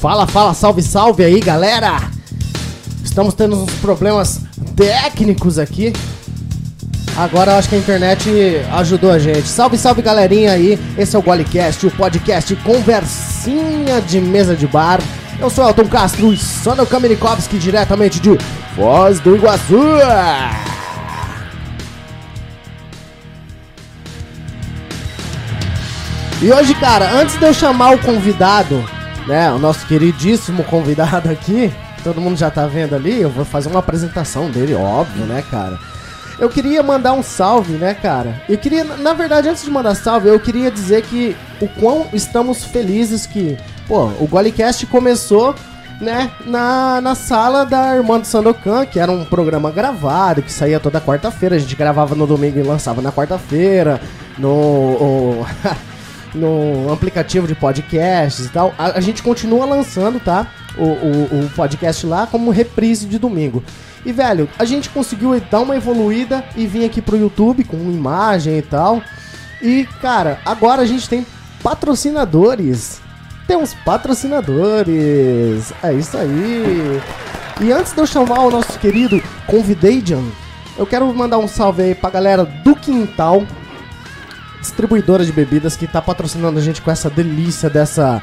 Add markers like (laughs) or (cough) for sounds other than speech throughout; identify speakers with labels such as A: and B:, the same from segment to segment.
A: Fala, fala, salve, salve aí, galera! Estamos tendo uns problemas técnicos aqui. Agora eu acho que a internet ajudou a gente. Salve, salve, galerinha aí. Esse é o Golecast, o podcast Conversinha de Mesa de Bar. Eu sou Elton Castro e Sandro Kamenikovski, diretamente de Foz do Iguaçu. E hoje, cara, antes de eu chamar o convidado, né, o nosso queridíssimo convidado aqui, todo mundo já tá vendo ali, eu vou fazer uma apresentação dele, óbvio, né, cara? Eu queria mandar um salve, né, cara? Eu queria, na verdade, antes de mandar salve, eu queria dizer que o quão estamos felizes que, pô, o Golecast começou, né, na, na sala da Irmã do Sandokan, que era um programa gravado, que saía toda quarta-feira, a gente gravava no domingo e lançava na quarta-feira, no... o- (laughs) no aplicativo de podcasts e tal. A, a gente continua lançando, tá? O, o, o podcast lá como reprise de domingo. E, velho, a gente conseguiu dar uma evoluída e vir aqui pro YouTube com imagem e tal. E, cara, agora a gente tem patrocinadores. Temos patrocinadores. É isso aí. E antes de eu chamar o nosso querido Convidadian, eu quero mandar um salve aí pra galera do Quintal, distribuidora de bebidas que tá patrocinando a gente com essa delícia dessa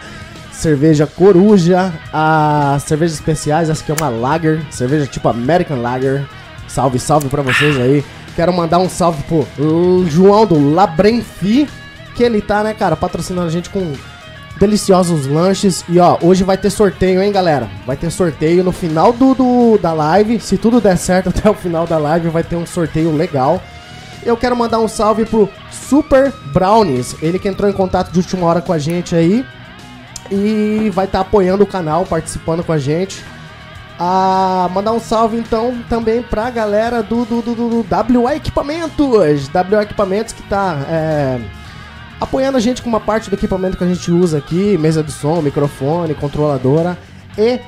A: cerveja coruja, a cervejas especiais, essa que é uma lager, cerveja tipo American Lager. Salve, salve pra vocês aí. Quero mandar um salve pro uh, João do Labrenfi, que ele tá, né, cara, patrocinando a gente com deliciosos lanches. E ó, hoje vai ter sorteio, hein, galera? Vai ter sorteio no final do, do- da live. Se tudo der certo (laughs) até o final da live, vai ter um sorteio legal. Eu quero mandar um salve pro Super Brownies, ele que entrou em contato de última hora com a gente aí e vai estar apoiando o canal, participando com a gente. Ah, mandar um salve então também pra galera do, do, do, do, do WA Equipamentos, WA Equipamentos que tá é, apoiando a gente com uma parte do equipamento que a gente usa aqui, mesa de som, microfone, controladora e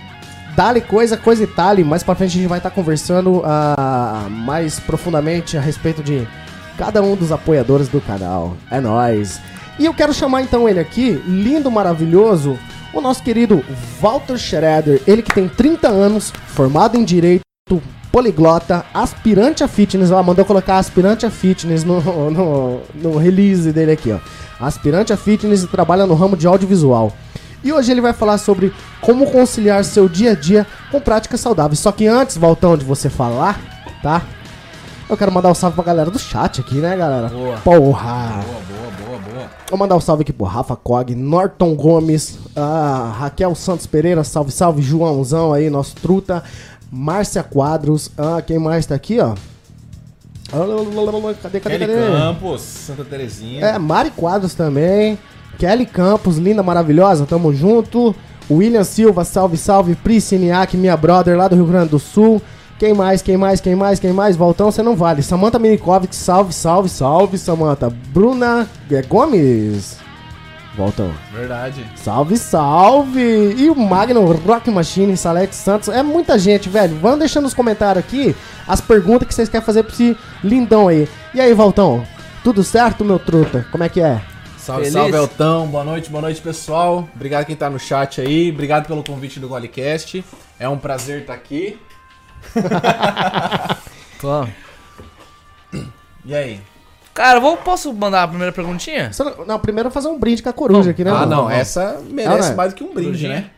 A: dali coisa, coisa e tali. Mais pra frente a gente vai estar conversando ah, mais profundamente a respeito de cada um dos apoiadores do canal. É nóis! E eu quero chamar então ele aqui, lindo, maravilhoso, o nosso querido Walter Schroeder, ele que tem 30 anos, formado em Direito, poliglota, aspirante a fitness, ó, mandou colocar aspirante a fitness no, no, no release dele aqui, ó. Aspirante a fitness e trabalha no ramo de audiovisual. E hoje ele vai falar sobre como conciliar seu dia a dia com práticas saudáveis. Só que antes, Valtão, de você falar, tá? Eu quero mandar um salve pra galera do chat aqui, né, galera?
B: Boa.
A: Porra!
B: Boa, boa, boa, boa.
A: Vou mandar um salve aqui pro Rafa Cog, Norton Gomes, ah, Raquel Santos Pereira, salve, salve, Joãozão aí, nosso truta, Márcia Quadros, ah, quem mais tá aqui, ó? Cadê, cadê, cadê?
B: Kelly Campos, Santa Terezinha.
A: É, Mari Quadros também, Kelly Campos, linda, maravilhosa, tamo junto, William Silva, salve, salve, Pri Ciniac, minha brother lá do Rio Grande do Sul, quem mais, quem mais, quem mais, quem mais, Voltão, você não vale, Samanta Minikovic, salve, salve, salve, Samanta, Bruna é, Gomes... Voltão.
B: Verdade.
A: Salve, salve! E o Magnum Rock Machine, Salete Santos. É muita gente, velho. Vão deixando nos comentários aqui as perguntas que vocês querem fazer pra esse lindão aí. E aí, Valtão? Tudo certo, meu truta? Como é que é?
B: Salve,
C: Feliz?
B: salve, Eltão. Boa noite, boa noite, pessoal. Obrigado quem tá no chat aí. Obrigado pelo convite do Golecast. É um prazer estar aqui.
C: Claro.
B: E aí?
C: Cara, vou, posso mandar a primeira perguntinha?
A: Você Não, não, primeiro fazer um brinde com a coruja aqui, né?
B: ah, não.
A: é.
B: Essa merece
A: Ah, não.
B: mais do que um brinde, né?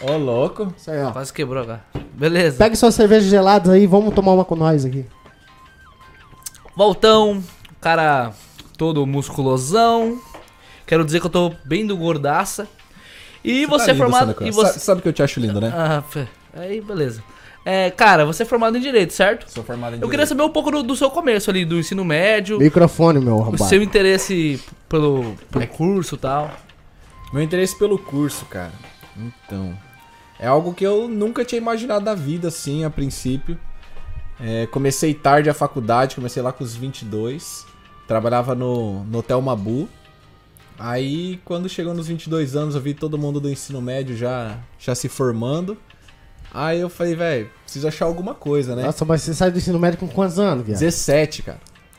B: Ô, louco.
A: Isso aí, ó.
C: Quase quebrou agora. Beleza.
A: Pegue suas cervejas geladas aí, vamos tomar uma com nós aqui.
C: Voltão, cara todo musculosão. Quero dizer que eu tô bem do gordaça. E
B: tá
C: você, é formado. E
B: Você...
C: você...
B: Sabe, que eu te acho lindo, né?
C: Ah, fe- aí, beleza. É, cara, você é formado em Direito, certo?
B: Sou formado em
C: Eu queria
B: direito.
C: saber um pouco do, do seu começo ali, do ensino médio,
A: Microfone, meu
C: o
A: arrombado.
C: seu interesse pelo, pelo curso e tal.
B: Meu interesse pelo curso, cara. Então. É algo que eu nunca tinha imaginado da vida, assim, a princípio. É, comecei tarde a faculdade, comecei lá com os 22. Trabalhava no, no Hotel Mabu. Aí, quando chegou nos 22 anos, eu vi todo mundo do ensino médio já, já se formando. Aí eu falei, velho, preciso achar alguma coisa, né?
A: Nossa, mas você sai do ensino médio com quantos anos, viado?
B: 17, cara.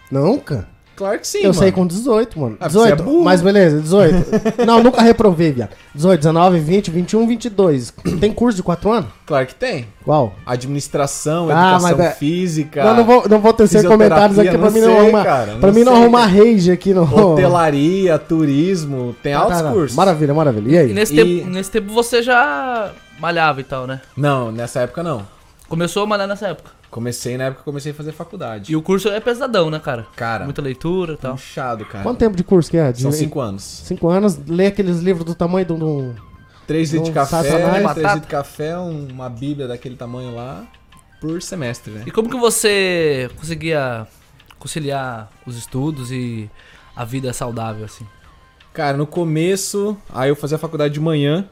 A: Nunca?
B: Claro que sim,
A: eu
B: mano.
A: saí com 18, mano.
B: Ah, porque você é
A: 18,
B: burro.
A: mas beleza,
B: (laughs)
A: 18. não, nunca reprovei, viado. 18, 19, 20, 21, 22. Tem curso de 4 anos?
B: Claro que tem.
A: Qual?
B: Administração,
A: Ah,
B: educação
A: mas é-
B: física,
A: Não, não vou, não vou tecer
B: fisioterapia,
A: comentários aqui pra
B: não
A: mim não
B: sei,
A: arrumar,
B: cara, não
A: pra mim não
B: sei.
A: arrumar rage aqui no...
B: hotelaria, turismo, tem
A: Tá,
B: altos
A: tá, tá.
B: cursos.
A: Maravilha, maravilha. E aí?
C: E nesse,
B: E-
C: Tempo, nesse tempo você já malhava e tal, né?
B: Não, nessa época não.
C: Começou a malhar nessa época.
B: Comecei na época que comecei a fazer faculdade.
C: E o curso é pesadão, né, cara?
B: Cara.
C: Muita leitura e tal.
B: Puxado, cara.
A: Quanto tempo de curso que é? De
B: São cinco anos.
A: cinco anos, lê aqueles livros do tamanho de um- de um...
B: Três litros de café,
A: Satanás.
B: três litros
C: Batata.
B: de café, uma bíblia daquele tamanho lá, por semestre, né?
C: E como que você conseguia conciliar os estudos e a vida saudável, assim?
B: Cara, no começo, aí eu fazia faculdade de manhã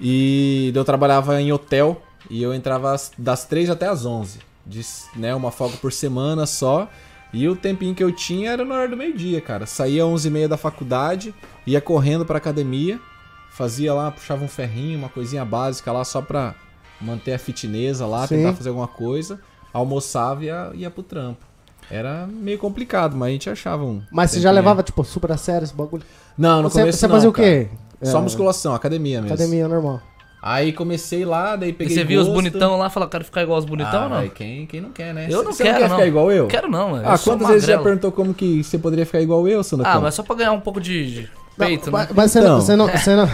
B: e eu trabalhava em hotel e eu entrava às- das 3 até as 11, de, s- né, uma folga por semana só. E o tempinho que eu tinha era na hora do meio-dia, cara. Saía às 11h30 da faculdade, ia correndo pra academia, fazia lá, puxava um ferrinho, uma coisinha básica lá só pra manter a fitineza lá,
A: Sim.
B: tentar fazer alguma coisa, almoçava e ia, ia pro trampo. Era meio complicado, mas a gente achava um.
A: Mas você já
B: tempinho.
A: levava, tipo, super a sério esse bagulho?
B: Não, no
A: Você,
B: começo
A: você
B: não,
A: fazia o
B: cara.
A: quê?
B: Só
A: É,
B: musculação, academia mesmo.
A: Academia normal.
B: Aí comecei lá, daí
C: E
B: peguei.
C: você via os
B: gosto.
C: bonitão lá e falava, quero ficar igual aos
B: Ah,
C: bonitão ou não?
B: vai, quem, quem não quer, né?
C: Eu
B: Você-
C: não
B: você
C: quero,
B: quer
C: não.
B: ficar igual eu?
C: Quero não, mano.
B: Ah,
C: Eu sou
B: quantas vezes você já
C: magrelo.
B: perguntou como que você poderia ficar igual eu, seu
C: Ah,
B: Natan?
C: mas só pra ganhar um pouco de, de
A: Não,
C: peito,
A: mas,
C: né?
A: mas você não.
B: Então.
A: Você não. Você
B: (laughs)
A: não.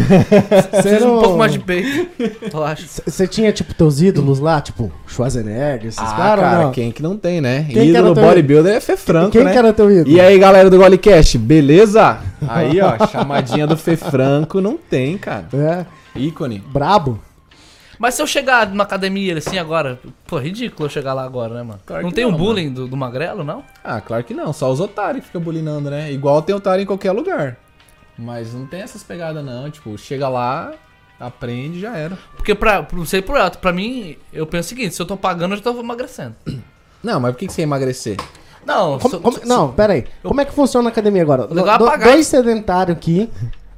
A: (laughs) você
C: Precisa
A: não-
C: um pouco mais de peito, (laughs) eu acho.
A: Você tinha, tipo, teus ídolos lá, tipo, Schwarzenegger, esses
B: Ah,
A: caras? ou
B: cara,
A: não?
B: quem que não tem, né?
A: Quem que era
B: ídolo
A: teu-
B: bodybuilder é Fê Franco,
A: Quem
B: né?
A: que era teu ídolo?
B: E aí, galera do Golecast,
A: (laughs)
B: beleza? Aí, ó, chamadinha do Fê Franco não tem, cara.
A: É,
B: Ícone.
A: brabo.
C: Mas se eu chegar numa academia assim agora, pô, ridículo eu chegar lá agora, né, mano?
B: Claro
C: não
B: que
C: tem o
B: não,
C: bullying do, do magrelo, não?
B: Ah, claro que não, só os otários que ficam bulinando, né? Igual tem otário em qualquer lugar. Mas não tem essas pegadas, não. Tipo, chega lá, aprende já era.
C: Porque pra, não sei pro alto, pra mim, eu penso o seguinte, se eu tô pagando, eu já tô emagrecendo.
B: Não, mas por que que você ia emagrecer?
C: Não,
A: Como-
C: se eu-
A: como-
C: se-
A: não, pera aí. Como é que funciona a academia agora? Do,
C: legal é
A: do-
C: pagar.
A: dois sedentários aqui.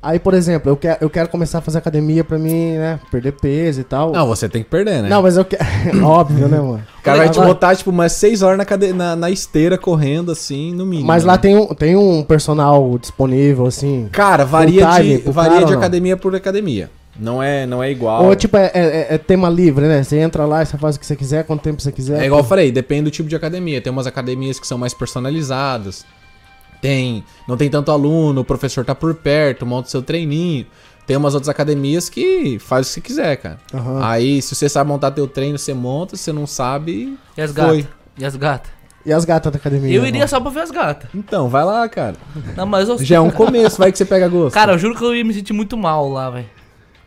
A: Aí, por exemplo, eu, quero eu quero começar a fazer academia pra mim, né? Perder peso e tal.
B: Não, você tem que perder, né?
A: Não, mas eu quero. (laughs) Óbvio, né, mano?
B: o cara vai te
A: Agora-
B: botar, tipo, umas 6 horas na, cade... na, na esteira correndo, assim, no mínimo.
A: Mas lá
B: né?
A: tem um, tem um personal disponível, assim.
B: Cara, varia
A: Full time
B: de,
A: pro
B: varia
A: cara
B: de
A: ou não?
B: academia por academia. Não é, não é igual.
A: Ou tipo, é, é- é tema livre, né? Você entra lá e você faz o que você quiser, quanto tempo você quiser.
B: É igual eu falei, depende do tipo de academia. Tem umas academias que são mais personalizadas. Tem, não tem tanto aluno, o professor tá por perto, monta o seu treininho. Tem umas outras academias que faz o que você quiser, cara.
A: Aham.
B: Aí, se você sabe montar teu treino, você monta, se você não sabe,
C: E as gatas?
B: foi.
C: E as gatas?
A: E as gatas da academia?
C: Eu iria
A: mano?
B: assim,
C: só pra ver as gatas.
B: Então, vai lá, cara.
C: Não, mas eu...
B: Já é um começo, vai que você pega gosto.
C: Cara, eu juro que eu ia me sentir muito mal lá, velho.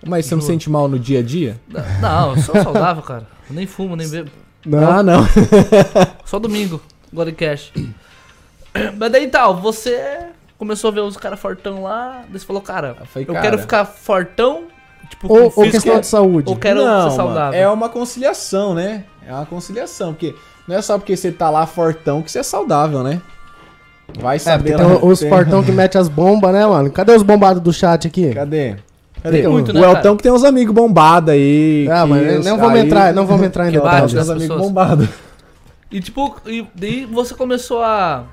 B: Mas você não
C: Juro.
B: sente mal no dia a dia?
C: Não, Não, eu sou saudável, cara. Eu nem fumo, nem bebo.
A: Não.
B: Ah, não.
C: Só domingo, agora em cash. (coughs) Mas daí tal, você começou a ver os caras fortão lá, daí você falou, cara,
B: Eu falei,
C: eu
B: Ah, cara.
C: quero ficar fortão, tipo,
A: Ou, ou
C: com físico,
A: questão de saúde.
C: ou quero
B: não, mano,
C: ser saudável.
B: é uma conciliação, né? É uma conciliação, porque não é só porque você tá lá fortão que você é saudável, né? Vai
A: É, porque
B: saber
A: tem
B: lá-
A: os
B: tem-
A: portão que mete as bombas, né, mano? Cadê os bombados do chat aqui?
B: Cadê? Cadê?
A: Tem
B: o
C: muito, né,
B: o
C: cara?
B: Elton que tem uns amigos bombados aí.
A: Ah,
B: que
A: mas
B: os-
A: não vamos
B: aí-
A: entrar, não vamos entrar ainda.
C: Que bate,
A: Otávio.
B: Tem uns
C: das
B: amigos
C: pessoas.
B: bombados.
C: E tipo, e daí você começou a,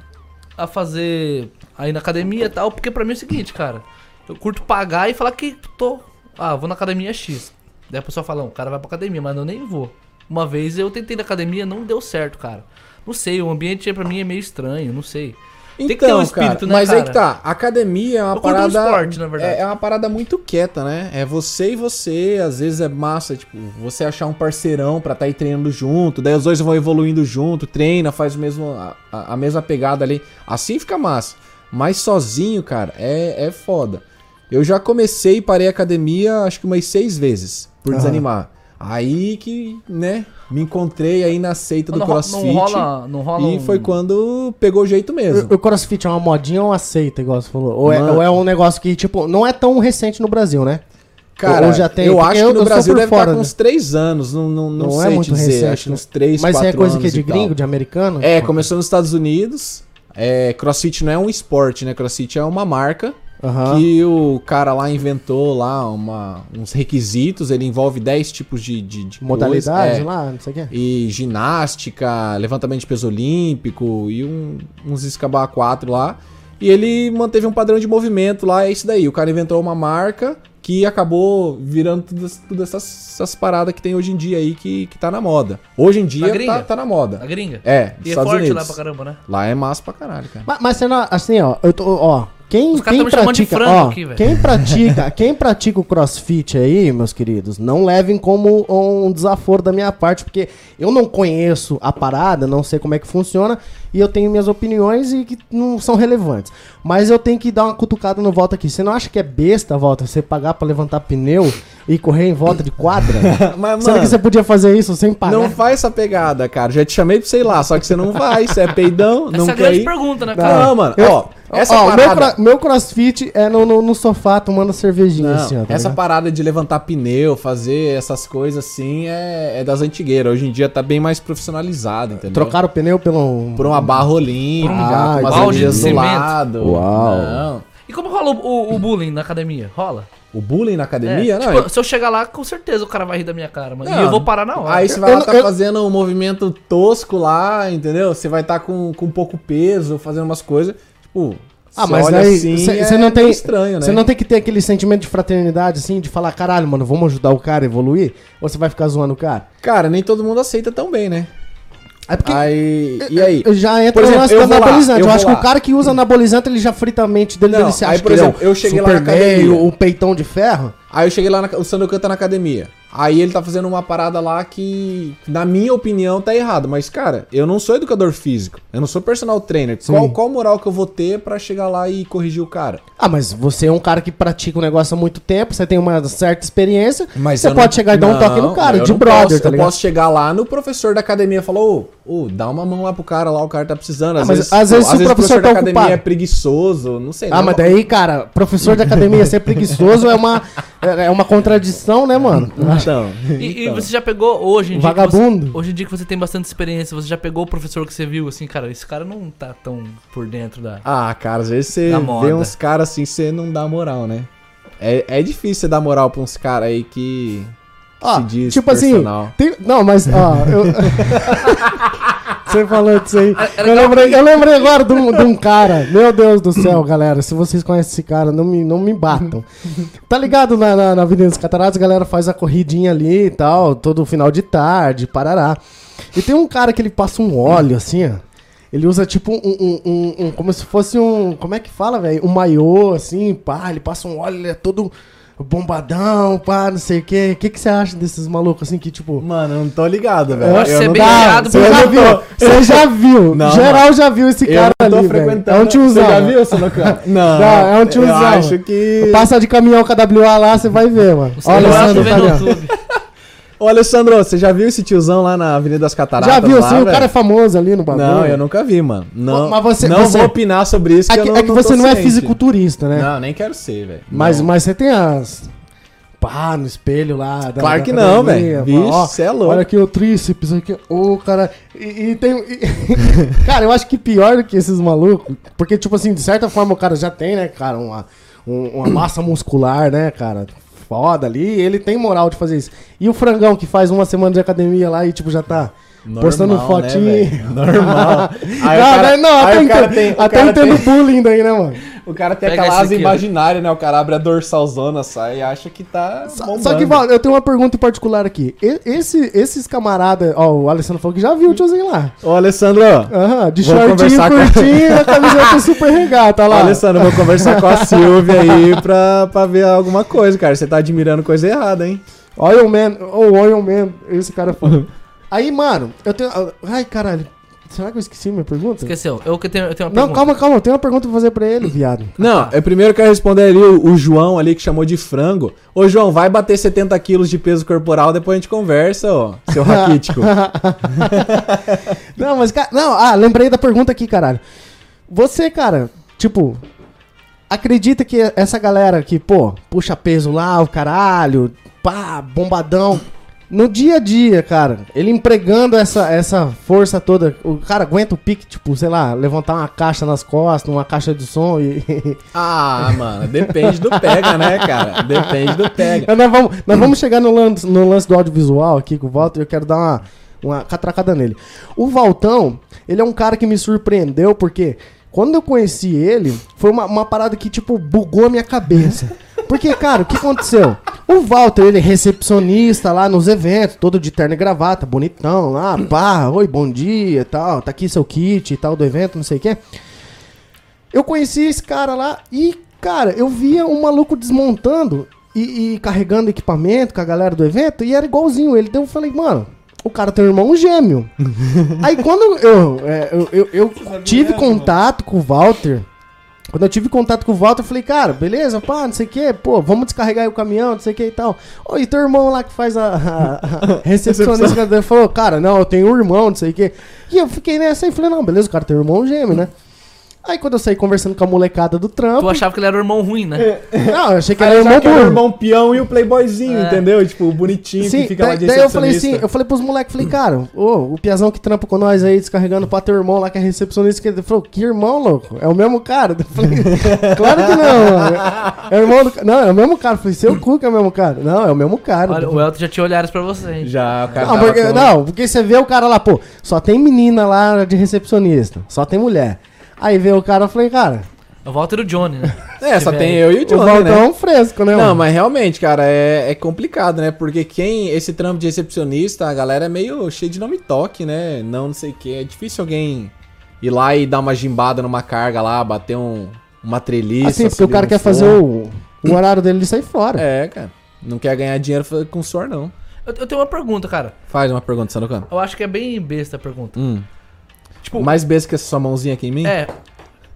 C: a fazer aí na academia e tal, porque pra mim é o seguinte, cara, eu curto pagar e falar que tô, ah, vou na academia X. Daí a pessoa fala, não, o cara vai pra academia, mas eu nem vou. Uma vez eu tentei na academia, não deu certo, cara. Não sei, o ambiente pra mim é meio estranho, não sei. Tem que ter um espírito,
B: Então,
C: né,
B: mas aí
C: cara?
B: que tá, a academia é uma
C: Eu curto um
B: parada.
C: esporte, na verdade.
B: É, é uma parada muito quieta, né? É você e você, às vezes é massa, tipo, você achar um parceirão pra tá aí treinando junto, daí os dois vão evoluindo junto, treina, faz o mesmo, a, a- a mesma pegada ali. Assim fica massa. Mas sozinho, cara, é, é foda. Eu já comecei e parei a academia acho que umas seis vezes, por
A: Aham.
B: desanimar. Aí que, né, me encontrei aí na seita do
C: Não ro-
B: crossfit.
C: Não rola, não rola
B: E
C: um-
B: foi quando pegou o jeito mesmo.
A: O- O crossfit é uma modinha ou aceita, igual você falou? Ou é,
B: Mano.
A: ou é um negócio que, tipo, não é tão recente no Brasil, né?
B: Cara,
A: Ou já tem?
B: eu
A: Porque
B: acho
A: eu-
B: que no
A: eu sou
B: Brasil
A: por
B: deve
A: fora,
B: estar com
A: né?
B: uns 3 anos, não, não, não,
A: Não é
B: sei
A: muito
B: te dizer,
A: recente,
B: acho que
A: né?
B: uns 3,
A: Mas
B: 4
A: é coisa
B: anos
A: que é de
B: e tal.
A: gringo, de americano?
B: É, começou nos Estados Unidos, é, crossfit não é um esporte, né, crossfit é uma marca
A: Aham.
B: que o cara lá inventou lá uma, uns requisitos, ele envolve 10 tipos de, de, de coisa,
A: Modalidade
B: é,
A: lá, não sei o quê.
B: E ginástica, levantamento de peso olímpico e um- uns escabar 4 lá. E ele manteve um padrão de movimento lá, é isso daí. O cara inventou uma marca que acabou virando todas, todas essas, essas paradas que tem hoje em dia aí que, que tá na moda. Hoje em dia
C: gringa?
B: tá, tá na
C: Na
B: moda.
C: gringa.
B: É, dos
C: E é
B: Estados
C: forte
B: Unidos.
C: lá pra caramba, né?
B: Lá é massa pra caralho, cara.
A: Ma- Mas, você não- assim, ó, eu tô, ó, quem,
C: Os caras
A: quem
C: tão me chamando de
A: pratica,
C: frango
A: ó,
C: aqui, velho.
A: quem
C: (laughs)
A: pratica, quem pratica o CrossFit aí, meus queridos, não levem como um desaforo da minha parte, porque eu não conheço a parada, não sei como é que funciona e eu tenho minhas opiniões e que não são relevantes. Mas eu tenho que dar uma cutucada no volta aqui. Você não acha que é besta, volta, você pagar pra levantar pneu e correr em volta de quadra?
B: Mas,
A: Será que você podia fazer isso sem pagar?
B: Não faz essa pegada, cara. Já te chamei pra sei lá, só que você não vai. Você é peidão, não
C: Essa é a
B: quer
C: grande
B: ir.
C: pergunta, né, cara?
B: Não, mano.
A: Eu-
B: ó, essa
A: ó, o meu,
B: parada...
A: cro- meu crossfit é no, no- no sofá tomando cervejinha
B: Não,
A: assim, ó. tá
B: essa
A: ligado?
B: parada de levantar pneu, fazer essas coisas assim é, é das antigueiras. Hoje em dia tá bem mais profissionalizado, entendeu?
A: Trocaram o pneu pelo. um-
B: por uma barra olímpica,
A: Por um
B: com umas
A: balde de
B: anilhas do
C: cimento.
B: lado.
A: Uau.
B: Não.
C: E como rola o, o- o bullying na academia? Rola?
B: O bullying na academia,
C: É,
B: não. é-
C: tipo, se eu chegar lá, com certeza o cara vai rir da minha cara, mano.
B: Não.
C: E eu vou parar na hora.
B: Aí você vai
A: Eu
B: lá,
A: não-
B: tá
A: eu-
B: fazendo um movimento tosco lá, entendeu? Você vai estar tá com, com pouco peso, fazendo umas coisas. Tipo,
A: Ah,
B: você
A: mas
B: olha
A: aí
B: assim,
A: você
B: é
A: não tem
B: meio estranho, né?
A: Você não tem que ter aquele sentimento de fraternidade, assim, de falar, caralho, mano, vamos ajudar o cara a evoluir? Ou você vai ficar zoando o cara?
B: Cara, nem todo mundo aceita tão bem, né?
A: É porque.
B: Aí, e aí?
A: Eu já entra
B: Por exemplo,
A: no lance do
B: eu vou lá,
A: anabolizante.
B: eu
A: Eu,
B: vou
A: acho que
B: lá.
A: o cara que usa anabolizante, ele já frita a mente dele,
B: Não,
A: ele se
B: aí,
A: acha
B: por
A: que ele é um
B: exempman, eu cheguei lá na
A: Superman,
B: academia.
A: o, o peitão de ferro.
B: Aí eu cheguei lá, na, o Sandokan tá na academia. Aí ele tá fazendo uma parada lá que, na minha opinião, tá errado. Mas, cara, eu não sou educador físico. Eu não sou personal trainer. Qual, qual moral que eu vou ter pra chegar lá e corrigir o cara?
A: Ah, mas você é um cara que pratica o negócio há muito tempo, você tem uma certa experiência,
B: Mas
A: você
B: eu
A: pode
B: não-
A: chegar e dar um
B: não,
A: toque no cara,
B: eu
A: de
B: não
A: brother,
B: posso,
A: tá
B: Eu
A: ligado?
B: posso chegar lá no professor da academia e falar, ô, ô, dá uma mão lá pro cara lá, o cara tá precisando. Às
A: Ah, mas
B: vezes,
A: às vezes
B: às
A: se o professor
B: da
A: tá
B: academia
A: ocupado.
B: é preguiçoso, não sei.
A: Ah,
B: não, (laughs)
A: mas daí, cara, professor de academia ser preguiçoso é uma, é uma contradição, né, mano?
B: Então,
C: E, e
B: então.
C: você já pegou hoje em dia. que
A: Vagabundo.
C: você- hoje em dia que você tem bastante experiência, você já pegou o professor que você viu, assim, cara, esse cara não tá tão por dentro da.
B: Ah, cara, às vezes você
C: Da
B: vê
C: moda.
B: uns caras assim, você não dá moral, né? É, é difícil você dar moral pra uns caras aí que
A: Ó,
B: se diz
A: tipo assim,
B: personal.
A: tem- não, mas, ó, eu... Você falou disso aí. Eu lembrei, eu lembrei agora de um, de um cara. Meu Deus do céu, galera. Se vocês conhecem esse cara, não me, não me batam. Tá ligado na, na, na Avenida dos Cataratas, a galera faz a corridinha ali e tal, todo final de tarde, parará. E tem um cara que ele passa um óleo assim, ó. Ele usa tipo um, um, um- um- Como se fosse um. Como é que fala, velho? Um maiô, assim, pá. Ele passa um óleo, ele é todo bombadão, pá, não sei o quê. O que, que você acha desses malucos assim que, tipo.
B: Mano, eu não tô ligado, velho.
C: Eu acho que você é bem
A: Cara,
C: ligado,
A: você
C: mas
A: já
B: eu
A: viu?
B: tô-
A: Você já viu?
B: Não,
A: Geral já viu esse cara
B: eu não tô
A: ali, velho.
B: frequentando.
A: É um tiozão.
B: Você já viu, Sonocan? né? (laughs) não,
A: Não, é um tiozão.
B: Eu acho que...
A: Passa de caminhão com a WA lá, você vai ver, mano.
C: Você
A: Olha,
C: não acha
A: Sandro,
C: vendo
A: tá
C: no
A: ligado?
C: YouTube.
B: Ô, Alessandro, você já viu esse tiozão lá na Avenida das Cataratas?
A: Já viu,
B: lá,
A: sim, o
B: velho?
A: cara é famoso ali no bagulho.
B: Não, eu nunca vi, mano. Não,
A: Mas você-
B: não
A: você-
B: vou opinar sobre isso,
A: É
B: eu
A: que,
B: não
A: é que
B: não
A: você
B: tô
A: não é
B: ciente.
A: fisiculturista, né?
B: Não, nem quero ser, velho.
A: Mas,
B: Não.
A: mas você tem as. Pá, no espelho lá. da-
B: Claro
A: da
B: que não,
A: academia,
B: velho. Vixe,
A: ó,
B: cê é louco.
A: Olha aqui o tríceps aqui. Ô, cara. E, (laughs) e tem. e- cara, eu acho que pior do que esses malucos. Porque, tipo assim, de certa forma o cara já tem, né, cara, uma, um-
B: (coughs)
A: uma massa muscular, né, cara? Foda ali. e Ele tem moral de fazer isso. E o frangão que faz uma semana de academia lá e, tipo, já tá. postando
B: Normal, né,
A: fotinho.
B: (laughs)
A: (laughs)
B: velho? Normal. Aí o
A: não,
B: cara-
A: daí não,
B: aí
A: até,
B: o cara
A: entendo,
B: tem- o
A: até
B: cara
A: entendo
B: tem-
A: bullying daí, né, mano?
B: O cara tem
C: Pega
B: aquela
C: esse
B: asa
C: aqui, ó.
B: imaginária, né? O cara abre a dorsalzona, sai e acha que tá
A: Só-
B: bombando.
A: Só que, Val, eu tenho uma pergunta em particular aqui. E- esse- esses camaradas, ó, o Alessandro falou que já viu o tiozinho lá.
B: Ô, Alessandro,
A: Aham, de
B: Vou
A: shortinho
B: conversar com-
A: curtinho e a
B: (laughs)
A: camiseta super regata, lá.
B: Alessandro, vou conversar com a Silvia aí pra, pra ver alguma coisa, cara. Você tá admirando coisa errada, hein?
A: Oil Man, ou Oil Man, esse cara
B: (laughs)
A: falou. Aí, mano, eu tenho... Ai, caralho, será que eu esqueci minha pergunta?
C: Esqueceu. Eu, que tenho, eu tenho uma
A: Não,
C: pergunta.
A: calma, calma, eu tenho uma pergunta pra fazer pra ele, viado.
B: Não, eu primeiro quero responder ali o, o João ali que chamou de frango. Ô, João, vai bater 70 quilos de peso corporal, depois a gente conversa, ó, (laughs) seu raquítico.
A: Não, mas, cara. Não, ah, lembrei da pergunta aqui, caralho. Você, cara, tipo, acredita que essa galera que, pô, puxa peso lá, o caralho, pá, bombadão. No dia a dia, cara, ele empregando essa, essa força toda, o cara aguenta o pique, tipo, sei lá, levantar uma caixa nas costas, uma caixa de som e. (laughs)
B: Ah, mano, depende do pega, né, cara? Depende do pega.
A: nós vamos, nós vamos chegar no lance, no lance do audiovisual aqui com o Walter e eu quero dar uma, uma catracada nele. O Valtão, ele é um cara que me surpreendeu porque quando eu conheci ele, foi uma, uma parada que, tipo, bugou a minha cabeça. Porque, cara, o que aconteceu? O Walter, ele é recepcionista lá nos eventos, todo de terno e gravata, bonitão lá, pá, oi, bom dia e tal, tá aqui seu kit e tal do evento, não sei o quê. Eu conheci esse cara lá e, cara, eu via um maluco desmontando e, e carregando equipamento com a galera do evento e era igualzinho ele. Então eu falei, mano, o cara tem um irmão gêmeo. Aí quando eu, é, eu, eu, eu tive contato com o Walter. Quando eu tive contato com o Walter, eu falei, cara, beleza, pá, não sei o que, pô, vamos descarregar aí o caminhão, não sei o que e tal. Ô, e teu irmão lá que faz a, a,
B: (laughs)
A: a recepcionista, ele falou, cara, não, eu tenho um irmão, não sei o que. E eu fiquei nessa e falei, não, beleza, o cara tem um irmão gêmeo, né? Aí quando eu saí conversando com a molecada do
C: Tu
A: trampo,
C: achava que ele era o irmão ruim, né?
B: É,
A: não, eu achei que
B: Aí
A: era irmão
B: achava que
A: do
B: era o irmão peão e o playboyzinho, entendeu? Tipo, o bonitinho
A: Sim,
B: que fica lá
A: daí,
B: de
A: daí eu falei assim,
B: recepcionista.
A: eu falei pros moleques, falei, cara, ô, o Piazão que trampa com nós aí, descarregando pra teu irmão lá que é recepcionista, que ele falou, que irmão, louco? É o mesmo cara? (laughs) Eu falei, claro que não, mano. É o irmão do ca- Não, é o mesmo cara. Eu falei, seu cu que é o mesmo cara. Não, é o mesmo cara.
C: Olha, o Elton já tinha olhares pra você, hein?
B: Já, o cara
A: Não
B: tava
A: porque,
B: com-
A: não, porque você vê o cara lá, pô, só tem menina lá de recepcionista, só tem mulher. Aí vê o cara, eu falei, cara,
C: O Walter e o Johnny, né?
B: (laughs) É,
C: Se
B: só
C: tiver
B: tem
C: aí.
B: eu e o
A: o
B: Johnny,
A: Valdão
B: né?
A: é um fresco, né,
B: Não,
A: mano?
B: mas realmente, cara, é, é complicado, né? Porque quem. Esse trampo de recepcionista, a galera é meio cheia de nome toque, né? Não, não sei o que. É difícil alguém ir lá e dar uma gimbada numa carga lá, bater um, uma treliça.
A: assim, porque o
B: subir
A: cara
B: um
A: quer fazer
B: forno.
A: o, o horário dele de sair fora.
B: É, cara. Não quer ganhar dinheiro fa- com suor, não.
C: Eu, eu tenho uma pergunta, cara.
B: Faz uma pergunta, Sanucano.
C: Eu acho que é bem besta a pergunta.
B: Hum.
C: Tipo,
B: Mais besta que essa sua mãozinha aqui em mim?
C: é.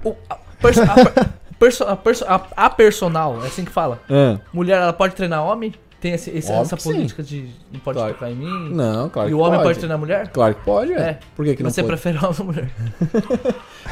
C: o- a, perso- a per- (laughs) perso- a perso- a- a personal, é assim que fala.
B: Ah.
C: Mulher, ela pode treinar homem? Tem esse- esse-
B: Óbvio
C: essa
B: que sim.
C: política de não pode
B: Claro.
C: tocar em mim?
B: Não, claro
C: e
B: que
C: o homem pode.
B: pode
C: treinar mulher?
B: Claro que pode, é.
C: É.
B: Por que, que não
C: Você
B: pode?
C: prefere homem ou
B: (laughs)
C: mulher?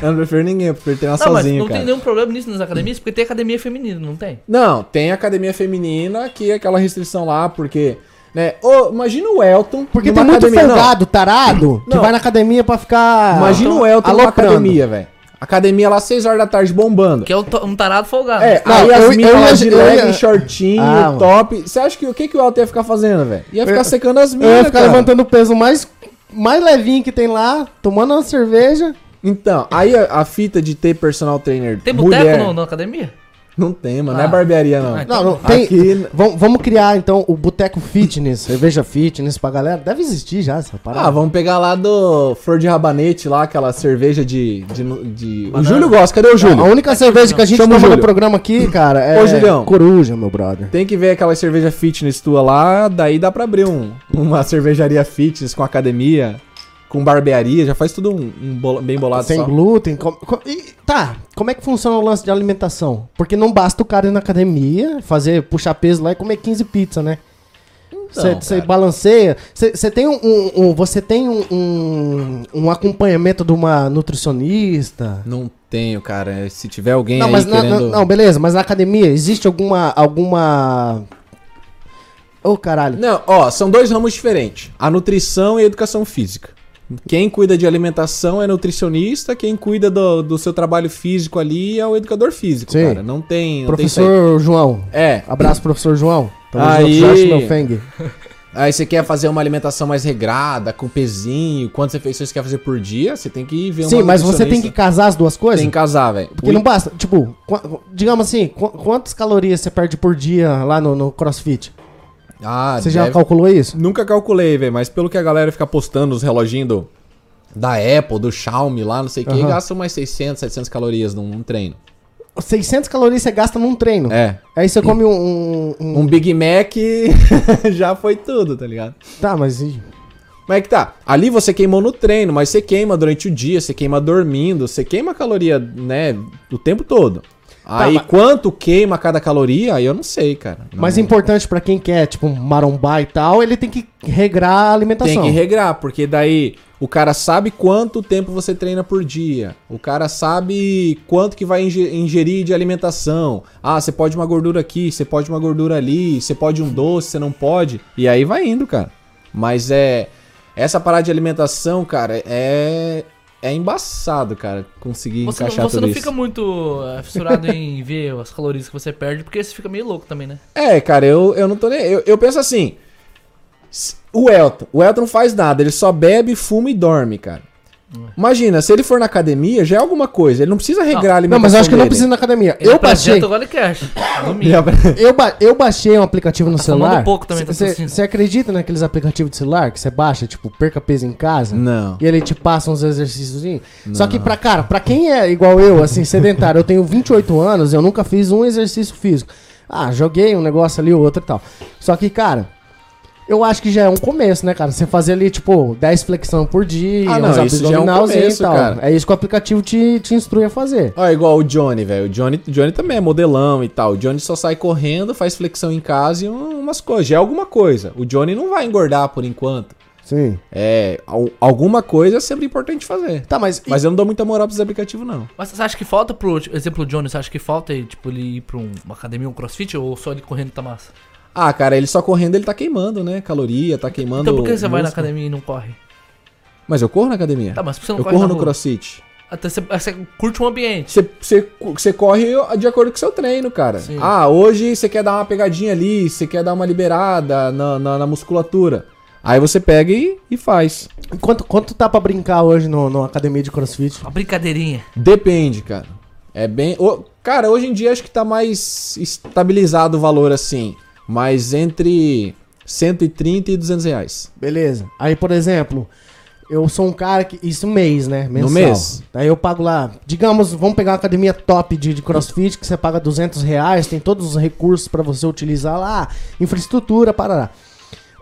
B: Eu não prefiro ninguém, eu prefiro treinar
C: não, mas
B: sozinho,
C: não
B: cara.
C: tem nenhum problema nisso nas academias, porque tem academia feminina, não tem?
B: Não, tem academia feminina, que é aquela restrição lá, porque. Né? Ô, imagina o Elton.
A: Porque
B: numa
A: tem muito
B: academia- não,
A: folgado, tarado, que
B: Não.
A: vai na academia pra ficar.
B: Imagina
A: então,
B: o Elton numa
A: aloprando.
B: academia, velho. Academia lá 6 horas da tarde bombando.
C: Que é um, to- um tarado folgado.
B: É,
A: Não,
B: aí
A: eu-
B: as
A: eu
B: minas lá
A: ia-
B: de
A: eu
B: leg,
A: ia-
B: shortinho,
A: Ah, mano.
B: top. Você acha que o que, que o Elton ia ficar fazendo, velho? Ia ficar
A: Eu-
B: secando as
A: Eu ia
B: minas,
A: É, ficar
B: cara.
A: levantando o peso mais, mais levinho que tem lá, tomando uma cerveja.
B: Então, aí a, a fita de ter personal trainer
C: Tem boteco
B: mulher...
C: no- na academia?
B: Não tem, mano. Não é
C: Ah.
B: barbearia, não.
C: Ah,
A: Não, não tem.
B: Aqui-
A: Vam- vamos criar então o Boteco Fitness, cerveja fitness pra galera. Deve existir já essa
B: Ah,
A: parada.
B: vamos pegar lá do Flor de Rabanete, lá, aquela cerveja de. de, de... O
C: Banana.
B: Júlio gosta, cadê o
A: a
B: Júlio?
A: única cerveja que a gente
B: Ah, Chama o
A: toma no
B: Júlio.
A: programa aqui, cara, é
B: Ô, Julião.
A: coruja, meu brother.
B: Tem que ver aquela cerveja fitness tua lá, daí dá pra abrir um, uma cervejaria fitness com academia, com barbearia, já faz tudo um, um bolo- bem bolado
A: Sem
B: só.
A: glúten. com- com- e- tá, como é que funciona o lance de alimentação? Porque não basta o cara ir na academia, fazer, puxar peso lá e comer 15 pizzas, né?
B: Então,
A: Você
B: cara.
A: balanceia. Você tem, um, um- um- você tem um, um, um acompanhamento de uma nutricionista?
B: Não tenho, cara. Se tiver alguém
A: Não,
B: aí
A: mas na- na-
B: querendo...
A: não, beleza, mas na academia existe alguma. alguma. Ô, caralho.
B: Não, ó, são dois ramos diferentes: a nutrição e a educação física. Quem cuida de alimentação é nutricionista, quem cuida do, do seu trabalho físico ali é o educador físico,
A: Sim.
B: cara. Não tem. Não Tem isso
A: professor João.
B: aí. é.
A: Abraço, professor João.
B: Aí.
A: Jorge Lofeng.
B: Aí você quer fazer uma alimentação mais regrada, com pezinho, quantas refeições você quer fazer por dia, você tem que ver
A: Sim, mas você tem que casar as duas coisas?
B: Tem que casar, velho.
A: Porque não basta, tipo, qu- digamos assim, qu- quantas calorias você perde por dia lá no, no CrossFit?
B: Ah,
A: Você já
B: deve-
A: calculou isso?
B: Nunca calculei, velho, mas pelo que a galera fica postando os reloginhos do- da Apple, do Xiaomi lá, não sei o que,
A: Aham.
B: gasta umas 600, 700 calorias num, num treino.
A: 600 calorias você gasta num treino.
B: É.
A: Aí você come um, um- um-
B: Um Big Mac (laughs) já foi tudo, tá ligado?
A: Tá, mas. e-
B: Como é que tá? Ali você queimou no treino, mas você queima durante o dia, você queima dormindo, você queima caloria, né, o tempo todo. aí
A: mas-
B: quanto queima cada caloria, aí eu não sei, cara. Não-
A: Mas é importante pra quem quer, tipo, marombar e tal, ele tem que regrar a
B: tem
A: alimentação.
B: que regrar, porque daí o cara sabe quanto tempo você treina por dia. O cara sabe quanto que vai inge- ingerir de alimentação. Ah, você pode uma gordura aqui, você pode uma gordura ali, você pode um doce, você não pode. E aí vai indo, cara. Mas é. Essa parada de alimentação, cara, é. É embaçado, cara, conseguir
C: Você, não-
B: encaixar
C: você
B: tudo
C: não
B: isso.
C: fica muito é, fissurado em (laughs) ver as calorias que você perde, porque você fica meio louco também, né?
B: É, cara, eu, eu não tô nem. Eu, eu penso assim. s- O Elton. O Elton não faz nada, ele só bebe, fuma e dorme, cara. Imagina, se ele for na academia, já é alguma coisa. Ele não precisa regrar a
A: Não,
B: alimentação.
A: mas eu acho que não
B: dele.
A: precisa
B: (laughs)
A: ir na academia.
C: Ele tá
A: Eu
C: apresenta
A: baixei,
C: o Gole (coughs) Cash.
B: Ele
C: Domingo.
B: apre-
A: eu, ba- eu baixei um aplicativo no
C: falando
A: celular.
C: pouco também, tá tossindo.
A: Você acredita naqueles aplicativos de celular que você baixa, tipo, perca peso em casa?
B: Não.
A: E ele te passa uns exercícios. Só que, pra, cara, pra quem é igual eu, assim, sedentário, eu tenho 28 anos, eu nunca fiz um exercício físico. Ah, joguei um negócio ali, outro e tal. Só que, cara, eu acho que já é um começo, né, cara? Você fazer ali, tipo, 10 flexão por dia,
B: Ah, não,
A: uns
B: isso já é um
A: abdominalzinho
B: começo,
A: e tal.
B: cara.
A: É isso que o aplicativo te, te instrui a fazer.
B: Ó, igual o Johnny, velho. O Johnny, o Johnny também é modelão e tal. O Johnny só sai correndo, faz flexão em casa e um- umas coisas. Já é alguma coisa. O Johnny não vai engordar por enquanto.
A: Sim.
B: É, al- alguma coisa é sempre importante fazer.
A: Tá, mas.
B: Mas eu não dou muita moral pra esse aplicativo, não.
C: Mas você acha que falta pro tipo, exemplo do Johnny, você acha que falta ele, tipo, ele ir pra um- uma academia, um crossfit, ou só ele correndo tá massa?
B: Ah, cara, ele só correndo, ele tá queimando, né? Caloria, tá queimando.
C: Então por que você vai na
B: músculo.
C: academia e não corre?
B: Mas eu corro na academia.
C: Tá, mas por que você não
B: eu
C: corre
B: corro
C: na
B: no
C: rua?
B: crossfit.
C: Até você, você curte o ambiente.
B: Você, você, você corre de acordo com o seu treino, cara.
C: Sim.
B: Ah, hoje você quer dar uma pegadinha ali, você quer dar uma liberada na, na, na musculatura. Aí você pega e, e faz.
A: Quanto, quanto tá pra brincar hoje no, numa academia de crossfit?
C: Uma brincadeirinha.
B: Depende, cara. É bem. ô, cara, hoje em dia acho que tá mais estabilizado o valor assim. Mas entre 130 e 200 reais.
A: Beleza. Aí, por exemplo, eu sou um cara que. Isso mês, né? Mensal.
B: mês.
A: Aí eu pago lá. Digamos, vamos pegar uma academia top de, de crossfit, que você paga 200 reais, tem todos os recursos pra você utilizar lá, infraestrutura, parará.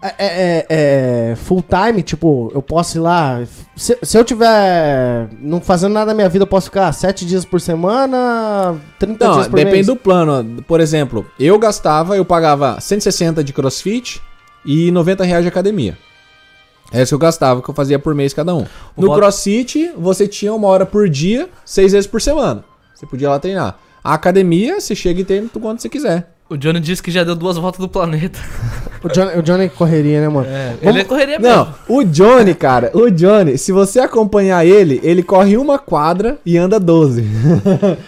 A: É, é- é- é full time, tipo, eu posso ir lá. Se, se eu tiver não fazendo nada na minha vida, eu posso ficar 7 dias por semana, 30
B: Não,
A: dias por
B: depende
A: mês.
B: do plano. ó. Por exemplo, eu gastava, eu pagava 160 de crossfit e 90 reais de academia. É isso que eu gastava, que eu fazia por mês cada um. No
C: Bota-
B: crossfit, você tinha uma hora por dia, seis vezes por semana. Você podia ir lá treinar. A academia, você chega e treina quando você quiser.
C: O Johnny disse que já deu duas voltas do planeta.
A: O Johnny, o Johnny correria, né, mano?
C: É,
A: Vamos-
C: ele é correria
B: Não,
C: mesmo.
B: o Johnny, cara, o Johnny, se você acompanhar ele, ele corre uma quadra e anda
C: (laughs)
B: 12.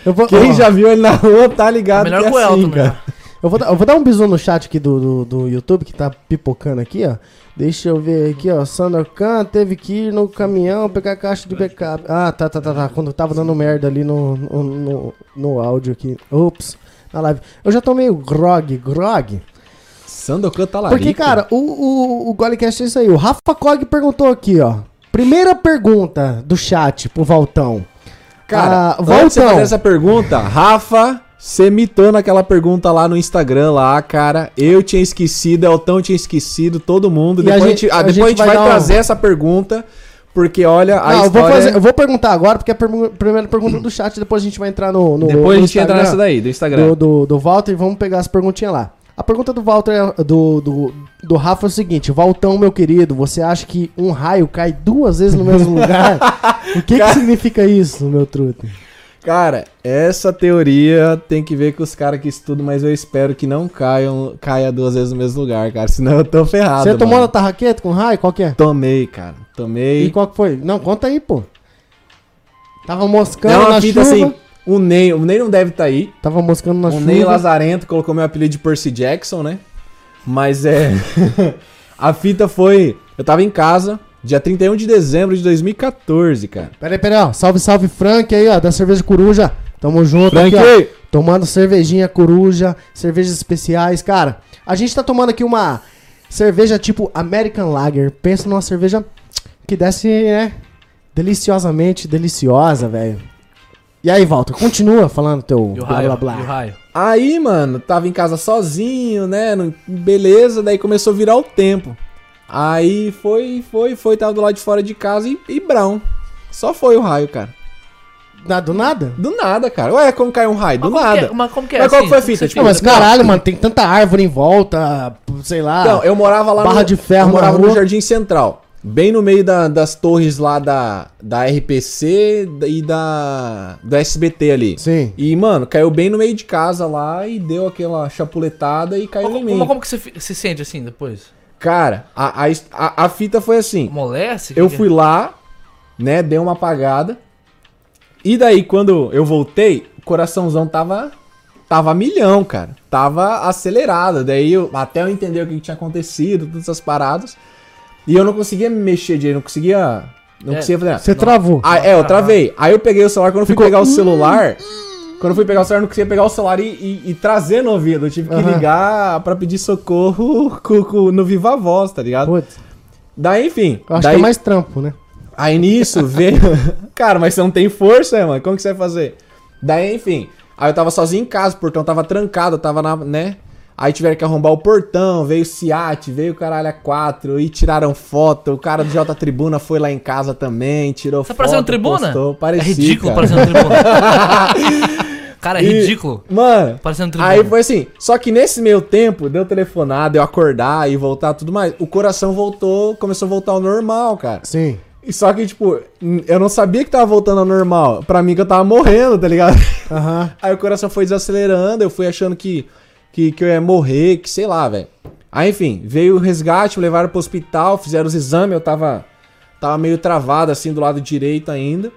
A: Eu vou,
B: Quem
A: ó,
B: já viu ele na rua tá ligado
C: Melhor
B: que é
C: que o
B: assim,
C: Elton,
B: cara.
C: né?
A: Eu vou, dar- eu vou dar um bisu no chat aqui do, do, do YouTube, que tá pipocando aqui, ó. Deixa eu ver aqui, ó. Sandor Khan teve que ir no caminhão pegar a caixa de backup. Ah, tá, tá, tá, tá. Quando eu tava dando merda ali no, no, no, no áudio aqui. Ops, na live. Eu já tô meio grog, grog.
B: Sandokan tá lá.
A: Porque, cara, o, o, o Golecast é isso aí. O Rafa Cog perguntou aqui, ó. Primeira pergunta do chat pro Valtão.
B: Cara,
A: Ah,
B: antes de você
A: Valtão.
B: fazer essa pergunta, Rafa, você mitou naquela pergunta lá no Instagram, lá, cara. Eu tinha esquecido, Elton tinha esquecido, todo mundo.
A: E
B: depois
A: a
B: a
A: gente-
B: gente, ah,
A: a
B: depois
A: gente
B: a gente
A: vai
B: vai,
A: dar um-
B: trazer essa pergunta, porque olha, a
A: Não, eu, vou
B: história- é-
A: fazer- eu vou perguntar agora, porque é a pergu- primeira pergunta do chat, depois a gente vai entrar no. no no
B: Depois a gente entra
A: Instagram.
B: nessa daí, do Instagram.
A: do, do, do Walter e vamos pegar as perguntinhas lá. A pergunta do Walter, é- do, do, do Rafa é o seguinte: Valtão, meu querido, você acha que um raio cai duas vezes no mesmo
B: (laughs)
A: lugar? O que, que significa isso, meu truto?
B: Cara, essa teoria tem que ver com os caras que estudam, mas eu espero que não caiam, caia duas vezes no mesmo lugar, cara. Senão eu tô ferrado.
A: Você tomou na
B: mano.
A: tarraqueta com raio? Qual que é?
B: Tomei, cara. Tomei.
A: E qual que foi? Não, conta aí, pô. Tava moscando
B: É uma
A: na
B: fita
A: chuva.
B: assim. O Ney, o Ney não deve estar aí.
A: Tava moscando na
B: O
A: chuva.
B: Ney Lazarento colocou meu apelido de Percy Jackson, né? Mas é. (laughs) a fita foi. Eu tava em casa, dia 31 de dezembro de 2014, cara.
A: Peraí, peraí, ó. Salve, salve, Frank aí, ó, da cerveja coruja. Tamo junto,
B: Frank!
A: aqui, ó. Tomando cervejinha coruja, cervejas especiais. Cara, a gente tá tomando aqui uma cerveja tipo American Lager. Pensa numa cerveja que desce, né? Deliciosamente deliciosa, velho. E aí, Walter, continua falando teu
C: E o
A: blá blá
C: raio, e o
A: blá.
C: raio.
B: Aí, mano, tava em casa sozinho, né? não- Beleza, daí começou a virar o tempo. Aí foi, foi, foi, tava do lado de fora de casa e, e brown. Só foi o raio, cara.
A: Dá do nada?
B: Do nada, cara. Ué, como caiu um raio? Do
C: Mas como
B: nada.
C: que é- mas como que é
B: Mas qual que
C: assim?
B: foi a
C: Como que
B: fita?
C: você
B: Tipo,
A: Não, mas
B: não,
A: caralho, mano, tem tanta árvore em volta, sei lá.
B: Então, eu morava lá
A: Ah. Barra
B: no,
A: de ferro
B: eu morava
A: na rua.
B: no Jardim Central. Bem no meio da- das torres lá da, da RPC e da, da SBT ali.
A: Sim.
B: E, mano, caiu bem no meio de casa lá e deu aquela chapuletada e caiu
C: Mas
B: em
C: como-
B: mim.
C: mas como que você fi- se sente assim depois?
B: Cara, a, a, his- a, a fita foi assim.
C: Moleste?
B: Eu
C: Que que é?
B: fui lá, né? Dei uma apagada. E daí, quando eu voltei, o coraçãozão tava. Tava a milhão, cara. Tava acelerado. Daí, eu- até eu entender o que que tinha acontecido, todas essas paradas. E eu não conseguia me mexer direito, não conseguia. Não
C: É,
B: conseguia fazer nada.
A: Você um travou.
B: Ah, é, eu travei. Aí eu peguei o celular, quando eu fui pegar o celular. Quando eu fui pegar o celular, eu não conseguia pegar o celular e, e- e trazer no ouvido. Eu tive que
A: Aham.
B: ligar pra pedir socorro (laughs) com- com- no Viva Voz, tá ligado?
A: Putz,
B: Daí, enfim.
A: eu acho
B: daí,
A: que é mais trampo, né?
B: Aí nisso veio. (laughs) Cara, mas você não tem força, né, mano. Como que você vai fazer? Daí, enfim. Aí eu tava sozinho em casa, o portão tava trancado, eu tava na. né? Aí tiveram que arrombar o portão, veio o Ciate, veio o caralho a quatro e tiraram foto. O cara do J Tribuna foi lá em casa também, tirou
C: Tá
B: foto.
C: parecendo tribuna?
B: Postou, parecia,
C: é
B: cara.
C: ridículo parecendo tribuna.
B: (laughs)
C: cara, é
B: E-
C: ridículo.
B: Mano,
C: Parecendo tribuna.
B: aí foi assim. Só que nesse meio tempo, deu telefonada, eu acordar e voltar tudo mais. O coração voltou, começou a voltar ao normal, cara.
A: Sim.
B: E Só que, tipo, n- eu não sabia que tava voltando ao normal. Pra mim, que eu tava morrendo, tá ligado?
A: Aham.
B: (laughs) Aí o coração foi desacelerando, eu fui achando que, que, que eu ia morrer, que sei lá, velho. Aí, enfim, veio o resgate, me levaram pro hospital, fizeram os exames, eu tava, tava meio travado, assim, do lado direito ainda.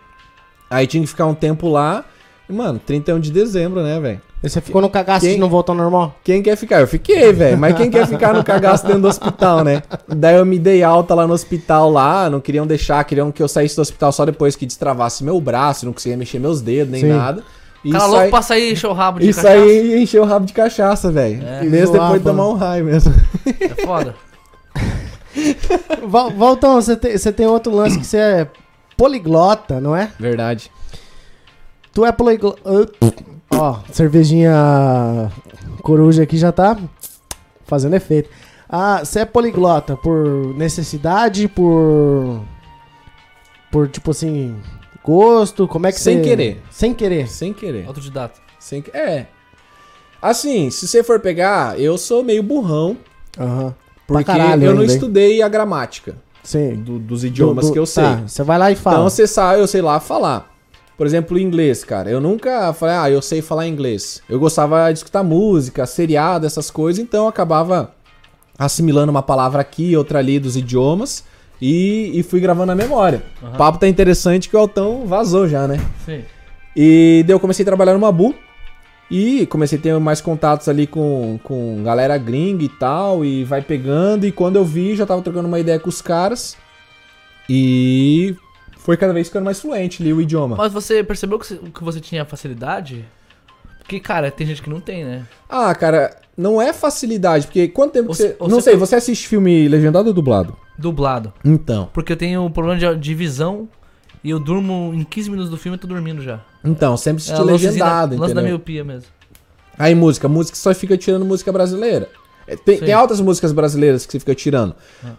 B: Aí tinha que ficar um tempo lá. E, mano, 31 de dezembro, né, velho?
A: E Você ficou no cagaço de
B: Quem-
A: não voltar ao normal?
B: Quem quer ficar? Eu fiquei, velho. Mas quem quer ficar no cagaço dentro do hospital, né? Daí eu me dei alta lá no hospital lá, não queriam deixar, queriam que eu saísse do hospital só depois que destravasse meu braço, não conseguia mexer meus dedos nem
A: Sim.
B: nada. E
C: cara
B: isso
C: louco
B: aí,
C: pra sair e encher o rabo de
B: isso
C: cachaça.
B: aí encheu o rabo de cachaça, velho.
C: É.
B: Mesmo
A: Zoar,
B: depois de
A: pô.
B: tomar um
A: (laughs)
B: raio mesmo.
C: É foda.
A: Val- Valtão, você tem, você tem outro lance que você é poliglota, não é?
B: Verdade.
A: Tu é poliglota. Ó, cervejinha coruja aqui já tá fazendo efeito. Ah, você é poliglota por necessidade, por. Por tipo assim. Gosto, como é que
B: Sem
A: você-
B: querer.
A: Sem querer.
B: Sem querer.
C: Autodidata.
B: Sem que... É. Assim, se você for pegar, eu sou meio burrão,
A: Aham.
B: porque
A: caralho
B: eu não
A: ainda, hein?
B: estudei a gramática
A: Sim.
B: do- dos idiomas
A: Do- do-
B: que eu sei.
A: tá, Você vai lá e fala.
B: Então você sabe, eu sei lá falar. Por exemplo, inglês, cara. Eu nunca falei, ah, eu sei falar inglês. Eu gostava de escutar música, seriado, essas coisas, então eu acabava assimilando uma palavra aqui, outra ali dos idiomas e, e fui gravando a memória. O papo tá interessante que o Altão vazou já, né?
C: Sim.
B: E daí eu comecei a trabalhar no Mabu. E comecei a ter mais contatos ali com, com galera gringa e tal. E vai pegando. E quando eu vi, já tava trocando uma ideia com os caras. E foi cada vez ficando mais fluente ali o idioma.
C: Mas você percebeu que você, que você tinha facilidade? Porque, cara, tem gente que não tem, né?
B: Ah, cara, não é facilidade. Porque quanto tempo que
C: Você-
B: você.
C: você
B: não sei,
C: tem-
B: você assiste filme legendado ou dublado?
C: Dublado.
B: Então.
C: Porque eu tenho um problema de, de visão e eu durmo em 15 minutos do filme eu tô dormindo já.
B: Então, sempre assisti
C: o É, lance da-
B: legendado,
C: lance da
B: entendeu?
C: miopia mesmo.
B: Aí música, música só fica tirando música brasileira. É, Tem,
C: Sim. Ah.
B: tem altas músicas brasileiras que você fica tirando.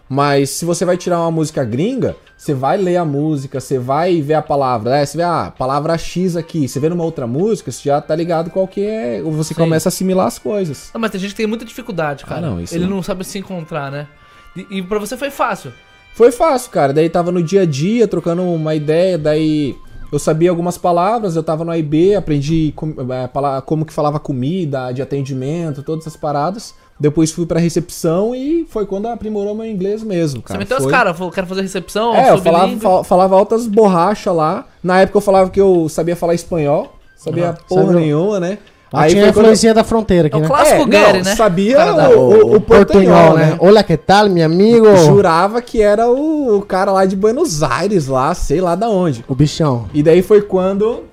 B: Mas se você vai tirar uma música gringa, você vai ler a música, você vai ver a palavra. Né? Você vê a palavra X aqui, você vê numa outra música, você já tá ligado qual que é. Ou você
C: Sim.
B: começa a assimilar as coisas.
C: Não, Ah, mas tem gente que tem muita dificuldade, cara.
B: Ah, não, isso
C: Ele
B: não.
C: não sabe se encontrar, né? E, e pra você foi fácil.
B: Foi fácil, cara. Daí tava no dia a dia, trocando uma ideia, daí. Eu sabia algumas palavras, eu tava no AIB, aprendi com- eh, pala- como que falava comida, de atendimento, todas essas paradas. Depois fui pra recepção e foi quando aprimorou meu inglês mesmo, cara.
C: você meteu
B: Ah,
C: os
B: Foi-
C: caras, falou, quero fazer recepção,
B: É, eu
C: sublingue.
B: falava, fal- falava altas borrachas lá. Na época eu falava que eu sabia falar espanhol, sabia
C: Aham.
B: porra
A: Ah, Sabe-
B: nenhuma, né?
A: Aí tinha a
B: foi quando-
A: influência da fronteira aqui,
C: É o
A: né?
C: clássico. Clássico Gary, né? Cara
B: Sabia
C: da-
B: o, o, o portunhol, né?
A: Olha que tal, meu amigo?
B: Jurava que era o, o cara lá de Buenos Aires, lá, sei lá da onde.
A: O bichão.
B: E daí foi quando.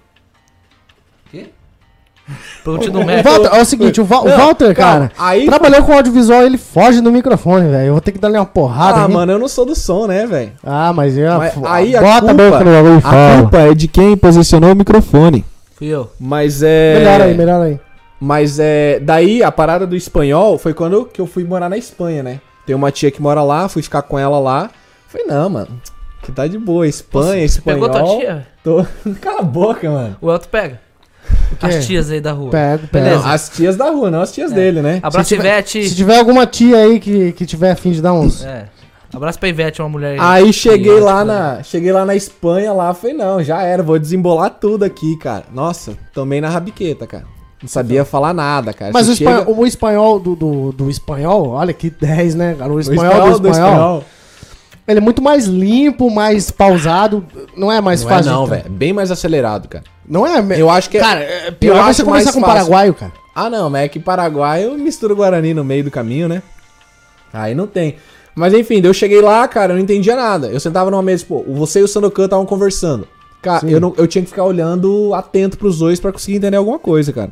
C: Quê? Perguntinha
B: (laughs)
C: do
A: O
C: médico.
A: Walter, é o seguinte, o, Val- o
B: Não,
A: Walter,
B: calma,
A: cara,
B: aí-
A: trabalhou com audiovisual, ele foge do microfone, velho. Eu vou ter que dar uma porrada.
B: Ah,
A: aqui.
B: mano, eu não sou do som, né, velho?
A: Ah, mas eu,
B: Mas
A: aí
B: aí a
A: bota
B: culpa-
A: mesmo que no bagulho e
B: A
A: fala.
B: culpa é de quem posicionou o microfone.
C: Fui eu.
B: Mas é.
A: Melhor aí, melhor aí.
B: Mas é. Daí a parada do espanhol foi quando que eu fui morar na Espanha, né? Tem uma tia que mora lá, fui ficar com ela lá. Falei, não, mano, que tá de boa. Espanha, espanhol.
C: Pegou tua tia?
B: Tô... (laughs) Cala a boca, mano.
C: O Elton pega. As tias aí da rua.
A: Pego,
C: Beleza. É.
A: pego.
B: Não, as tias da rua, não as tias dele, né?
C: Abraço,
A: Se tiver-
C: Ivete.
A: Se tiver alguma tia aí que, que tiver afim de dar uns.
C: É. Abraço pra Ivete, uma mulher. né?
B: Aí cheguei
C: que-
B: lá na, cheguei lá na Espanha lá, falei, não, já era, vou desembolar tudo aqui, cara. Nossa, tomei na rabiqueta, cara. Não sabia falar nada, cara.
A: Mas
B: Você
A: o, espan-
B: chega-
A: o espanhol do, do, do espanhol, olha que 10, né, cara? O
B: o
A: espanhol, do, espanhol, ele é muito mais limpo, mais pausado, não é mais
B: Não é
A: fácil.
B: não,
A: de-
B: velho. É Bem mais acelerado, cara.
A: Não é? me-
B: Eu acho que é-
A: Cara, é pior
B: eu
A: é você
B: acho
A: começar
B: mais
A: com
B: fácil.
A: paraguaio, cara.
B: Ah, não, mas é que Paraguai eu misturo Guarani no meio do caminho, né? Aí não tem. Mas enfim, daí eu cheguei lá, cara, eu não entendia nada. Eu sentava numa mesa, pô, você e o Sandokan estavam conversando. Cara, eu, não- eu tinha que ficar olhando atento pros dois pra conseguir entender alguma coisa, cara.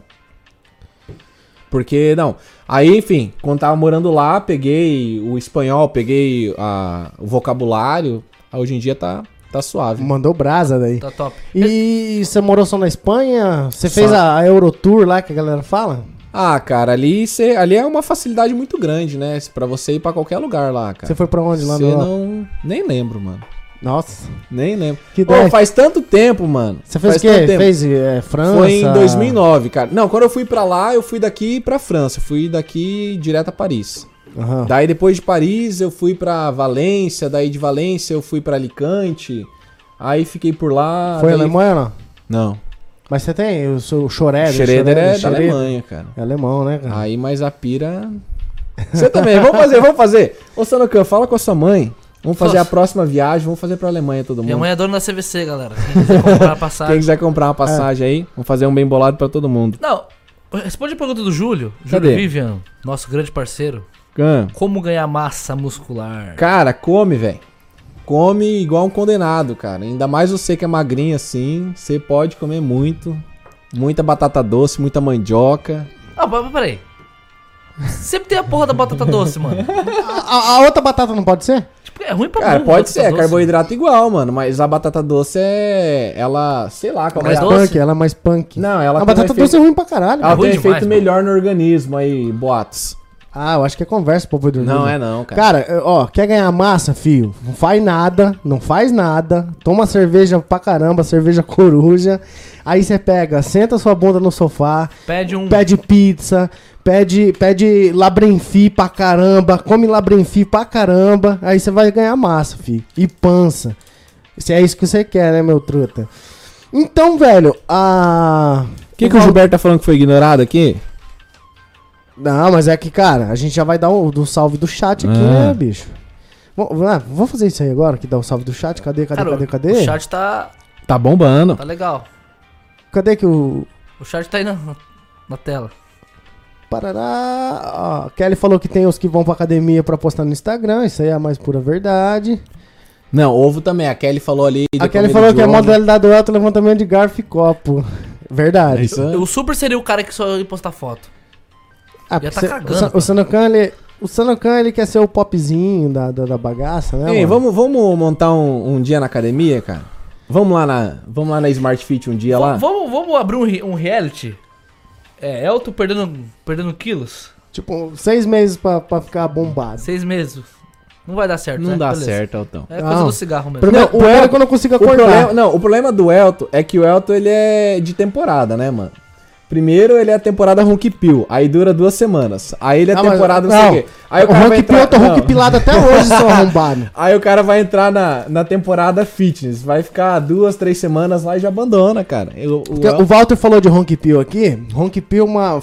B: Porque, não. Aí, enfim, quando tava morando lá, peguei o espanhol, peguei a- o vocabulário. Aí hoje em dia tá, tá suave.
A: Mandou brasa daí.
C: Tá top.
A: E você morou só na Espanha? Você
B: Só.
A: fez a, a Eurotour lá que a galera fala?
B: Ah, cara, ali, cê- ali é uma facilidade muito grande, né? Pra você ir pra qualquer lugar lá, cara.
A: Você foi pra onde lá
B: Cê
A: no...
B: não. Nem lembro, mano.
A: Nossa,
B: Nem lembro.
A: que
B: Ô,
A: ideia.
B: faz tanto tempo, mano.
A: Você fez
B: faz
A: o quê?
B: tanto tempo.
A: Fez é, França?
B: Foi em 2009, cara. Não, quando eu fui pra lá, eu fui daqui pra França. Fui daqui direto a Paris.
A: Aham.
B: Daí depois de Paris, eu fui pra Valência. Daí de Valência, eu fui pra Alicante. Aí fiquei por lá.
A: Foi
B: daí...
A: Alemanha ou não?
B: Não.
A: Mas você tem o seu Schroeder.
B: Schroeder é da
A: Schroeder.
B: Alemanha, cara.
A: É alemão, né, cara?
B: Aí, mas
A: (laughs)
B: a pira. Você também, vamos fazer, vamos fazer. Ô Sanocan, fala com a sua mãe. Vamos fazer
C: Nossa.
B: a próxima viagem, vamos fazer pra Alemanha todo
C: Minha
B: mundo.
C: mãe é dona da CVC, galera. Quem quiser comprar a
B: Quem
C: passagem.
B: quiser comprar uma passagem aí, vamos fazer um bem bolado pra todo mundo.
C: Não, responde a pergunta do Júlio. Júlio
B: Cadê?
C: Vivian, nosso grande parceiro.
B: Can,
C: Como ganhar massa muscular?
B: Cara, come, velho. Come igual um condenado, cara. Ainda mais você que é magrinho assim, você pode comer muito. Muita batata doce, muita mandioca.
C: Ah, mas mas peraí. Sempre tem a porra da batata doce, mano.
A: A, a outra batata não pode ser?
C: Tipo, é ruim pra
B: Cara,
C: burro,
B: pode
C: batata
B: ser, é
C: doce.
B: carboidrato igual, mano. Mas a batata doce é. Ela. Sei lá qual é
C: Mais
B: a-
C: doce?
A: Punk, ela é mais punk. a
B: Não, ela tem Ah. um
A: batata
B: efeito-
A: doce é ruim pra caralho.
B: Ela
A: cara.
C: ruim
B: tem
C: demais,
B: efeito
C: mano.
B: melhor no organismo aí, boatos.
A: Ah, eu acho que é conversa pro povo dormir.
B: Não é não, cara.
A: Cara, eu- ó, quer ganhar massa, filho? Não faz nada, não faz nada. Toma cerveja pra caramba, cerveja (laughs) coruja. Aí você pega, senta sua bunda no sofá,
C: Pede um.
A: pede pizza, pede, pede labrenfi pra caramba, come labrenfi pra caramba. Aí você vai ganhar massa, filho. E pança. Se é isso que você quer, né, meu truta? Então, velho, a.
B: O que, que o Gilberto tá falando que foi ignorado aqui?
A: Não, mas é que, cara, a gente já vai dar o do salve do chat aqui,
B: Ah.
A: né, bicho? Bom, ah, vamos fazer isso aí agora, que dá o salve do chat. Cadê, cadê,
C: Cara,
A: cadê,
C: o-
A: cadê?
C: O chat tá,
B: Tá bombando.
C: tá legal.
A: Cadê que o.
C: O chat tá aí na, na tela.
A: Parará. Ó, Kelly falou que tem os que vão pra academia pra postar no Instagram. Isso aí é a mais pura verdade.
B: Não, ovo também. A Kelly falou ali. de
A: A Kelly
B: comida
A: falou
B: de
A: que a
B: ovo.
A: modalidade do Elton é levantamento de garfo e copo. (laughs) Verdade.
B: É isso aí.
C: O Super seria o cara que só ia postar foto.
A: Ah,
C: Já tá
A: cê-
C: cagando,
A: o San- O
C: cara.
A: Sanocan, ele. O Sanocan, ele quer ser o popzinho da, da, da bagaça, né?
B: Ei,
A: mano?
B: vamos, vamos montar um, um dia na academia, cara? Vamos lá na, vamos lá na Smart Fit um dia lá?
C: V- Vamos, vamos abrir um, re- um reality? É, Elton perdendo, perdendo quilos?
A: Tipo, seis meses pra, pra ficar bombado.
C: Seis meses. Não vai dar certo,
B: Não
C: né?
B: dá
C: Beleza.
B: certo, Elton.
C: É coisa
A: Não.
C: do cigarro mesmo.
A: Primeiro,
B: Não,
A: o
B: o
A: Elton
B: Elton-
A: que eu não consigo
B: O problema,
A: acordar.
B: não, o problema do Elton é que o Elton ele é de temporada, né, mano? Primeiro ele é a temporada Hulk Pill, aí dura duas semanas. Aí ele é a
A: Ah, mas-
B: temporada não, sei o quê. Aí
A: o é
B: vai
A: Hulk
B: entrar-
A: Pill, eu tô
B: não.
A: Hulk pilado até hoje, (laughs) seu arrombado.
B: Aí o cara vai entrar na, na temporada fitness, vai ficar duas, três semanas lá e já abandona, cara. Eu- o-
A: Porque O Walter falou de Honk Pill aqui. Honk Pill é uma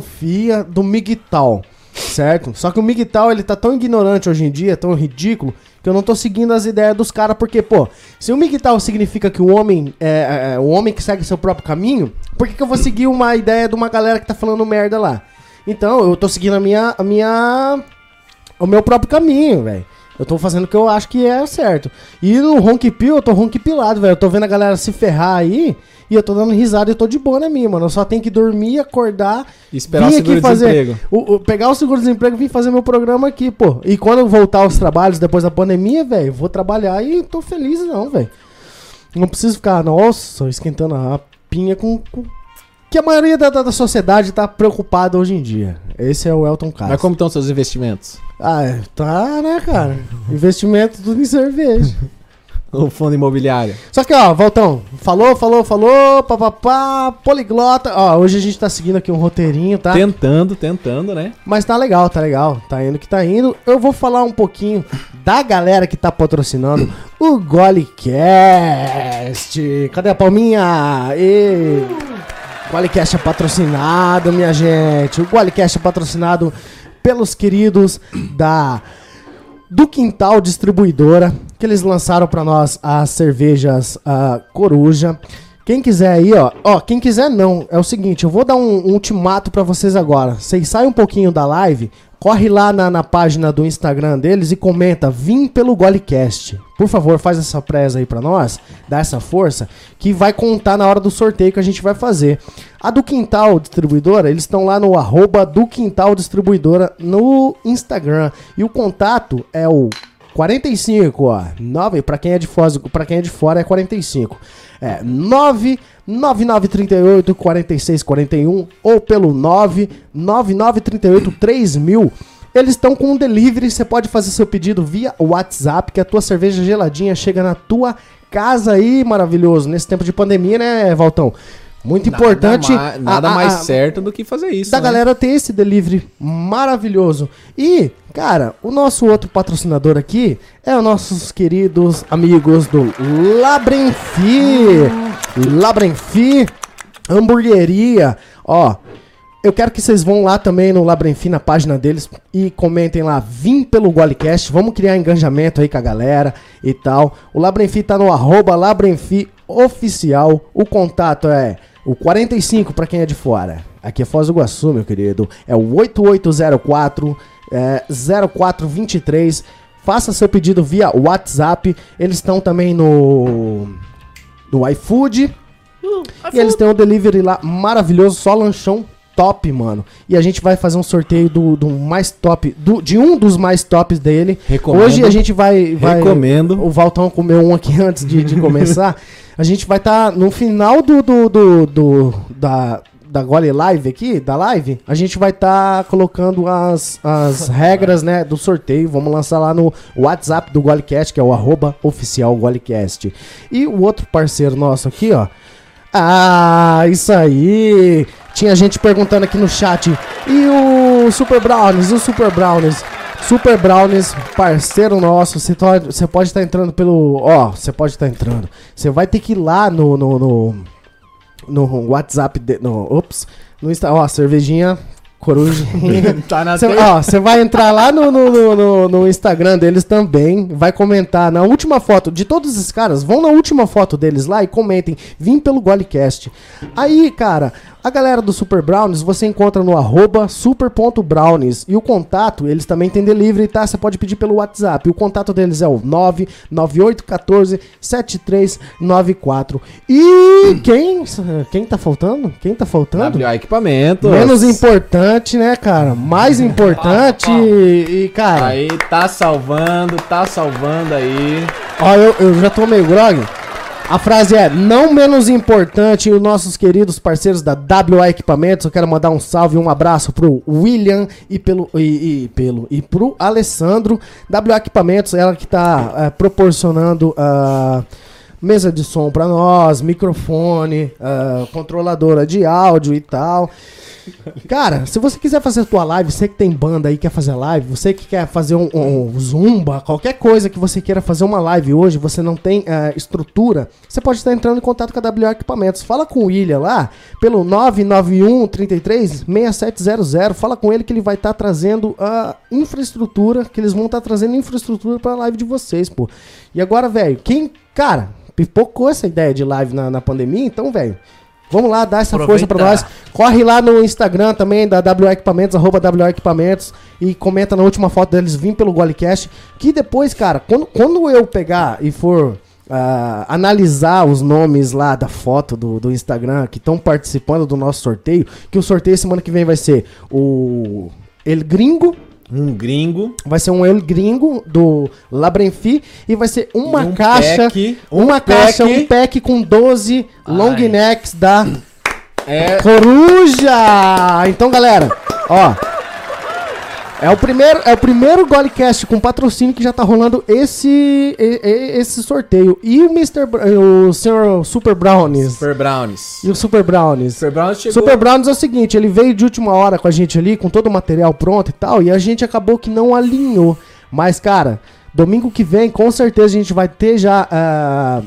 A: filosofia do MGTOW, certo? Só que o MGTOW, ele tá tão ignorante hoje em dia, tão ridículo, que eu não tô seguindo as ideias dos caras, porque, pô, se o MGTOW significa que o homem é, é, é, o homem que segue seu próprio caminho, por que, que eu vou seguir uma ideia de uma galera que tá falando merda lá? Então, eu tô seguindo a minha, a minha É o meu próprio caminho, velho. Eu tô fazendo o que eu acho que é certo. E no Honk Pill, eu tô Honk Pilado, velho. Eu tô vendo a galera se ferrar aí e eu tô dando risada e eu tô de boa na minha, mano. Eu só tenho que dormir, acordar,
B: E esperar o seguro-desemprego.
A: fazer. o- o- pegar o seguro-desemprego e vir fazer meu programa aqui, pô. E quando eu voltar aos trabalhos depois da pandemia, velho, eu vou trabalhar e tô feliz, não, velho. Não preciso ficar, nossa, esquentando a pinha com. com- Que a maioria da, da, da sociedade tá preocupada hoje em dia. Esse é o Elton Castro.
B: Mas como estão seus investimentos?
A: Ah, é, tá, né, cara? Investimento tudo em cerveja.
B: O fundo imobiliário.
A: Só que, ó, Valtão, falou, falou, falou, papapá, poliglota. Ó, hoje a gente tá seguindo aqui um roteirinho, tá?
B: Tentando, tentando, né?
A: Mas tá legal, tá legal. Tá indo que tá indo. Eu vou falar um pouquinho da galera que tá patrocinando o Golecast. Cadê a palminha? E... Qualicast é patrocinado, minha gente. O Qualicast é patrocinado pelos queridos da do Quintal Distribuidora, que eles lançaram pra nós as cervejas ah, Coruja. Quem quiser aí, ó, ó, quem quiser não, é o seguinte, eu vou dar um, um ultimato pra vocês agora. Vocês saem um pouquinho da live, corre lá na, na página do Instagram deles e comenta, vim pelo Golecast. Por favor, faz essa preza aí pra nós, dá essa força, que vai contar na hora do sorteio que a gente vai fazer. A do Quintal Distribuidora, eles estão lá no arroba do Quintal Distribuidora no Instagram. E o contato é o 45, ó. 9, pra quem é de Foz, para quem é de fora é 45. É 99938 4641 ou pelo 99938 3000. Eles estão com um delivery, você pode fazer seu pedido via WhatsApp, que a tua cerveja geladinha chega na tua casa aí, maravilhoso. Nesse tempo de pandemia, né, Valtão? Muito importante.
B: Nada, ma- nada
A: a- a-
B: mais
A: a-
B: certo do que fazer isso.
A: da
B: né?
A: galera ter esse delivery maravilhoso. E, cara, o nosso outro patrocinador aqui é os nossos queridos amigos do Labrenfi.
B: Hum.
A: Labrenfi, hamburgueria. Ó, eu quero que vocês vão lá também no Labrenfi, na página deles, e comentem lá, vim pelo Golecast, vamos criar engajamento aí com a galera e tal. O Labrenfi tá no arroba Labrenfi oficial, o contato é o 45 pra quem é de fora. Aqui é Foz do Iguaçu, meu querido, é o 8804 é, 0423. Faça seu pedido via WhatsApp, eles estão também no, no iFood,
C: Uh,
A: e eles têm um delivery lá maravilhoso, só lanchão top, mano. E a gente vai fazer um sorteio do, do mais top, do- de um dos mais tops dele.
B: Recomendo.
A: Hoje a gente vai. vai
B: Recomendo.
A: O Valtão comeu um aqui (laughs) antes de, de começar. a gente vai estar no final do. do, do, do- da, da Gole Live aqui, da live, a gente vai estar colocando as, as regras, né, do sorteio. Vamos lançar lá no WhatsApp do Golecast, que é o arroba oficial Golecast. E o outro parceiro nosso aqui, ó, ah, isso aí! Tinha gente perguntando aqui no chat. E o Super Brownies? E o Super Brownies? Super Brownies, parceiro nosso, você to- você pode estar entrando pelo. Ó, você pode estar entrando. Você vai ter que ir lá no. no, no, no WhatsApp. De, no, ops. No Insta. Ó, cervejinha, corujinha.
B: (laughs) tá na
A: Cê,
B: tela.
A: ó, você vai entrar lá no, no, no- no- no Instagram deles também, vai comentar na última foto de todos esses caras, vão na última foto deles lá e comentem, vim pelo Golecast. Aí, cara, a galera do Super Brownies você encontra no arroba super.brownies e o contato, eles também têm delivery, tá? Você pode pedir pelo WhatsApp. O contato deles é o 99814 7394. E quem, quem tá faltando? Quem tá faltando?
B: WA equipamento.
A: Menos importante, né, cara? Mais importante e, e, cara,
B: Aí, tá salvando, tá salvando aí.
A: ó, eu, eu já tô meio grog. A frase é, não menos importante, e os nossos queridos parceiros da WA Equipamentos, eu quero mandar um salve, um abraço pro William e pelo e, e pelo e pro Alessandro. WA Equipamentos, ela que tá eh, proporcionando ah, mesa de som pra nós, microfone, ah, controladora de áudio e tal. Cara, se você quiser fazer a tua live, você que tem banda aí, quer fazer live, você que quer fazer um, um zumba, qualquer coisa que você queira fazer uma live hoje, você não tem eh, estrutura, você pode estar entrando em contato com a WA Equipamentos. Fala com o William lá, pelo 991 33 6700, fala com ele que ele vai estar trazendo a infraestrutura, que eles vão estar trazendo infraestrutura pra live de vocês, pô. E agora, velho, quem... Cara, pipocou essa ideia de live na, na pandemia, então, velho... Vamos lá, dá essa força pra nós.
C: Aproveitar.
A: Corre lá no Instagram também da WA Equipamentos, arroba WA Equipamentos, e comenta na última foto deles, vim pelo Golecast. Que depois, cara, quando, quando eu pegar e for ah, analisar os nomes lá da foto do, do Instagram que estão participando do nosso sorteio, que o sorteio semana que vem vai ser o El Gringo,
B: Um gringo.
A: vai ser um El Gringo do Labrenfi, e vai ser uma
B: e um
A: caixa,
B: pack, um
A: uma caixa,
B: pack.
A: um pack com 12 long
C: Ai.
A: necks da...
B: É,
A: Coruja! Então, galera, ó. É o primeiro, é o primeiro Golecast com patrocínio que já tá rolando esse e- e- esse sorteio. E o Mr. Br- o senhor Super Brownies.
B: Super Brownies.
A: E o Super Brownies.
B: Super Brownies chegou.
A: Super Browns é o seguinte, ele veio de última hora com a gente ali, com todo o material pronto e tal, e a gente acabou que não alinhou. Mas, cara, domingo que vem, com certeza a gente vai ter já ah,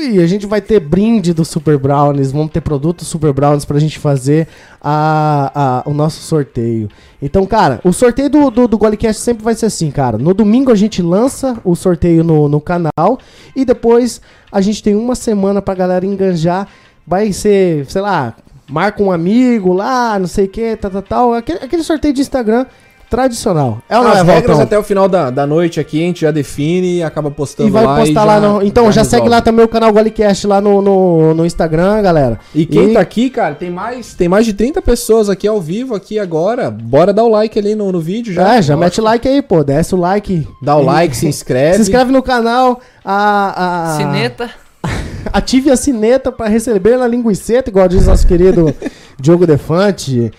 A: E a gente vai ter brinde do Super Brownies, vamos ter produtos Super Brownies pra gente fazer a, a- o nosso sorteio. Então, cara, o sorteio do, do, do Golecast sempre vai ser assim, cara. No domingo a gente lança o sorteio no, no canal e depois a gente tem uma semana pra galera enganjar. Vai ser, sei lá, marca um amigo lá, não sei o que, tal, tal, tal. Aquele, aquele sorteio de Instagram tradicional. É ou não
B: As
A: é,
B: regras
A: Valtão?
B: até o final da, da noite aqui, a gente já define e acaba postando
A: E vai
B: lá.
A: postar lá no. Então, já, segue
B: resolve.
A: lá também o canal Golecast lá no, no, no Instagram, galera.
B: E quem tá aqui, cara, tem mais, tem mais de 30 pessoas aqui ao vivo, aqui agora. Bora dar o like ali no, no vídeo já.
A: É, já mete like aí, pô. Desce o like.
B: Dá o
A: E-
B: like, se inscreve.
A: Se inscreve no canal. A, a-
C: Cineta.
A: Ative a sineta pra receber na linguiceta, igual diz nosso
B: (laughs)
A: querido Diogo Defante.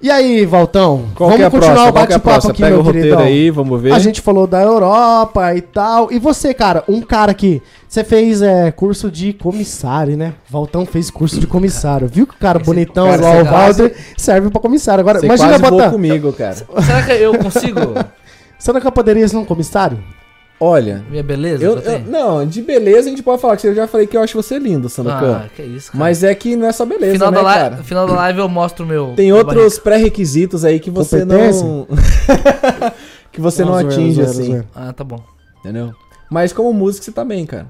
A: E aí, Valtão?
B: Qual que é a próxima? Qual que é a próxima? Pega o roteiro
A: queridão.
B: aí, vamos ver.
A: A gente falou da Europa e tal. E você, cara, um cara que. Você fez é, curso de comissário, né? Valtão fez curso de comissário. Viu que o cara
C: Esse
A: bonitão,
C: cara,
A: igual o
C: você
A: Valder, serve pra comissário. Agora,
B: Você
A: imagina,
B: quase voou
A: Valtão.
B: comigo, cara.
C: Será que eu consigo?
A: Será que eu poderia ser um comissário?
B: Olha,
C: Minha beleza?
B: eu,
C: que eu
B: eu-
C: tenho?
B: não, de beleza a gente pode falar que eu já falei que eu acho você lindo, Sanucan.
C: ah, que isso, cara.
B: Mas é que não é só beleza,
C: final,
B: né,
C: da live,
B: cara?
C: final da live eu mostro o meu.
B: Tem
C: minha barriga.
B: outros pré-requisitos aí que você não (laughs) que você não
A: zoeira,
B: atinge
A: zoeira,
B: assim,
A: zoeira.
C: Ah, tá bom.
B: entendeu? Mas como músico você tá bem, cara.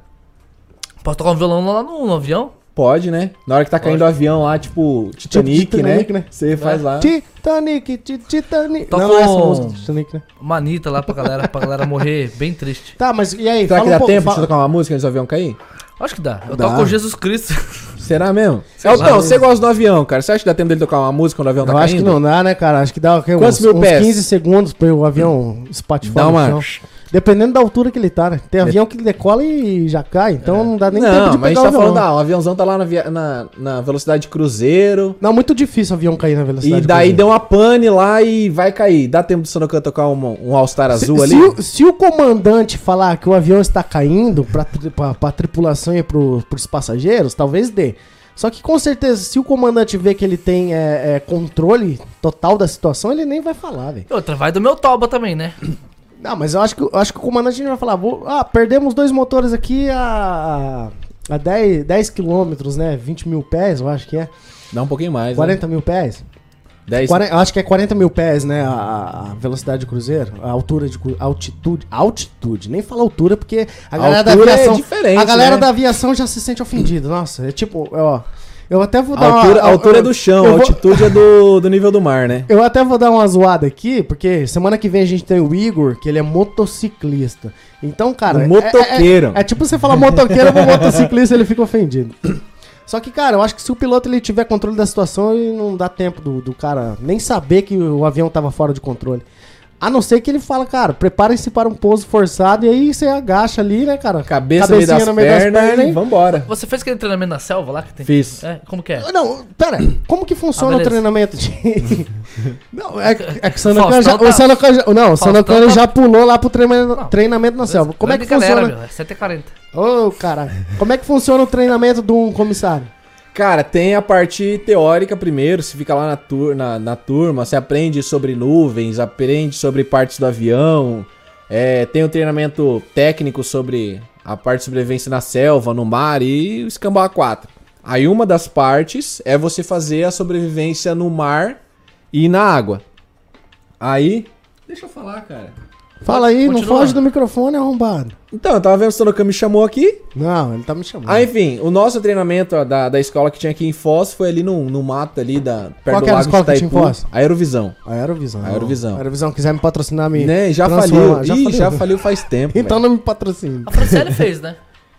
C: Posso tocar um violão lá no, no avião?
B: Pode, né? Na hora que tá caindo o avião lá, tipo Titanic,
A: Titanic,
B: né?
A: né?
B: Você faz lá.
A: Titanic, ti-
B: Tá
A: Titanic.
C: Toca
A: Não, não é essa
C: um-
A: música de Titanic, né?
C: Manita lá pra galera, pra galera morrer bem triste.
A: Tá, mas e aí?
B: Será que
A: um
B: dá
A: pouco-
B: tempo de
A: fala-
B: tocar uma música antes do avião cair?
C: Acho que dá. Eu
A: Dá.
C: toco Jesus Cristo. (laughs)
B: Será mesmo?
C: Sei lá.
B: Elton, você gosta do avião, cara. Você acha que dá tempo dele tocar uma música quando o avião
A: Eu
B: tá
A: acho que
B: caindo?
A: não dá, né, cara? Acho que dá o quê?
B: Quantos
A: uns,
B: mil
A: uns
B: pés?
A: 15 segundos pra o avião espatifar no
B: Dá uma- É.
A: chão. Dependendo da altura que ele tá, né? Tem avião que decola e já cai, então não dá nem tempo de
B: mas
A: pegar
B: a gente
A: o
B: tá
A: avião.
B: falando, ah, o aviãozão tá lá na, via- na, na velocidade cruzeiro.
A: Não, muito difícil o avião cair na velocidade.
B: E daí
A: que
B: deu uma pane lá e vai cair. Dá tempo do Sonocan tocar um, um All-Star
A: ele-
B: azul
A: se,
B: ali?
A: se o- se o comandante falar que o avião está caindo pra, tri- pra, pra tripulação e pro, pros passageiros, talvez dê. Só que com certeza, se o comandante vê que ele tem é, é, controle total da situação, ele nem vai falar, velho.
C: E outra, vai do meu toba também, né?
A: Não, mas eu acho que, eu acho que o comandante não vai falar, vou- ah, perdemos dois motores aqui a, a 10, 10 quilômetros, né? 20 mil pés, eu acho que é.
B: Dá um pouquinho mais.
A: 40 mil pés?
B: Né? 10.
A: Quaren- eu acho que é 40 mil pés, né? A, a velocidade de cruzeiro, a altura de cru- altitude, altitude. Nem fala altura porque a galera da
B: Altura é
A: aviação,
B: diferente,
A: a galera
B: né?
A: da aviação já se sente ofendida. Nossa, é tipo, ó, eu até vou
B: A
A: dar
B: altura,
A: uma
B: a altura é
A: eu-
B: do chão, a
A: eu vou-
B: altitude é do, do nível do mar, né?
A: eu até vou dar uma zoada aqui, porque semana que vem a gente tem o Igor, que ele é motociclista. Então, cara.
B: Um
A: é-
B: motoqueiro.
A: É, é- é tipo você falar motoqueiro pro motociclista, ele fica ofendido. Só que, cara, eu acho que se o piloto ele tiver controle da situação, ele não dá tempo do, do cara nem saber que o avião tava fora de controle. A não ser que ele fala, cara, preparem-se para um pouso forçado e aí você agacha ali, né, cara?
B: Cabeça no meio
A: Cabecinha
B: das,
A: no meio das
B: pernas,
A: pernas,
B: e
A: hein?
B: vambora.
C: Você fez aquele treinamento na selva lá que tem?
B: Fiz.
C: É, como que é?
A: Não, pera, como que funciona
C: Ah,
A: o
C: beleza.
A: treinamento de. (laughs) não, é, que- é que o Sanocan
C: Faustão
A: já.
C: tá-
A: O Sanocan já não, o Sanocan
C: Faustão tá-
A: já pulou lá pro treinamento,
C: Não.
A: treinamento na selva. Como é que
C: Grande
A: funciona?
C: Galera, meu, é 7h40.
A: Ô, caralho. Como é que funciona o treinamento de um comissário?
B: Cara, tem a parte teórica primeiro, você fica lá na, tur na, na turma, você aprende sobre nuvens, aprende sobre partes do avião, é, tem o treinamento técnico sobre a parte de sobrevivência na selva, no mar e o escambau A4. Aí uma das partes é você fazer a sobrevivência no mar e na água. Aí... Deixa eu falar, cara.
A: Fala aí, não
C: Continua.
A: foge do microfone, arrombado.
B: Então, eu tava vendo que o Sonokan me chamou aqui,
A: Não, ele tá me chamando.
B: Ah, enfim, o nosso treinamento ó, da, da escola que tinha aqui em Foz foi ali no, no mato ali da, perto
A: Qual que
B: do
A: era a
B: lago
A: escola
B: de
A: que tinha em
B: Itaipu.
A: Foz?
B: Aerovisão.
A: Aerovisão.
B: Aerovisão.
A: Aerovisão, quiser me patrocinar, me.
B: Né? Já
A: transforma-
B: faliu.
A: Já
B: Ih,
A: faliu.
B: já faliu faz
A: (laughs)
B: tempo.
A: Então
B: velho.
A: não me patrocina.
C: A Franciele fez, né?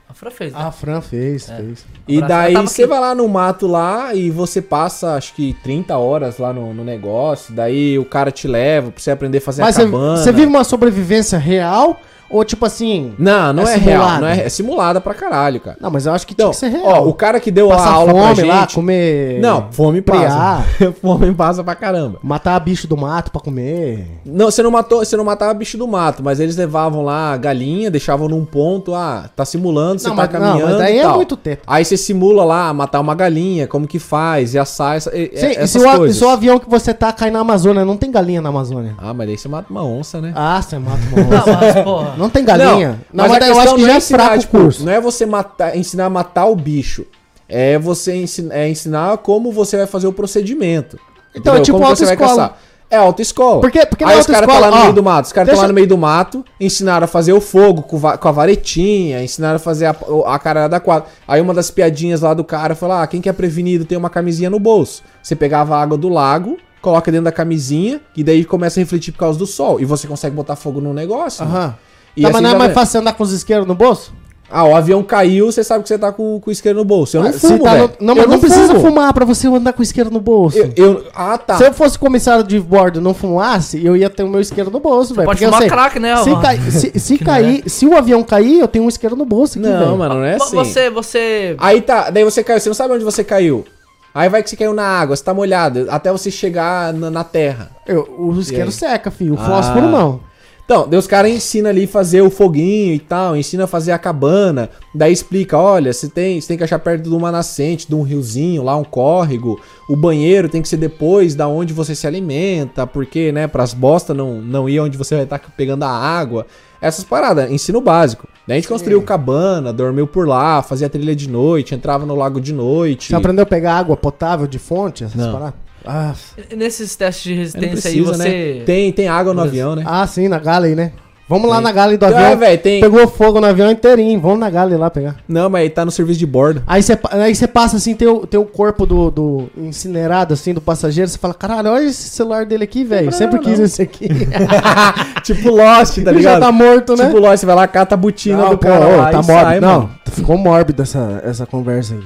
C: A Fran fez,
B: Ah,
C: né?
A: A Fran fez, fez.
B: E
C: Abraço.
B: daí
C: Eu tava
B: você
C: aqui.
B: vai lá no mato lá e você passa acho que 30 horas lá no, no negócio. Daí o cara te leva pra você aprender a fazer
A: Mas
B: a
A: você-
B: cabana.
A: você vive uma sobrevivência real ou tipo assim.
B: Não, não
A: É
B: é, real.
A: simulada.
B: Não é, é simulada pra caralho, cara.
A: Não, mas eu acho que
B: Então,
A: tinha que ser real.
B: ó, o cara que deu a
A: Passar
B: aula pra
A: fome
B: gente...
A: lá, comer.
B: Não, fome passa.
A: Prear.
B: (laughs) fome passa pra caramba.
A: Matar bicho do mato pra comer.
B: Não, você não matou, você não matava bicho do mato, mas eles levavam lá a galinha, deixavam num ponto, ah, tá simulando, você
A: Não,
B: tá
A: mas- não,
B: caminhando.
A: mas daí
B: e
A: é
B: tal.
A: muito teto.
B: Aí você simula lá matar uma galinha, como que faz, e assar essa,
A: Sim,
B: e, e-
A: e se
B: É, essas
A: o, a- e
B: coisas.
A: se o avião que você tá cai na Amazônia, não tem galinha na Amazônia.
B: Ah, mas daí você mata uma onça, né? (laughs)
A: Ah, você mata uma
C: Ah,
A: onça.
C: mas, porra.
A: Não tem galinha. Não,
B: mas
A: mas,
B: a
A: eu acho
B: questão
A: que
B: não
A: já
B: é
A: é
B: ensinar,
A: fraco
B: tipo,
A: o curso.
B: Não é você matar, ensinar a matar o bicho. É você ensinar, é ensinar como você vai fazer o procedimento.
A: Então, é tipo
B: como você vai
A: autoescola.
B: caçar. É autoescola.
A: Porque- porque na
B: Aí os caras tá lá
A: autoescola,
B: no
A: ó,
B: meio do mato. Os caras estão
A: deixa-
B: lá no meio do mato, ensinaram a fazer o fogo com, va- com a varetinha, ensinaram a fazer a, a caralhada da quadra. Aí uma das piadinhas lá do cara foi lá, ah, quem que é prevenido tem uma camisinha no bolso. Você pegava a água do lago, coloca dentro da camisinha, e daí começa a refletir por causa do sol. E você consegue botar fogo no negócio. né?
A: Aham.
B: E
A: Tá,
B: assim
A: mas não é
B: já
A: mais
B: vai.
A: fácil andar com os isqueiros no bolso?
B: Ah, o avião caiu, você sabe que você tá com, com o isqueiro no bolso. Eu não
A: Se
B: fumo,
A: tá no-
B: velho.
A: Não,
B: eu
A: mas não precisa
B: fumo.
A: fumar pra você andar com o isqueiro no bolso.
B: Eu, eu- ah, tá.
A: Se eu fosse comissário de bordo e não fumasse, eu ia ter o meu isqueiro no bolso, velho.
C: pode
A: porque eu
C: fumar
A: sei,
C: crack, né,
A: Se,
C: Alvaro?
A: cai-
C: (laughs)
A: se, se
C: Que não
A: cair, se o avião cair, eu tenho um isqueiro no bolso aqui,
B: Não,
A: velho.
B: mano, não é
C: Vo-
B: assim.
C: Você, você.
B: Aí tá, daí você caiu, você não sabe onde você caiu. Aí vai que você caiu na água, você tá molhado, até você chegar na, na terra.
A: Eu, o isqueiro
B: aí?
A: seca, filho. O
B: Ah.
A: fósforo não.
B: Então, daí os caras ensinam ali fazer o foguinho e tal, ensina a fazer a cabana, daí explica, olha, você tem, você tem que achar perto de uma nascente, de um riozinho, lá um córrego, o banheiro tem que ser depois da onde você se alimenta, porque, né, pras bostas não, não ir onde você vai estar pegando a água, essas paradas, ensino básico. Daí a gente construiu cabana, dormiu por lá, fazia trilha de noite, entrava no lago de noite.
A: Você aprendeu a pegar água potável de fonte, essas
B: Não.
A: paradas? Ah,
C: Nesses testes de
B: É, não
C: resistência aí,
B: precisa,
C: você.
B: né? Tem, tem água no avião, né?
A: ah, sim, na Galley, né? Vamos lá
B: Tem.
A: na Galley do
B: Ah,
A: avião.
B: velho, tem-
A: Pegou fogo no avião inteirinho. Vamos na Galley lá pegar.
B: Não, mas tá no serviço de
A: (laughs)
B: bordo. (laughs)
A: Aí você pa- aí você passa assim, tem o, tem o corpo do, do incinerado, assim, do passageiro. Você fala, caralho, olha esse celular dele aqui, velho. Sempre quis esse aqui.
B: tipo Lost, tá
A: Ele já
B: ligado?
A: tá morto, né?
B: Tipo Lost, vai lá, cata a botina
A: Não,
B: do
A: pô,
B: cara
A: ô,
B: lá
A: tá
B: e
A: mórbido.
B: sai,
A: não,
B: mano.
A: ficou mórbida essa, essa conversa aí.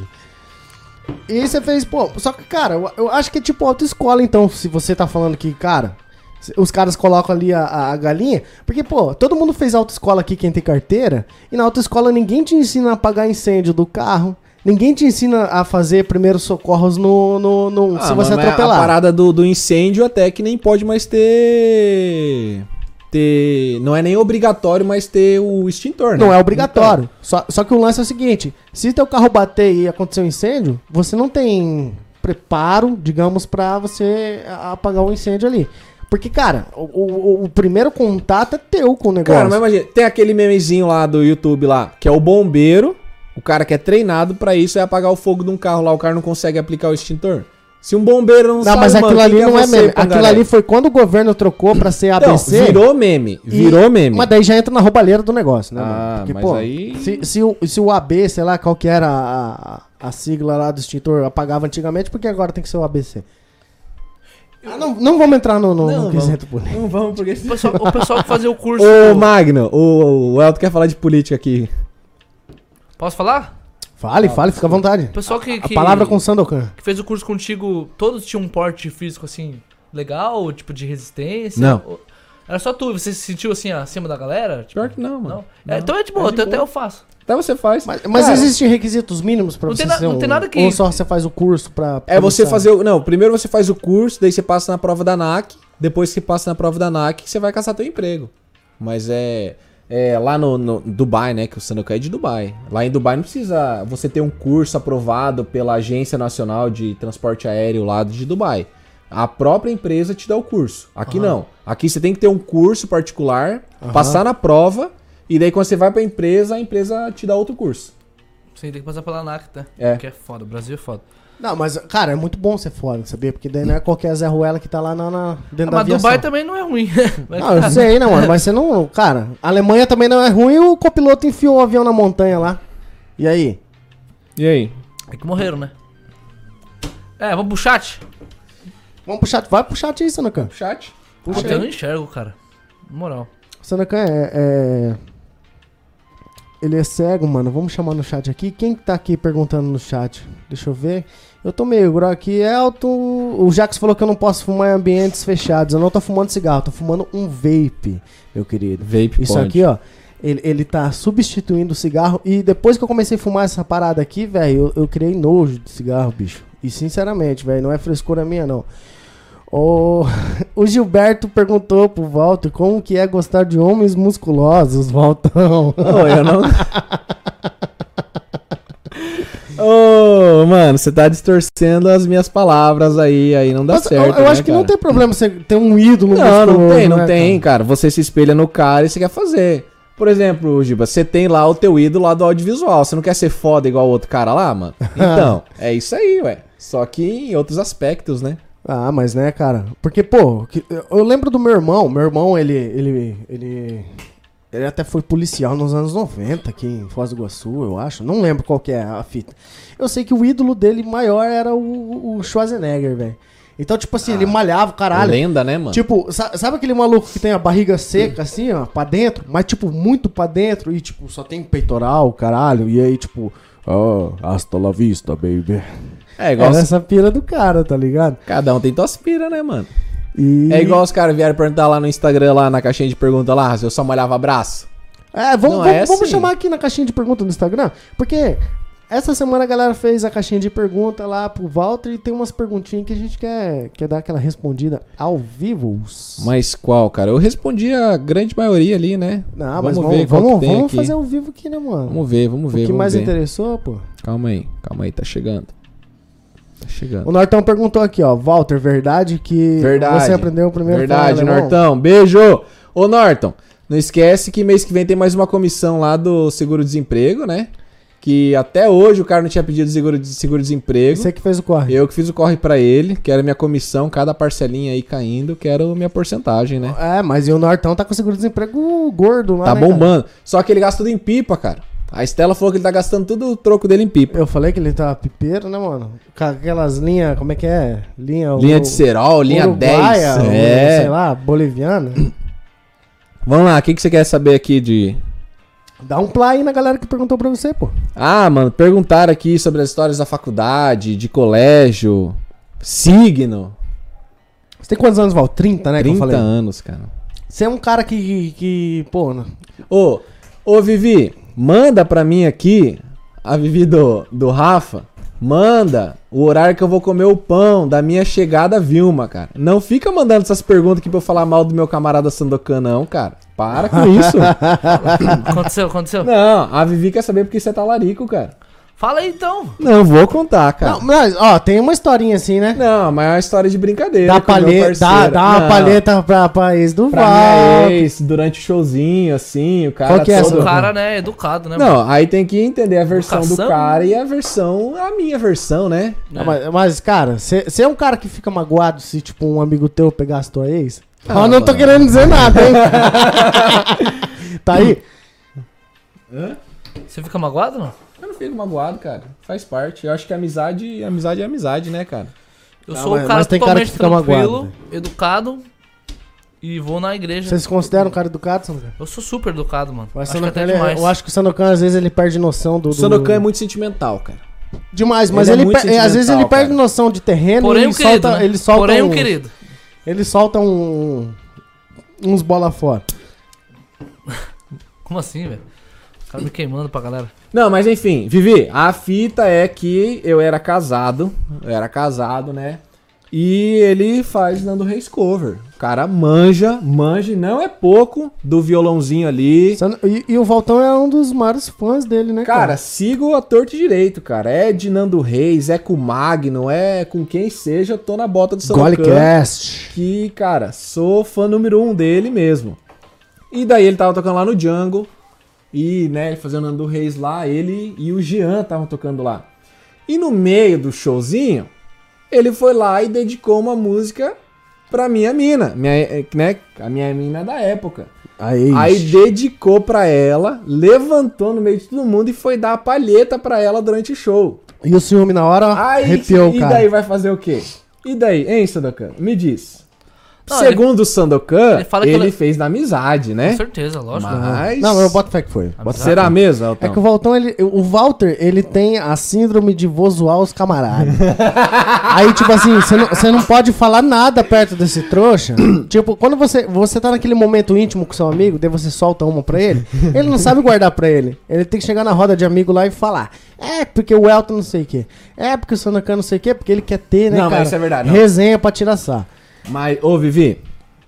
A: E aí você fez, pô, só que, cara, eu, eu acho que é tipo autoescola, então, se você tá falando que, cara, se- os caras colocam ali a, a- a galinha. Porque, pô, todo mundo fez autoescola aqui, quem tem carteira, e na autoescola ninguém te ensina a apagar incêndio do carro. Ninguém te ensina a fazer primeiros socorros no, no, no- se
B: Ah,
A: você
B: mano, mas
A: atropelar.
B: A parada do, do incêndio até que nem pode mais ter... Ter... Não é nem obrigatório, mas ter o extintor, né?
A: Não é obrigatório. Só, só que o lance é o seguinte: se teu carro bater e acontecer um incêndio, você não tem preparo, digamos, pra você a- apagar o incêndio ali. Porque, cara, o, o- o primeiro contato é teu com o negócio.
B: Cara, mas imagina, tem aquele memezinho lá do YouTube lá, que é o bombeiro, o cara que é treinado pra isso é apagar o fogo de um carro lá, o cara não consegue aplicar o extintor. Se um bombeiro não,
A: não,
B: sabe,
A: mas aquilo
B: quem
A: ali
B: que
A: não é
B: você,
A: meme. Aquilo
B: Pangaré?
A: ali foi quando o governo trocou pra ser
B: Então,
A: ABC.
B: virou meme,
A: e-
B: virou meme.
A: Mas daí já entra na roubalheira do negócio, né?
B: Ah,
A: mano?
B: mas aí-
A: Se, se o, se o AB, sei lá, qual que era a, a- a sigla lá do extintor, apagava antigamente, por que agora tem que ser o ABC? Ah, não, não vamos entrar no, no,
B: Não,
A: no quesito político.
B: Não vamos, porque...
C: O pessoal, o pessoal que fazia o curso.
B: (laughs) Ô, Magno, o, o Elton quer falar de política aqui.
C: Posso falar?
A: Fale, fale, fica à vontade.
C: O pessoal que.
A: A
C: que-
A: palavra é com Sandokan.
C: que fez o curso contigo, todos tinham um porte físico assim legal, tipo de resistência?
B: Não.
C: Ou- Era só tu, você se sentiu assim acima da galera? Tipo,
B: Pior que não, mano.
C: não. É, então é de boa,
B: É de
C: até, até
B: boa.
C: eu faço.
B: Até você faz.
A: Mas, mas
B: Cara,
A: existem requisitos mínimos pra
C: Não
A: você
C: tem na-
A: ser
C: não
A: um-
C: tem nada que-
A: Ou só você faz o curso pra...
B: É você
A: começar?
B: fazer o... Não, primeiro você faz o curso, daí você passa na prova da NAC, depois que passa na prova da NAC, você vai caçar teu emprego. Mas é... É lá no, no Dubai, né? Que o Sandokan é de Dubai. Lá em Dubai não precisa você ter um curso aprovado pela Agência Nacional de Transporte Aéreo lá de Dubai. A própria empresa te dá o curso. Aqui não. Aqui você tem que ter um curso particular, passar na prova, e daí quando você vai pra empresa, a empresa te dá outro curso.
C: Você tem que passar pela NAC, tá?
B: É.
C: Que é foda, o Brasil é foda.
A: Não, mas, cara, é muito bom ser fora, sabia? Porque daí não é qualquer Zé Ruela que tá lá na, na,
C: Ah,
A: dentro da
C: mas
A: aviação.
C: Dubai também não é ruim. Mas,
A: Não, eu
C: cara,
A: sei, né, mano? Mas você não. Cara, a Alemanha também não é ruim o copiloto enfiou o avião na montanha lá. E aí?
B: E aí?
C: É que morreram, né? É, vamos pro chat?
A: Vamos pro chat. Vai pro chat aí, Sanacan.
B: Chat?
A: Puxa
C: Até eu
A: aí.
C: não enxergo, cara. Na moral.
A: Sanacan é, é- Ele é cego, mano. Vamos chamar no chat aqui. Quem que tá aqui perguntando no chat? Deixa eu ver. Eu tô meio grog aqui. Elton. O Jax falou que eu não posso fumar em ambientes fechados. Eu não tô fumando cigarro, tô fumando um vape, meu querido.
B: Vape
A: Isso
B: pode.
A: aqui, ó. Ele, ele tá substituindo o cigarro. E depois que eu comecei a fumar essa parada aqui, velho, eu, eu criei nojo de cigarro, bicho. E sinceramente, velho, não é frescura minha, não. O, (laughs) o Gilberto perguntou pro Walter como que é gostar de homens musculosos, Valtão.
B: Ô,
A: (laughs)
B: eu não. Ô, mano, você tá distorcendo as minhas palavras aí, aí não (laughs) dá
A: Mas eu-
B: certo.
A: eu
B: né,
A: acho que não
B: cara?
A: tem problema você ter um ídolo
B: Não, não
A: musculoso,
B: tem, não
A: né,
B: tem,
A: cara?
B: cara. Você se espelha no cara e você quer fazer. Por Por exemplo, Giba, você tem lá o teu ídolo lá do audiovisual. Você não quer ser foda igual o outro cara lá,
A: (laughs)
B: mano? Então, é isso aí, ué. Só que em outros aspectos, né?
A: Ah, mas né, cara? Porque, pô, que- eu lembro do meu irmão. Meu irmão, ele. Ele, ele, ele até foi policial nos anos 90, aqui em Foz do Iguaçu, eu acho. Não lembro qual que é a fita. Eu sei que o ídolo dele maior era o, o Schwarzenegger, velho. Então, tipo assim, ele malhava o caralho.
B: Lenda, né, Ah, mano?
A: Tipo, sa- sabe aquele maluco que tem a barriga seca, assim, ó, pra dentro? Mas, tipo, muito pra dentro e, tipo, só tem peitoral, caralho. E aí, tipo, oh, hasta la vista, baby.
B: é igual.
A: Era essa pira do cara, tá ligado?
B: Cada um tem tua aspira, né, mano?
A: E...
B: É igual os caras vieram perguntar lá no Instagram, lá na caixinha de pergunta lá, "Ah, se eu só molhava braço.
A: É, vamos,
B: Não,
A: vamos,
B: é
A: vamos
B: assim.
A: chamar aqui na caixinha de pergunta no Instagram, porque essa semana a galera fez a caixinha de pergunta lá pro Walter e tem umas perguntinhas que a gente quer, quer dar aquela respondida ao vivo.
B: Mas qual, cara? Eu respondi a grande maioria ali, né?
A: Não, mas vamos,
B: qual que
A: vamos,
B: tem
A: vamos
B: aqui.
A: fazer ao vivo aqui, né, mano?
B: Vamos ver, vamos ver.
A: o que
B: vamos
A: mais
B: ver. Tá.
A: interessou, pô?
B: Calma aí, calma aí, tá chegando. Tá chegando.
A: O Nortão perguntou aqui, ó. Walter, verdade que
B: Verdade.
A: você aprendeu o primeiro né,
B: Verdade,
A: falar alemão?
B: Nortão. Beijo! Ô, Norton, não esquece que mês que vem tem mais uma comissão lá do seguro-desemprego, né? Que até hoje o cara não tinha pedido seguro- seguro-desemprego.
A: Você que fez o corre.
B: Eu que fiz o corre pra ele, quero minha comissão, cada parcelinha aí caindo, quero minha porcentagem, né?
A: É, mas e o Nortão tá com seguro-desemprego gordo lá,
B: Tá
A: né, cara?
B: bombando. Só que ele gasta tudo em pipa, cara. A Estela falou que ele tá gastando tudo o troco dele em pipa.
A: Eu falei que ele tá pipeiro, né, mano? Com aquelas linhas, como é que é? Linha,
B: Linha
A: uru-
B: de cerol, linha
A: uruguaia,
B: 10.
A: ou,
B: É.
A: Sei lá, boliviana.
B: Vamos lá, o que, que você quer saber aqui de.
A: Dá um play aí na galera que perguntou pra você, pô.
B: Ah, mano, perguntaram aqui sobre as histórias da faculdade, de colégio, signo.
A: Você tem quantos anos, Val? 30, né, que eu
B: 30
A: falei?
B: anos, cara.
A: Você é um cara que, que pô, né?
B: Ô, ô Vivi, manda pra mim aqui, a Vivi do, do Rafa, manda o horário que eu vou comer o pão da minha chegada Vilma, cara. Não fica mandando essas perguntas aqui pra eu falar mal do meu camarada Sandokan, não, cara. Para com
A: (laughs)
B: isso.
C: Aconteceu, aconteceu.
B: não, a Vivi quer saber porque você tá larico, cara.
C: Fala aí então.
B: Não, vou contar, cara.
A: Não,
B: Não,
A: mas, ó, tem uma historinha assim, né?
B: mas é uma história de brincadeira.
A: Dá,
B: com o meu
A: palhe... dá,
B: parceiro.
A: dá uma
B: Não,
A: palheta pra, pra ex do
B: Pra
A: Val.
B: minha ex, durante o showzinho, assim, o cara
A: Qual que é essa?
B: todo-
C: O cara, né, é educado, né? mano?
B: Não, aí tem que entender a versão do
C: Educação?
B: cara e a versão, a minha versão, né?
A: Não, mas, mas, cara, você é um cara que fica magoado se, tipo, um amigo teu pegasse tua ex?
B: Ah,
A: eu não tô
B: mano.
A: querendo dizer nada,
B: (laughs)
A: hein? tá aí?
C: Você fica magoado, não?
B: Eu não fico magoado, cara. Faz parte. Eu acho que amizade, amizade é amizade, né, cara?
C: Eu
A: Não,
C: sou
A: Tá, mas-
C: o cara
A: mas tem cara que
C: totalmente
A: fica
C: tranquilo,
A: magoado, né?
C: educado e vou na igreja.
A: Você se considera um cara educado, Sanocan?
C: Eu sou super educado, mano.
A: Mas
C: acho que
A: Sanocan,
C: até
A: ele- é-
C: demais.
A: eu acho que o Sanocan, às vezes, ele perde noção do...
B: O
A: do...
B: Sanocan é muito sentimental, cara.
A: Demais, mas
B: ele é
A: ele,
B: muito
A: pe- é, às vezes ele
B: sentimental,
A: perde
B: cara.
A: noção de terreno
C: Porém,
A: e
C: o querido.
A: solta,
C: né?
A: é ele solta
C: Porém,
A: um,
C: o querido.
A: Ele solta um... Uns bola fora.
C: Como assim, velho? O cara me queimando pra galera.
B: Não, mas enfim, Vivi, a fita é que eu era casado. Eu era casado, né? E ele faz Nando Reis cover. O cara manja, manja, e não é pouco do violãozinho ali.
A: Sano- E, e o Valtão é um dos maiores fãs dele, né,
B: Cara, siga o ator de direito, cara. É de Nando Reis, é com o Magno, é com quem seja, eu tô na bota do Sanocan.
A: Golecast.
B: que, cara, sou fã número um dele mesmo. E daí ele tava tocando lá no Django. E, né, fazendo Nando Reis lá, ele e o Jean estavam tocando lá. E no meio do showzinho, ele foi lá e dedicou uma música pra minha mina. Minha, eh, né, a minha mina da época.
A: Aí,
B: Aí dedicou pra ela, levantou no meio de todo mundo e foi dar a palheta pra ela durante o show.
A: E o ciúme na hora
B: Aí,
A: arrepiou,
B: e
A: cara.
B: daí vai fazer o quê? E daí, hein, Sandokan? Me diz.
C: Não,
B: Segundo o Sandokan, ele,
C: ele fala que ele-
B: fez na amizade,
C: Com
A: É?
B: né?
C: certeza, lógico.
B: Mas.
A: Não, eu boto fé que foi.
C: Ah,
A: Boto-
C: mas-
B: Será mesmo,
A: É
B: Elton?
A: que o Valtão, ele, o Walter, ele tem a síndrome de vou zoar os
B: (laughs)
A: camaradas. Aí, tipo assim, você não, você não pode falar nada perto desse
B: (clears throat)
A: trouxa. tipo, quando você, você tá naquele momento íntimo com seu amigo, daí você solta uma pra ele, ele não sabe guardar pra ele. Ele tem que chegar na roda de amigo lá e falar. É, porque o Elton não sei o quê. É, porque o Sonocan não sei o quê, porque ele quer ter, né,
B: Não, mas
A: cara?
B: isso é verdade, não.
A: Resenha pra tirar sarro.
B: Mas, ô, Vivi.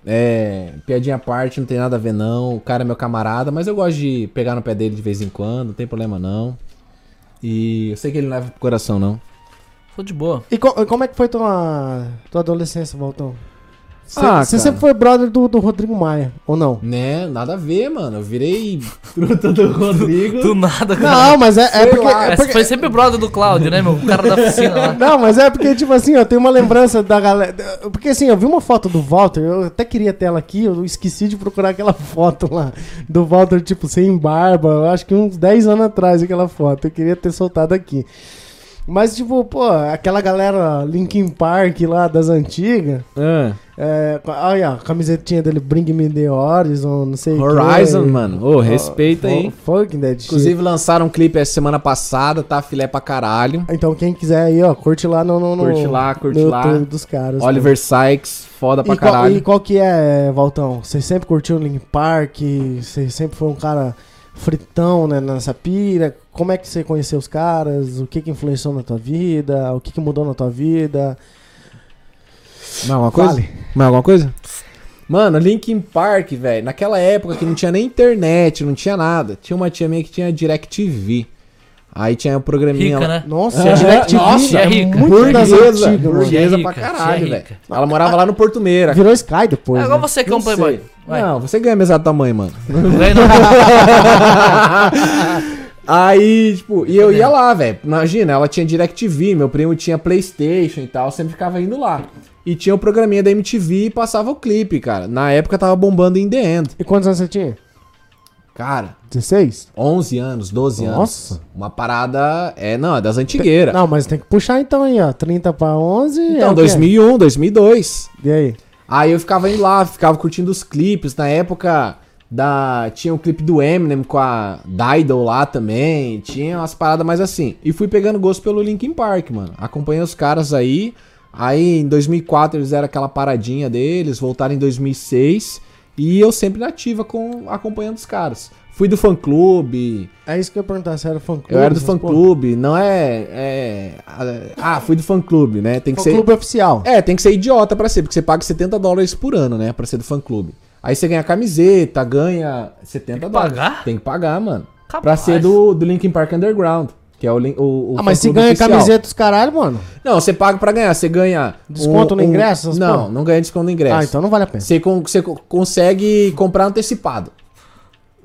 B: É. Piadinha à parte, não tem nada a ver, não. O cara é meu camarada, mas eu gosto de pegar no pé dele de vez em quando, não tem problema, não. E eu sei que ele não leva pro coração, não.
C: Tô de boa.
A: E co- e como é que foi tua, tua adolescência, Valtão? Você
B: Ah,
A: você
B: cara.
A: sempre foi brother do, do Rodrigo Maia, ou não?
B: Né? Nada a ver, mano. Eu virei. (laughs)
D: Truta do Rodrigo.
C: Do nada, cara.
A: Não, mas é, é
B: Sei
A: porque.
B: lá,
A: é
C: Essa
A: porque-
C: foi sempre o brother do Cláudio, né, meu? O cara da oficina lá.
A: (laughs) Não, mas é porque, tipo assim, eu tenho uma lembrança da galera. Porque assim, eu vi uma foto do Walter, eu até queria ter ela aqui, eu esqueci de procurar aquela (laughs) foto lá. Do Walter, tipo, sem barba, eu acho que uns 10 anos atrás aquela foto. Eu queria ter soltado aqui. Mas, tipo, pô, aquela galera Linkin Park lá das antigas. É, olha, a camisetinha dele, Bring Me the Horizon, não sei
B: Então,
A: o quê.
B: Horizon, mano. Ô,
A: Oh,
B: respeita aí.
A: fu- Fucking dead shit.
B: é. Inclusive lançaram um clipe essa semana passada, tá filé pra caralho.
A: Então, quem quiser aí, ó, curte lá no. no, no
B: Curte lá, curte
A: no
B: lá.
A: YouTube dos caras.
B: Oliver Sykes, foda pra
A: e qual,
B: caralho.
A: e qual que é, Valtão? Você sempre curtiu o Link Park? Você sempre foi um cara fritão né, nessa pira? Como é que você conheceu os caras? O que que influenciou na tua vida? O que que mudou na tua vida?
B: Mais alguma
A: coisa?
B: Mais alguma coisa? Mano, Linkin Park, velho, naquela época que não tinha nem internet, não tinha nada. Tinha uma tia minha que tinha DirecTV. Aí tinha um programinha
C: Rica,
B: lá.
C: né?
A: Nossa,
B: Aham,
A: a DirecTV
B: nossa,
A: é
C: é rica.
A: muito das
B: Burguesa,
A: antigas, mano.
C: Tia
B: burguesa
C: rica,
B: pra caralho,
C: tia
B: velho.
C: rica.
B: Ela morava lá no Portumeira.
A: Virou Sky depois,
C: É igual
A: né?
C: você que é
B: Não
C: um playboy.
B: sei.
C: Vai.
B: Não, você ganha mesmo da mãe, mano. (laughs)
A: (laughs)
C: Ganha não.
B: Aí, tipo,
A: Tá
B: e eu ia lá, velho. Imagina, ela tinha DirecTV, meu primo tinha PlayStation e tal, sempre ficava indo lá. E tinha o programinha da MTV e passava o clipe, cara. Na época tava bombando em The End.
A: E quantos anos você tinha?
B: Cara,
A: 16?
B: 11 anos, 12 anos.
A: Nossa.
B: Uma parada. É, não, é das antigueiras.
A: Não, mas tem que puxar então aí, ó. 30 pra 11. é
B: Então,
A: o quê?
B: 2001, 2002.
A: E aí?
B: Aí eu ficava indo lá, ficava curtindo os clipes. Na época da tinha o clipe do Eminem com a Dido lá também. Tinha umas paradas mais assim. E fui pegando gosto pelo Linkin Park, mano. Acompanhei os caras aí. Aí em 2004 eles eram aquela paradinha deles, voltaram em 2006. E eu sempre na ativa com, acompanhando os caras. Fui do fã-clube,
A: É isso que eu ia perguntar, você era fã clube?
B: eu era do
A: essas porra?
B: fã-clube, não é, é... Ah, fui do fã-clube, né? Tem que ser...
A: Fã-clube oficial.
B: É, tem que ser idiota pra ser, porque você paga 70 dólares por ano, né? Pra ser do fã clube. Aí você ganha camiseta, ganha 70
C: Tem que
B: dólares.
C: pagar?
B: Tem que pagar, mano.
C: Capaz.
B: Pra ser do, do Linkin Park Underground, que é o. lin- o, o
A: Ah, mas se
B: fã-clube
A: ganha
B: oficial.
A: camiseta dos caralho, mano.
B: Não, você paga pra ganhar. Você ganha. um,
A: Desconto no ingresso, essas
B: Não,
A: porra?
B: não ganha desconto no ingresso.
A: Ah, então não vale a pena.
B: Você, con- você co- consegue comprar antecipado.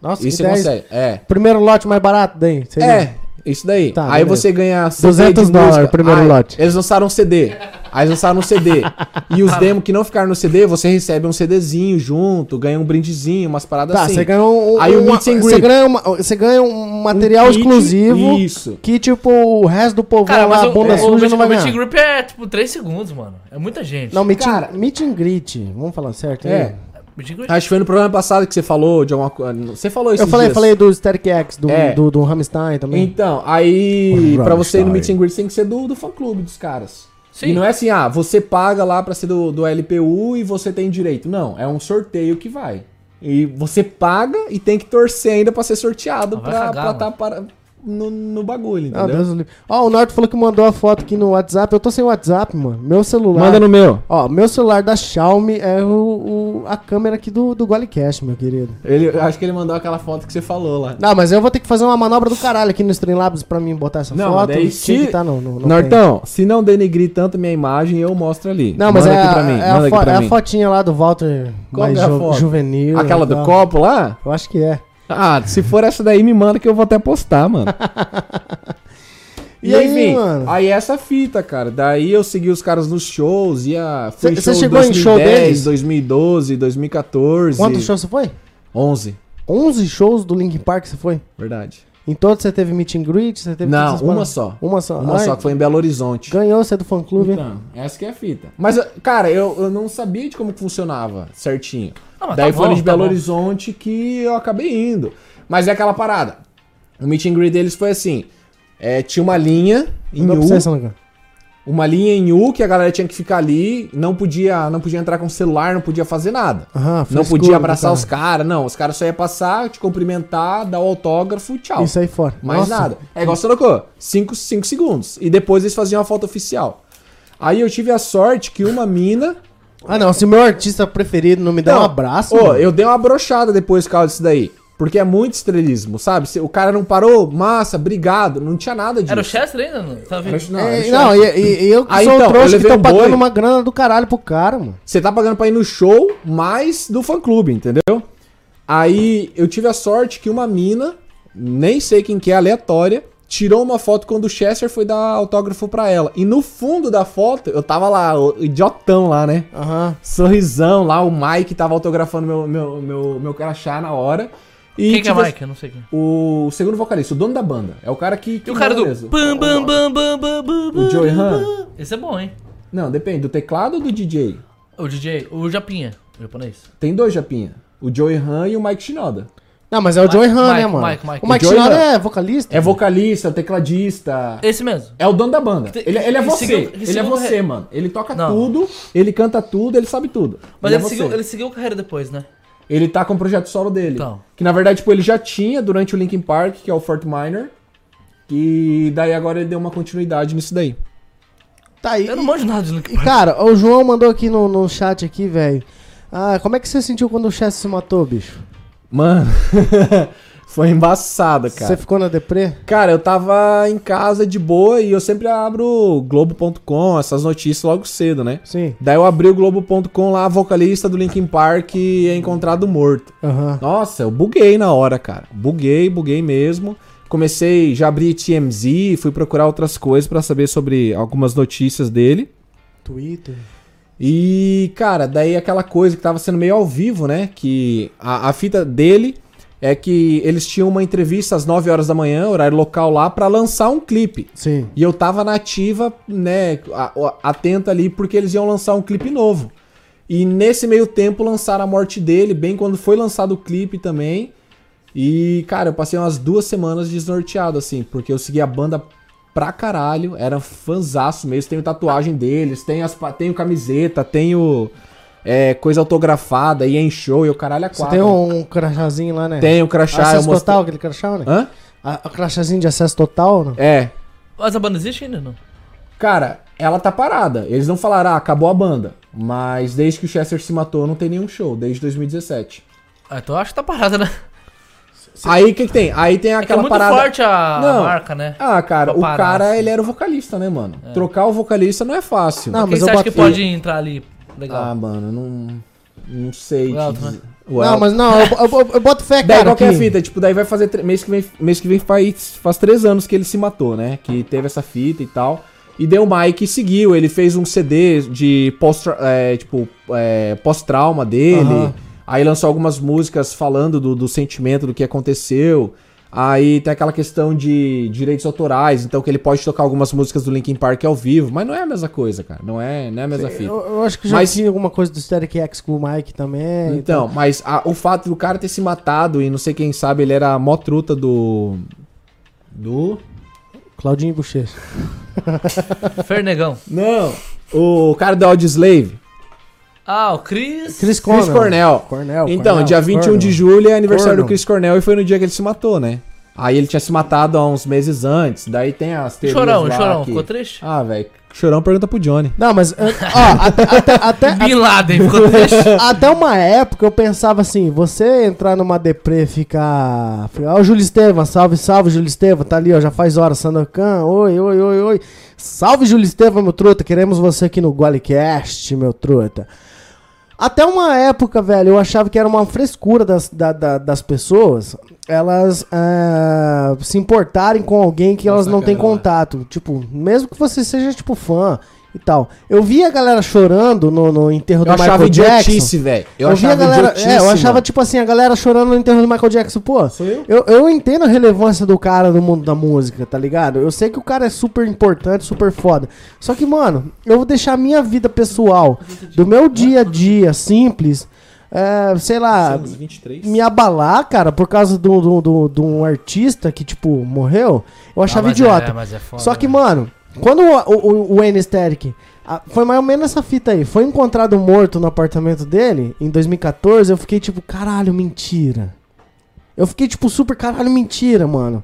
A: Nossa,
B: Isso
A: que
B: você
A: 10.
B: consegue. É.
A: Primeiro lote mais barato daí. seria?
B: É, isso daí.
A: Tá,
B: aí
A: beleza.
B: você ganha
A: 200
B: de
A: dólares,
B: música.
A: primeiro
B: Aí,
A: lote.
B: Eles lançaram um CD. Aí eles lançaram
A: (laughs)
B: um CD. E os demos que não ficaram no CD, você recebe um CDzinho junto, ganha um brindezinho, umas paradas
A: Tá,
B: assim.
A: você ganha um.
B: Aí o
A: uma-
B: meet
A: Você
B: and greet.
A: ganha, uma- você ganha um material
B: kit,
A: exclusivo.
B: isso.
A: Que, tipo, o resto do povão
C: Cara, mas
A: lá, a
C: o,
A: bunda
C: o,
A: suja,
C: o,
A: não
C: o
A: vai
C: meet and
A: ganhar.
C: group é tipo 3 segundos, mano. É muita gente.
A: Não, meet,
B: Cara.
A: and, meet and greet. Vamos falar certo? aí?
B: É.
C: Meet and
A: Ah,
C: greet.
B: Acho que foi no programa passado que você falou de alguma coisa. Você falou isso.
A: Eu falei, falei do Static X, do,
B: É.
A: do, do Rammstein também.
B: Então, aí,
A: Rammstein.
B: pra você ir no meet and greet, tem que ser do, do fã-clube dos caras.
C: Sim.
B: E não é assim, ah, você paga lá pra ser do, do LPU e você tem direito. Não, é um sorteio que vai. E você paga e tem que torcer ainda pra ser sorteado
C: Ah, vai
B: pra
C: cagar,
B: estar tá para, no, no bagulho,
A: Ah,
B: entendeu?
A: Deus do livro. Ó, o Norte falou que mandou a foto aqui no WhatsApp. Eu tô sem WhatsApp, mano. Meu celular.
B: meu.
A: Ó, meu celular da Xiaomi é o, o- a câmera aqui do, do Golecast, meu querido.
B: Ele, eu acho que ele mandou aquela foto que você falou lá.
A: Não, mas eu vou ter que fazer uma manobra do caralho aqui no Streamlabs pra mim botar essa
B: Não, mas
A: foto.
B: daí
A: Tinha
B: se-
A: que tá no, no, no
B: Nortão, se não denigrir tanto minha imagem, eu mostro ali.
A: Não, mas
B: Manda
A: é,
B: aqui
A: a-
B: pra mim.
A: é
B: manda
A: a,
B: aqui
A: fo-
B: pra
A: é a
B: mim.
A: fotinha lá do Walter
B: Qual
A: mais
B: é a
A: ju-
B: foto?
A: juvenil.
B: Aquela
A: e
B: do
A: tal.
B: copo lá?
A: Eu acho que é.
B: Ah, se for essa daí, me manda que eu vou até
A: (laughs)
B: postar, mano.
A: E aí, mano?
B: aí essa fita, cara. Daí eu segui os caras nos shows, ia... fui em
A: Cê- cê
B: show
A: chegou em show deles?
B: 2012, 2014...
A: Quantos shows você foi?
B: 11,
A: 11 shows do Linkin Park você foi?
B: verdade.
A: Em todos você teve meet and greet? Você teve
B: Não,
A: todas as
B: uma
A: paradas?
B: só.
A: Uma só.
B: Uma
A: Ai,
B: só, que foi em Belo Horizonte.
A: Ganhou você é do fã clube. hein?
B: Então, essa que é a fita. Mas, cara, eu, eu não sabia de como que funcionava certinho.
C: Ah, mas
B: Daí
C: tá
B: foi
C: bom,
B: de
C: tá
B: Belo
C: bom.
B: Horizonte que eu acabei indo. Mas é aquela parada. O meet and greet deles foi assim. é, tinha uma linha em
A: Não
B: U,
A: precisa, Lucas.
B: uma linha em U que a galera tinha que ficar ali, não podia, não podia entrar com o celular, não podia fazer nada.
A: Aham,
B: não
A: frescura
B: podia
A: do
B: abraçar
C: tá.
A: caralho.
B: os caras, não. Os caras só iam passar, te cumprimentar, dar o autógrafo e tchau.
A: Isso aí fora.
B: Mais
A: Nossa.
B: nada. É igual você colocou, 5 segundos. E depois eles faziam a foto oficial. Aí eu tive a sorte que uma mina.
A: Ah, não. Se meu artista preferido não me dá
B: Não,
A: um abraço.
B: Ô,
A: mano.
B: eu dei uma brochada depois por causa disso daí. Porque é muito estrelismo, sabe? Se O cara não parou, massa, obrigado. Não tinha nada disso.
C: Era o Chester ainda? Não? Tava
B: Era
C: vindo.
B: o- não, era o
A: É,
B: chefe.
A: não, e, e- e eu que
B: Ah,
A: sou
B: então,
A: o trouxa
B: eu
A: que
B: levei
A: tô
B: um
A: pagando
B: boi.
A: uma grana do caralho pro cara, mano.
B: Você tá pagando pra ir no show mais do fã clube, entendeu? Aí eu tive a sorte que uma mina, nem sei quem que é, aleatória, tirou uma foto quando o Chester foi dar autógrafo pra ela. E no fundo da foto, eu tava lá, o idiotão lá, né?
A: Aham.
B: Sorrisão lá, o Mike tava autografando meu, meu, meu, meu crachá na hora. E
C: Quem que é
B: tive a-
A: tipo
C: Mike? Eu não sei quem.
B: O segundo vocalista, o dono da banda. É o cara que. que
C: E o cara do.
B: manda mesmo.
C: Bam, bam, bam, bam, bam, bam,
B: O Joey Han?
C: bam. Esse é bom, hein?
B: Não, depende, do teclado ou do DJ?
C: O DJ, o Japinha, o japonês.
B: Tem dois, Japinha. O Joey Han e o Mike Shinoda.
A: Não, mas é o
C: Mike-
A: Joy Han, né,
C: Mike,
A: mano?
C: Mike, Mike.
A: O Mike
B: Joey
A: Shinoda
B: Han.
A: é vocalista?
B: É vocalista, tecladista.
C: Esse mesmo.
B: É o dono da banda. Ele, ele é
C: Que
B: você.
C: seguiu- que
B: ele é
C: seguiu
B: você,
C: corre-
B: mano. Ele toca
C: Não.
B: tudo, ele canta tudo, ele sabe tudo.
C: Mas ele,
B: é
C: seguiu,
B: você.
C: ele seguiu a carreira depois, né?
B: Ele tá com o projeto solo dele.
C: Então.
B: Que na verdade, tipo, ele já tinha durante o Linkin Park, que é o Fort Minor. E daí agora ele deu uma continuidade nisso daí.
A: Tá aí.
C: Eu não manjo nada de
A: E,
C: Linkin Park.
A: cara, o João mandou aqui no, no chat aqui, velho. Ah, como é que você sentiu quando o Chester se matou, bicho?
B: (laughs) Mano, foi embaçado,
A: Você ficou na deprê?
B: Cara, eu tava em casa de boa e eu sempre abro Globo.com, essas notícias logo cedo, né?
A: Sim.
B: Daí eu abri o Globo.com lá, a vocalista do Linkin Park é encontrado morto.
A: Aham.
B: Nossa, eu buguei na hora, cara. Buguei, buguei mesmo. Comecei, já abri TMZ, fui procurar outras coisas pra saber sobre algumas notícias dele.
A: Twitter.
B: E, cara, daí aquela coisa que tava sendo meio ao vivo, né? Que a, a fita dele é que eles tinham uma entrevista às 9 horas da manhã, horário local lá, pra lançar um clipe.
A: Sim.
B: E eu tava na ativa, né, a- a- atento ali, porque eles iam lançar um clipe novo. E nesse meio tempo lançaram a morte dele, bem quando foi lançado o clipe também. E, cara, eu passei umas duas semanas desnorteado, assim, porque eu segui a banda pra caralho, era fanzaço mesmo, tenho tatuagem deles, tenho, as, pa- tenho camiseta, tenho é, coisa autografada, e em show, e o caralho a
A: Você
B: quatro.
A: tem um crachazinho lá, né?
B: Tenho crachá, um eu
A: Acesso
B: mostrei...
A: total, aquele crachá, né?
B: Hã?
A: A, a crachazinho de acesso total, né?
B: É,
C: Mas a banda existe ainda, não?
B: Cara, ela tá parada. Eles não falaram, ah, acabou a banda. Mas desde que o Chester se matou, não tem nenhum show, desde 2017.
C: Ah, então eu acho que tá parada, né?
B: Aí o que, que tem? Aí tem
C: É que é
B: aquela
C: muito
B: parada.
C: forte a a
B: Não.
C: marca, né?
B: Ah, cara,
C: Pra
B: o
C: parar,
B: cara,
C: assim.
B: ele era o vocalista, né, mano? Trocar o vocalista não é fácil.
A: Não,
C: Quem
A: mas
C: você
A: eu
C: acha que
A: botei-
C: pode entrar ali?
B: Ah,
C: Legal.
B: mano, não. Não sei.
C: O
B: te
C: Elton,
B: dizer.
C: né?
B: O
A: Não,
B: Elton.
A: mas não, eu, eu- eu- eu boto fé,
B: Daí
A: cara.
B: qual que é a
A: que-
B: fita? Tipo, daí vai fazer. tre- Mês que vem, mês que vem faz, faz três anos que ele se matou, né? Que teve essa fita e tal. E daí o Mike seguiu, ele fez um CD de pós, é, tipo, é, pós-trauma dele.
A: Aham.
B: Aí lançou algumas músicas falando do, do sentimento, do que aconteceu. Aí tem aquela questão de direitos autorais, então que ele pode tocar algumas músicas do Linkin Park ao vivo, mas não é a mesma coisa, cara. Não é, não é a mesma fita.
A: Eu, eu acho que já
B: Mas-
A: tinha alguma coisa do Static X com o Mike também.
B: Então, mas a- o fato do cara ter se matado e não sei quem sabe, ele era a mó truta do. Do.
A: Claudinho Bochecha.
B: Ah.
C: Fernegão.
B: Não! O cara do Audioslave.
C: Ah, o Chris.
A: Chris
B: Chris
A: Cornell.
B: Cornell.
A: Cornell,
B: Então,
A: Cornell,
B: dia 21 de
A: Cornell.
B: julho é aniversário
A: Cornell.
B: do Chris Cornell e foi no dia que ele se matou, né? Aí ele tinha se matado há uns meses antes. Daí tem as teorias.
C: Chorão,
B: lá
C: chorão.
B: que-
C: Ficou triste?
B: Ah, velho. Chorão pergunta pro Johnny.
A: Não, mas. eh, Ó, até, até,
B: É,
C: (laughs)
A: até,
C: Bin Laden
B: (laughs)
C: ficou triste.
A: (laughs) Até uma época eu pensava assim, você entrar numa deprê e ficar. ficar, Ó, o Júlio Estevam, salve, salve, Júlio Estevam, tá ali, ó, já faz hora, Sandokan, oi, oi, oi, oi. Salve, Júlio Estevam, meu truta, queremos você aqui no Golecast, meu truta. Até uma época, velho, eu achava que era uma frescura das, da- da- das pessoas elas ah, se importarem com alguém que elas
B: Nossa,
A: não têm
B: cara, né?
A: contato. Tipo, mesmo que você seja, tipo, fã e tal. Eu via a galera chorando no, no enterro
B: Eu
A: do
B: achava
A: Michael Jackson.
B: idiotice, velho.
A: Eu,
B: Eu,
A: vi
B: achava
A: a galera.
B: idiotice.
A: É, eu achava,
B: mano.
A: tipo assim, a galera chorando no enterro do Michael Jackson. Pô,
B: Sou eu?
A: eu, eu entendo a relevância do cara no mundo da música, tá ligado? Eu sei que o cara é super importante, super foda. Só que, mano, eu vou deixar a minha vida pessoal, do meu dia a dia simples, é, sei lá,
B: Uns 23.
A: me abalar, cara, por causa de do, do, do, do um artista que, tipo, morreu. Eu achava
C: mas é-
A: idiota.
C: mas é foda,
A: Só que,
C: né?
A: mano, quando o, o, o Wayne Static. a- Foi mais ou menos essa fita aí. Foi encontrado morto no apartamento dele em 2014. Eu fiquei tipo, caralho, mentira. Eu fiquei tipo, super caralho, mentira, mano.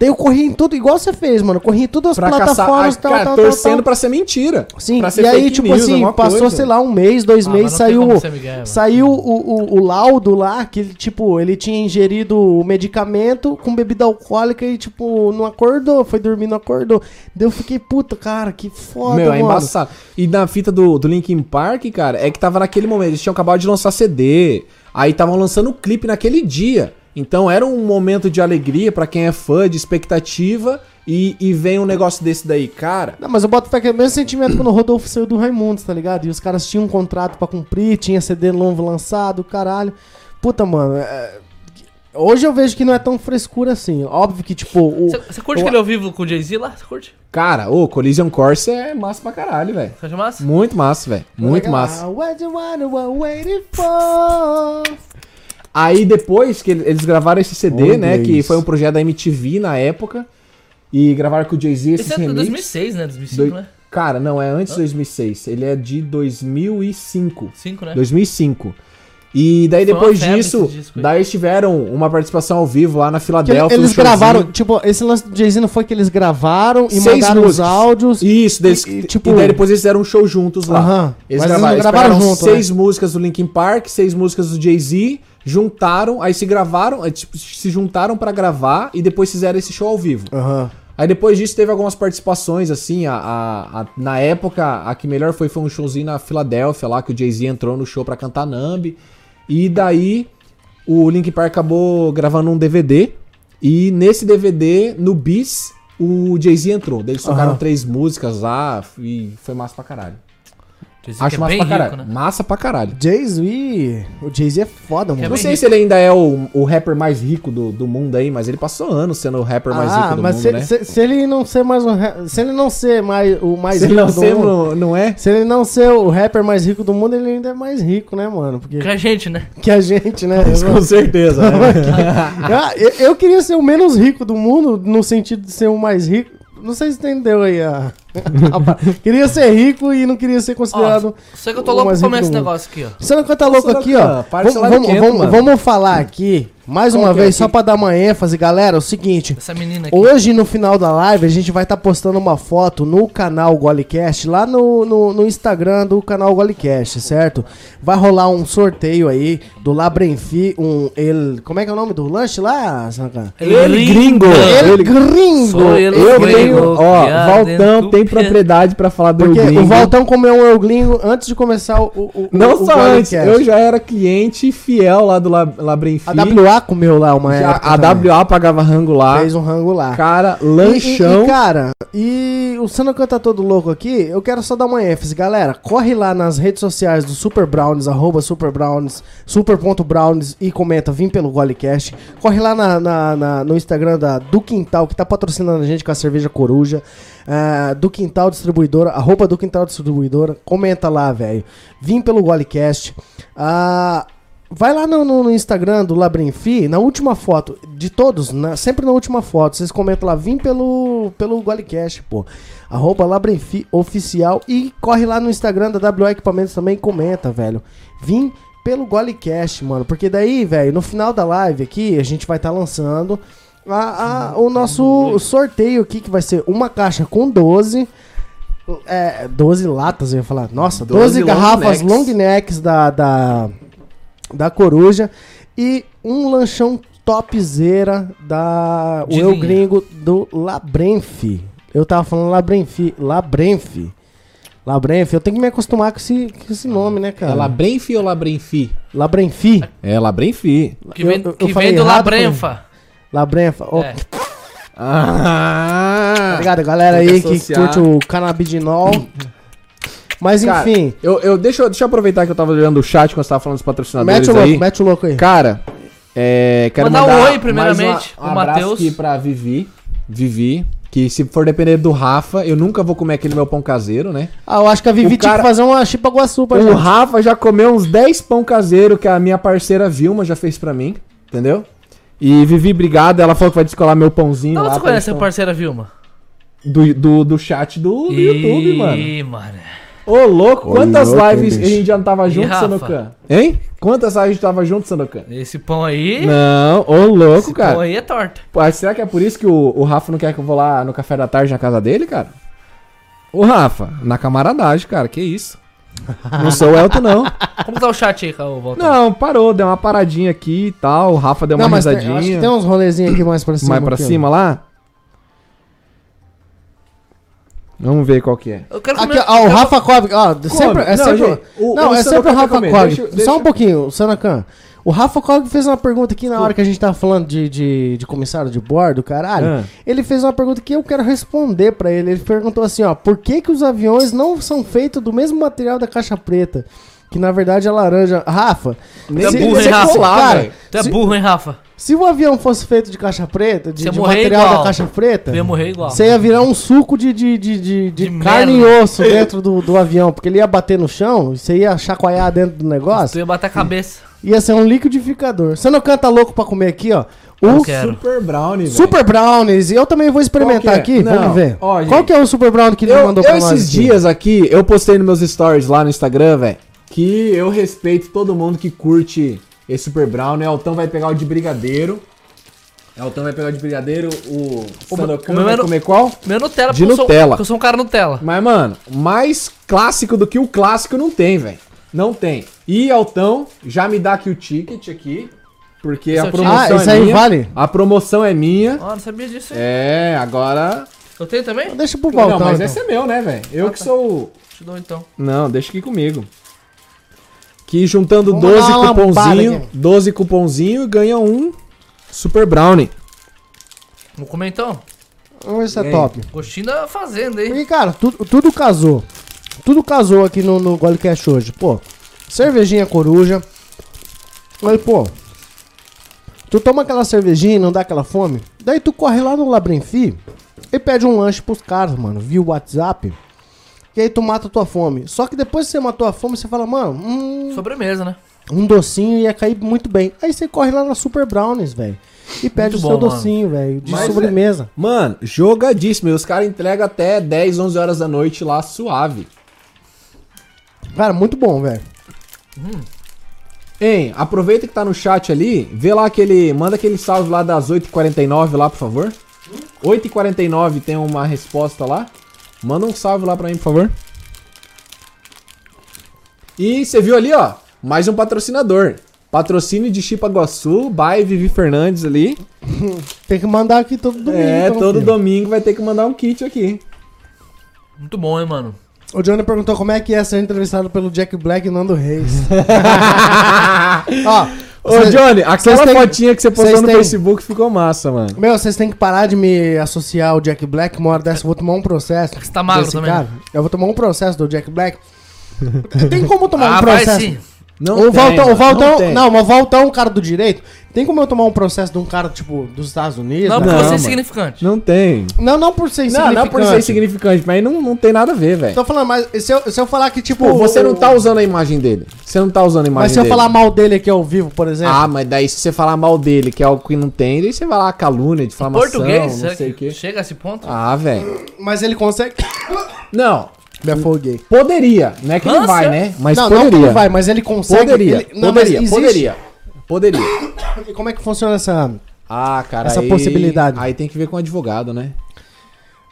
A: Daí eu corri em tudo, igual você fez, mano. Eu corri em todas as
B: Pra
A: plataformas,
B: caçar, ah,
A: tal,
B: cara,
A: tal, tal,
B: torcendo
A: tal.
B: pra ser mentira.
A: Sim,
B: pra ser
A: e aí,
B: fake
A: tipo
B: news,
A: assim,
B: alguma
A: passou,
B: coisa.
A: sei lá, um mês, dois
C: Ah,
A: meses,
C: mas não tem
A: saiu,
C: como ser Miguel, mano.
A: saiu o, o, o laudo lá, que ele, tipo, ele tinha ingerido o medicamento com bebida alcoólica e, tipo, não acordou, foi dormir, não acordou. Daí eu fiquei, puta, cara, que foda,
B: Meu, é
A: mano.
B: embaçado. E na fita do, do Linkin Park, cara, é que tava naquele momento. Eles tinham acabado de lançar CD. Aí estavam lançando o clipe naquele dia. Então era um momento de alegria pra quem é fã, de expectativa. E, e vem um negócio desse daí, cara.
A: Não, mas eu boto fé que é o mesmo sentimento quando o Rodolfo saiu do Raimundos, tá ligado? E os caras tinham um contrato pra cumprir, tinha CD novo lançado, caralho. Puta, mano, é- hoje eu vejo que não é tão frescura assim. Óbvio que, tipo, o...
C: Você você curte aquele ao vivo com o Jay-Z lá? Você curte?
B: Cara, ô, Collision Course é massa pra caralho, velho.
C: Você acha massa?
B: Muito massa, velho. Muito massa.
A: Tá What you wanna wait for?
B: Aí depois que ele- eles gravaram esse CD,
A: Olha
B: né? Que
A: isso.
B: foi um projeto da MTV na época. E gravaram com o Jay-Z esses
C: Esse é de
B: remix.
C: 2006, né? 2005,
B: Doi-
C: né?
B: Cara, não, é antes de 2006. Ele é de 2005.
C: 5, né?
B: 2005. E daí
C: Foi uma
B: depois
C: febre
B: disso,
C: esse disco aí.
B: daí eles tiveram uma participação ao vivo lá na
A: Que ele-
B: Filadélfia. um
A: eles
B: showzinho.
A: gravaram, tipo, esse lance do Jay-Z não foi que eles gravaram e
B: Seis
A: mandaram os
B: músicas.
A: áudios.
B: Isso, deles,
A: E-
B: e,
A: e, tipo-
B: daí depois eles fizeram um show juntos lá.
A: Aham, mas
B: Eles
A: eles
B: gravaram,
A: não
B: eles
A: gravaram
B: pegaram
A: junto, né?
B: seis músicas do Linkin Park, seis músicas do Jay-Z, juntaram, aí se gravaram, aí, tipo, se juntaram pra gravar e depois fizeram esse show ao vivo.
A: Aham.
B: Aí depois disso teve algumas participações, assim, a, a- a- na época a que melhor foi foi um showzinho na Filadélfia lá, que o Jay-Z entrou no show pra cantar Nambi. E daí o Linkin Park acabou gravando um DVD, e nesse DVD, no bis, o Jay-Z entrou. Daí Eles tocaram
A: Aham.
B: três músicas lá e foi massa pra caralho.
C: Jay-Z
B: Acho
C: que é
B: massa
C: bem
B: pra
C: rico,
B: caralho.
C: né?
B: Massa pra caralho.
A: Jay-Z, o Jay-Z é foda, mano.
C: É
B: Não
C: bem
B: sei
C: rico.
B: se ele ainda é o, o rapper mais rico do, do mundo aí, mas ele passou anos sendo o rapper mais rico
A: Ah,
B: do
A: mas
B: mundo,
A: se,
B: né?
A: se- se ele não ser mais um, ra- se ele não ser mais o mais
B: Se ele não
A: rico do
B: ser,
A: mundo,
B: não- não é?
A: se ele não ser o rapper mais rico do mundo, ele ainda é mais rico, né, mano? Porque
C: Que a gente, né?
A: que a gente, né?
B: Com certeza. né? (laughs)
A: Ah, eu, eu queria ser o menos rico do mundo, no sentido de ser o mais rico. Não sei se entendeu aí a. a- queria ser rico e não queria ser considerado.
C: Ó, só que eu tô
A: o
C: louco
A: mais
C: pra comer
A: rico
C: esse
A: do mundo.
C: negócio aqui, ó.
A: Você não canta louco
B: Nossa,
A: aqui,
B: cara,
A: ó.
B: para
A: Vamos,
B: de salário
A: vamos-
B: quieto,
A: vamos-
B: mano.
A: vamos falar aqui, mais
B: Qual
A: uma
B: que é
A: vez,
B: aqui?
A: só pra dar uma ênfase, galera. É o seguinte.
C: Essa menina aqui.
A: Hoje, no final da live, a gente vai estar postando uma foto no canal Golecast, lá no, no, no Instagram do canal Golecast, certo? Vai rolar um sorteio aí do Labrenfi, um... El, como é que é o nome do lanche lá, Sanca?
C: é
B: Ele gringo.
A: El
B: ele-
A: Gringo!
C: Sou ele
B: Eu
C: gringo.
B: tenho, ó,
C: piada
B: Valtão
C: do
B: tem
C: pia-
B: propriedade pra falar do
A: Porque
B: Eu Gringo.
A: o Valtão comeu um El Gringo antes de começar o, o, o-
B: Não
A: o
B: só antes,
A: Golecast.
B: eu já era cliente fiel lá do Lab- Labrenfi.
A: A WA comeu lá uma
B: Já-
A: época
B: a
A: também.
B: WA pagava rango lá.
A: Fez um rango lá.
B: Cara,
A: E, e,
B: lanchão.
A: e, cara, e o Sano Canta Todo Louco aqui, eu quero só dar uma ênfase. Galera, corre lá nas redes sociais do Super Brownies, arroba Super Brownies, super.brownies e comenta, vim pelo Golecast. Corre lá na- na- na- no Instagram da, do Quintal, que tá patrocinando a gente com a cerveja coruja. ah, do Quintal Distribuidora, arroba do Quintal Distribuidora. Comenta lá, velho. Vim pelo Golecast. Ah... Vai lá no, no- no Instagram do Labrinfi, na última foto, de todos, na- sempre na última foto, vocês comentam lá, vim pelo, pelo Golecast, pô. Arroba Labrinfi oficial e corre lá no Instagram da WA Equipamentos também e comenta, velho. Vim pelo Golecast, mano, porque daí, velho, no final da live aqui, a gente vai estar lançando a- a- o nosso sorteio aqui, que vai ser uma caixa com 12... É, 12 latas, eu ia falar. Nossa, 12,
B: 12 long
A: garrafas
B: necks.
A: long necks da- da da Coruja e um lanchão topzera da o
C: De
A: Eu
C: linha.
A: Gringo do Labrenfi. Eu tava falando Labrenfi, Labrenfi. Labrenfi, eu tenho que me acostumar com esse, com esse nome, né,
B: É
A: cara?
B: Labrenfi ou Labrenfi?
A: Labrenfi?
B: É Labrenfi.
C: Que
A: Eu-
C: vem,
A: eu- eu
C: que vem
A: falei
C: do
A: errado,
C: Labrenfa.
A: Labrenfa. ó.
C: É.
B: Ah!
A: Obrigado, galera
B: tem que
A: aí que
B: associar.
A: curte o canabidinol. Mas
B: Cara,
A: enfim,
B: eu, eu, deixa, eu- deixa eu aproveitar que eu tava olhando o chat quando você tava falando dos patrocinadores
A: mete o
B: aí.
A: louco, mete o louco aí.
B: Cara, é, quero
C: Mandar um
B: mandar,
C: oi,
B: mais uma-
C: primeiramente,
B: um
C: pro
B: abraço
C: Matheus.
B: aqui pra Vivi. Vivi, que se for depender do Rafa, eu nunca vou comer aquele meu pão caseiro, né?
A: Ah, eu acho que a Vivi
B: O
A: tinha que
B: cara-
A: fazer uma chipa guaçu pra
B: O
C: é.
A: gente.
B: Rafa já comeu uns 10 pão caseiro que a minha parceira Vilma já fez pra mim, entendeu? E Vivi, obrigado. Ela falou que vai descolar meu pãozinho
C: Então
B: lá.
C: você
B: pra
C: conhece a
B: gente-
C: parceira Vilma?
B: do, do, do chat do, do YouTube, mano.
C: Ih, mano.
B: Ô, louco,
E: Ô,
B: quantas
E: louco, hein,
B: lives a
E: bicho?
B: gente já não tava junto,
C: Rafa?
B: Sanocan?
F: Hein?
B: Quantas lives a gente tava junto, Sanocan?
C: Esse pão aí.
B: Não, ô, louco,
C: esse pão
B: cara.
C: aí é torta.
B: Pô, será que é por isso que o, o Rafa não quer que eu vou lá no café da tarde na casa dele, cara? Ô, Rafa, na camaradagem, cara, que isso? Não sou o Elton, não.
C: Como tá o chat aí, Caô? Volta.
B: Não, parou, deu uma paradinha aqui e tal. O Rafa deu uma
A: Não, mas tem, eu
B: risadinha.
A: acho que tem uns rolezinhos aqui mais pra cima.
B: Mais pra
A: aqui, ó.
B: cima lá? Vamos ver qual que é.
C: Eu (laughs) quero
A: Aqui,
C: comer.
A: ó, o Rafa Cog, ó, sempre, é
B: Não,
A: sempre,
B: gente, o-
A: não,
B: o
A: é sempre o
B: Sanocan
C: tá
B: vai
A: Rafa Cog.
B: comer, deixa eu- deixa
A: Só um
B: eu-
A: pouquinho, Sanacan. O Rafa Cog fez uma pergunta aqui na hora que a gente tava falando de, de, de comissário de bordo, caralho.
B: Ah.
A: Ele fez uma pergunta que eu quero responder pra ele. Ele perguntou assim, ó, por que que os aviões não são feitos do mesmo material da caixa preta? Que na verdade é laranja. Rafa,
B: Nem
C: é burro, hein, Rafa?
A: cara,
B: velho?
C: Tu é
A: se-
C: burro, hein, Rafa?
A: se o avião fosse feito de caixa preta, de,
C: Você ia
A: de
C: morrer
A: material
C: igual.
A: da caixa preta,
C: Tu ia morrer igual.
A: você ia virar um suco de, de, de, de, de
C: De
A: carne
C: merda.
A: e osso dentro do, do avião, porque ele ia bater no chão, você ia chacoalhar dentro do
C: Tu
A: negócio,
C: ia bater a cabeça.
A: ia ser um liquidificador. Você não canta louco pra comer aqui, ó.
C: Não
A: O
B: é?
C: quero.
B: Super Brownie, velho.
A: Super Brownies, e eu também vou experimentar
B: Qual que é?
A: aqui,
B: Não,
A: vamos ver.
B: ó, gente,
A: Qual que é o Super Brownie que ele
B: Eu,
A: mandou
B: eu
A: pra nós?
B: esses
A: aqui?
B: dias aqui, eu postei nos meus stories lá no Instagram, velho, que eu respeito todo mundo que curte esse Super Brownie. Elton vai pegar o de brigadeiro. Elton vai pegar o de brigadeiro, o
C: O
B: Sanocan
C: meu
B: vai
C: era-
B: comer qual?
C: Meu Nutella,
B: De
C: porque eu sou-
B: Nutella.
C: porque eu sou um cara Nutella.
B: Mas, mano, mais clássico do que o clássico não tem, velho. Não tem. E, Altão, já me dá aqui o ticket aqui, porque
C: Esse é
B: a
C: o ticket?
B: promoção
A: Ah, isso
B: é
A: aí
B: minha.
A: vale?
B: A promoção é minha.
C: Ó, Ah, não sabia disso, hein?
B: É, agora...
C: Eu tenho também?
A: Deixa pro balcão.
B: não,
A: então.
B: mas
A: Ah, tá.
B: esse é meu, né, velho? Eu que sou... o-
C: Te dou então.
B: Não, deixa aqui comigo. Que juntando
A: Vamos
B: 12
A: dar uma lampada
B: cupomzinho,
A: aqui. né?
B: 12 cupomzinho e ganha um Super Brownie.
C: Vamos comer então?
A: Vamos ver se é
B: Ei.
A: top.
C: Gostinho da fazenda, hein?
A: Porque, cara, tudo, tudo casou. Tudo casou aqui no, no Golecast hoje. Pô, cervejinha coruja. Aí, pô, tu toma aquela cervejinha e não dá aquela fome. Daí tu corre lá no Labrenfi e pede um lanche pros caras, mano, via o WhatsApp. E aí tu mata a tua fome. Só que depois que você matou a fome, você fala, mano, hum,
C: Sobremesa, né?
A: um docinho ia cair muito bem. Aí você corre lá na Super Brownies, velho. E pede
C: Muito
A: o seu
C: bom, mano.
A: docinho, velho, de
B: Mas é-
A: sobremesa.
B: Mano, jogadíssimo. E os caras entregam até 10, 11 horas da noite lá, suave.
A: Cara, muito bom, velho.
B: Hein, aproveita que tá no chat ali, vê lá aquele. Manda aquele salve lá das 8h49 lá, por favor. 8h49 tem uma resposta lá. Manda um salve lá pra mim, por favor. E você viu ali, ó, mais um patrocinador. Patrocínio de Chipaguaçu, by Vivi Fernandes ali.
A: Tem que mandar aqui todo domingo.
B: é,
A: então,
B: todo
A: filho.
B: domingo vai ter que mandar um
A: (laughs)
B: kit aqui.
C: Muito bom, hein, mano?
A: O Johnny perguntou como é que é ser entrevistado pelo Jack Black e Nando Reis.
B: (laughs)
A: Ó,
B: Ô,
A: cê-
B: Johnny, aquela
A: vocês têm-
B: fotinha que você postou
A: vocês
B: no
A: têm-
B: Facebook ficou massa, mano.
A: Meu, vocês têm que parar de me associar ao Jack Black. Uma hora dessa eu vou tomar um processo.
C: Você tá magro
A: desse
C: também.
A: Eu vou tomar um processo do Jack Black.
B: (laughs)
A: Tem como tomar um
C: ah, vai
A: processo?
C: sim.
B: Não
A: o
B: tem,
A: Valtão,
B: mano,
A: o Valtão, não,
B: tem.
A: mas o Valtão é um cara do direito. Tem como eu tomar um processo de um cara, tipo, dos Estados Unidos?
C: Não,
A: né?
C: porque
B: Não,
C: você é
B: mano.
C: insignificante.
B: Não tem.
A: não, não por ser
B: Não,
A: insignificante.
B: não por ser insignificante, mas não, não tem nada a ver, velho.
A: Tô falando, mas se eu, se eu falar que, tipo...
B: Pô, você não tá
A: Então, o-
B: usando a imagem dele. Você não tá usando a imagem
A: Mas se eu
B: dele.
A: falar mal né? dele aqui ao vivo, por exemplo...
B: Ah, mas daí se você falar mal dele, que é algo que não tem, daí você vai lá calúnia, difamação,
C: Português, né?
B: não
C: será
B: sei o
C: que
B: quê.
C: chega a esse ponto?
B: Ah, velho.
A: Mas ele consegue... (laughs)
B: Não,
A: Me afoguei.
B: poderia. Não é que ele
C: Nossa.
B: vai, né? Mas
A: não, não que
B: poderia.
A: ele vai, mas ele consegue.
B: Poderia,
A: ele- não, mas
B: poderia,
A: existe-
B: poderia. Poderia.
A: E Como é que funciona essa.
B: Ah, cara,
A: Essa
B: aí-
A: possibilidade.
B: Aí tem que ver com o advogado, né?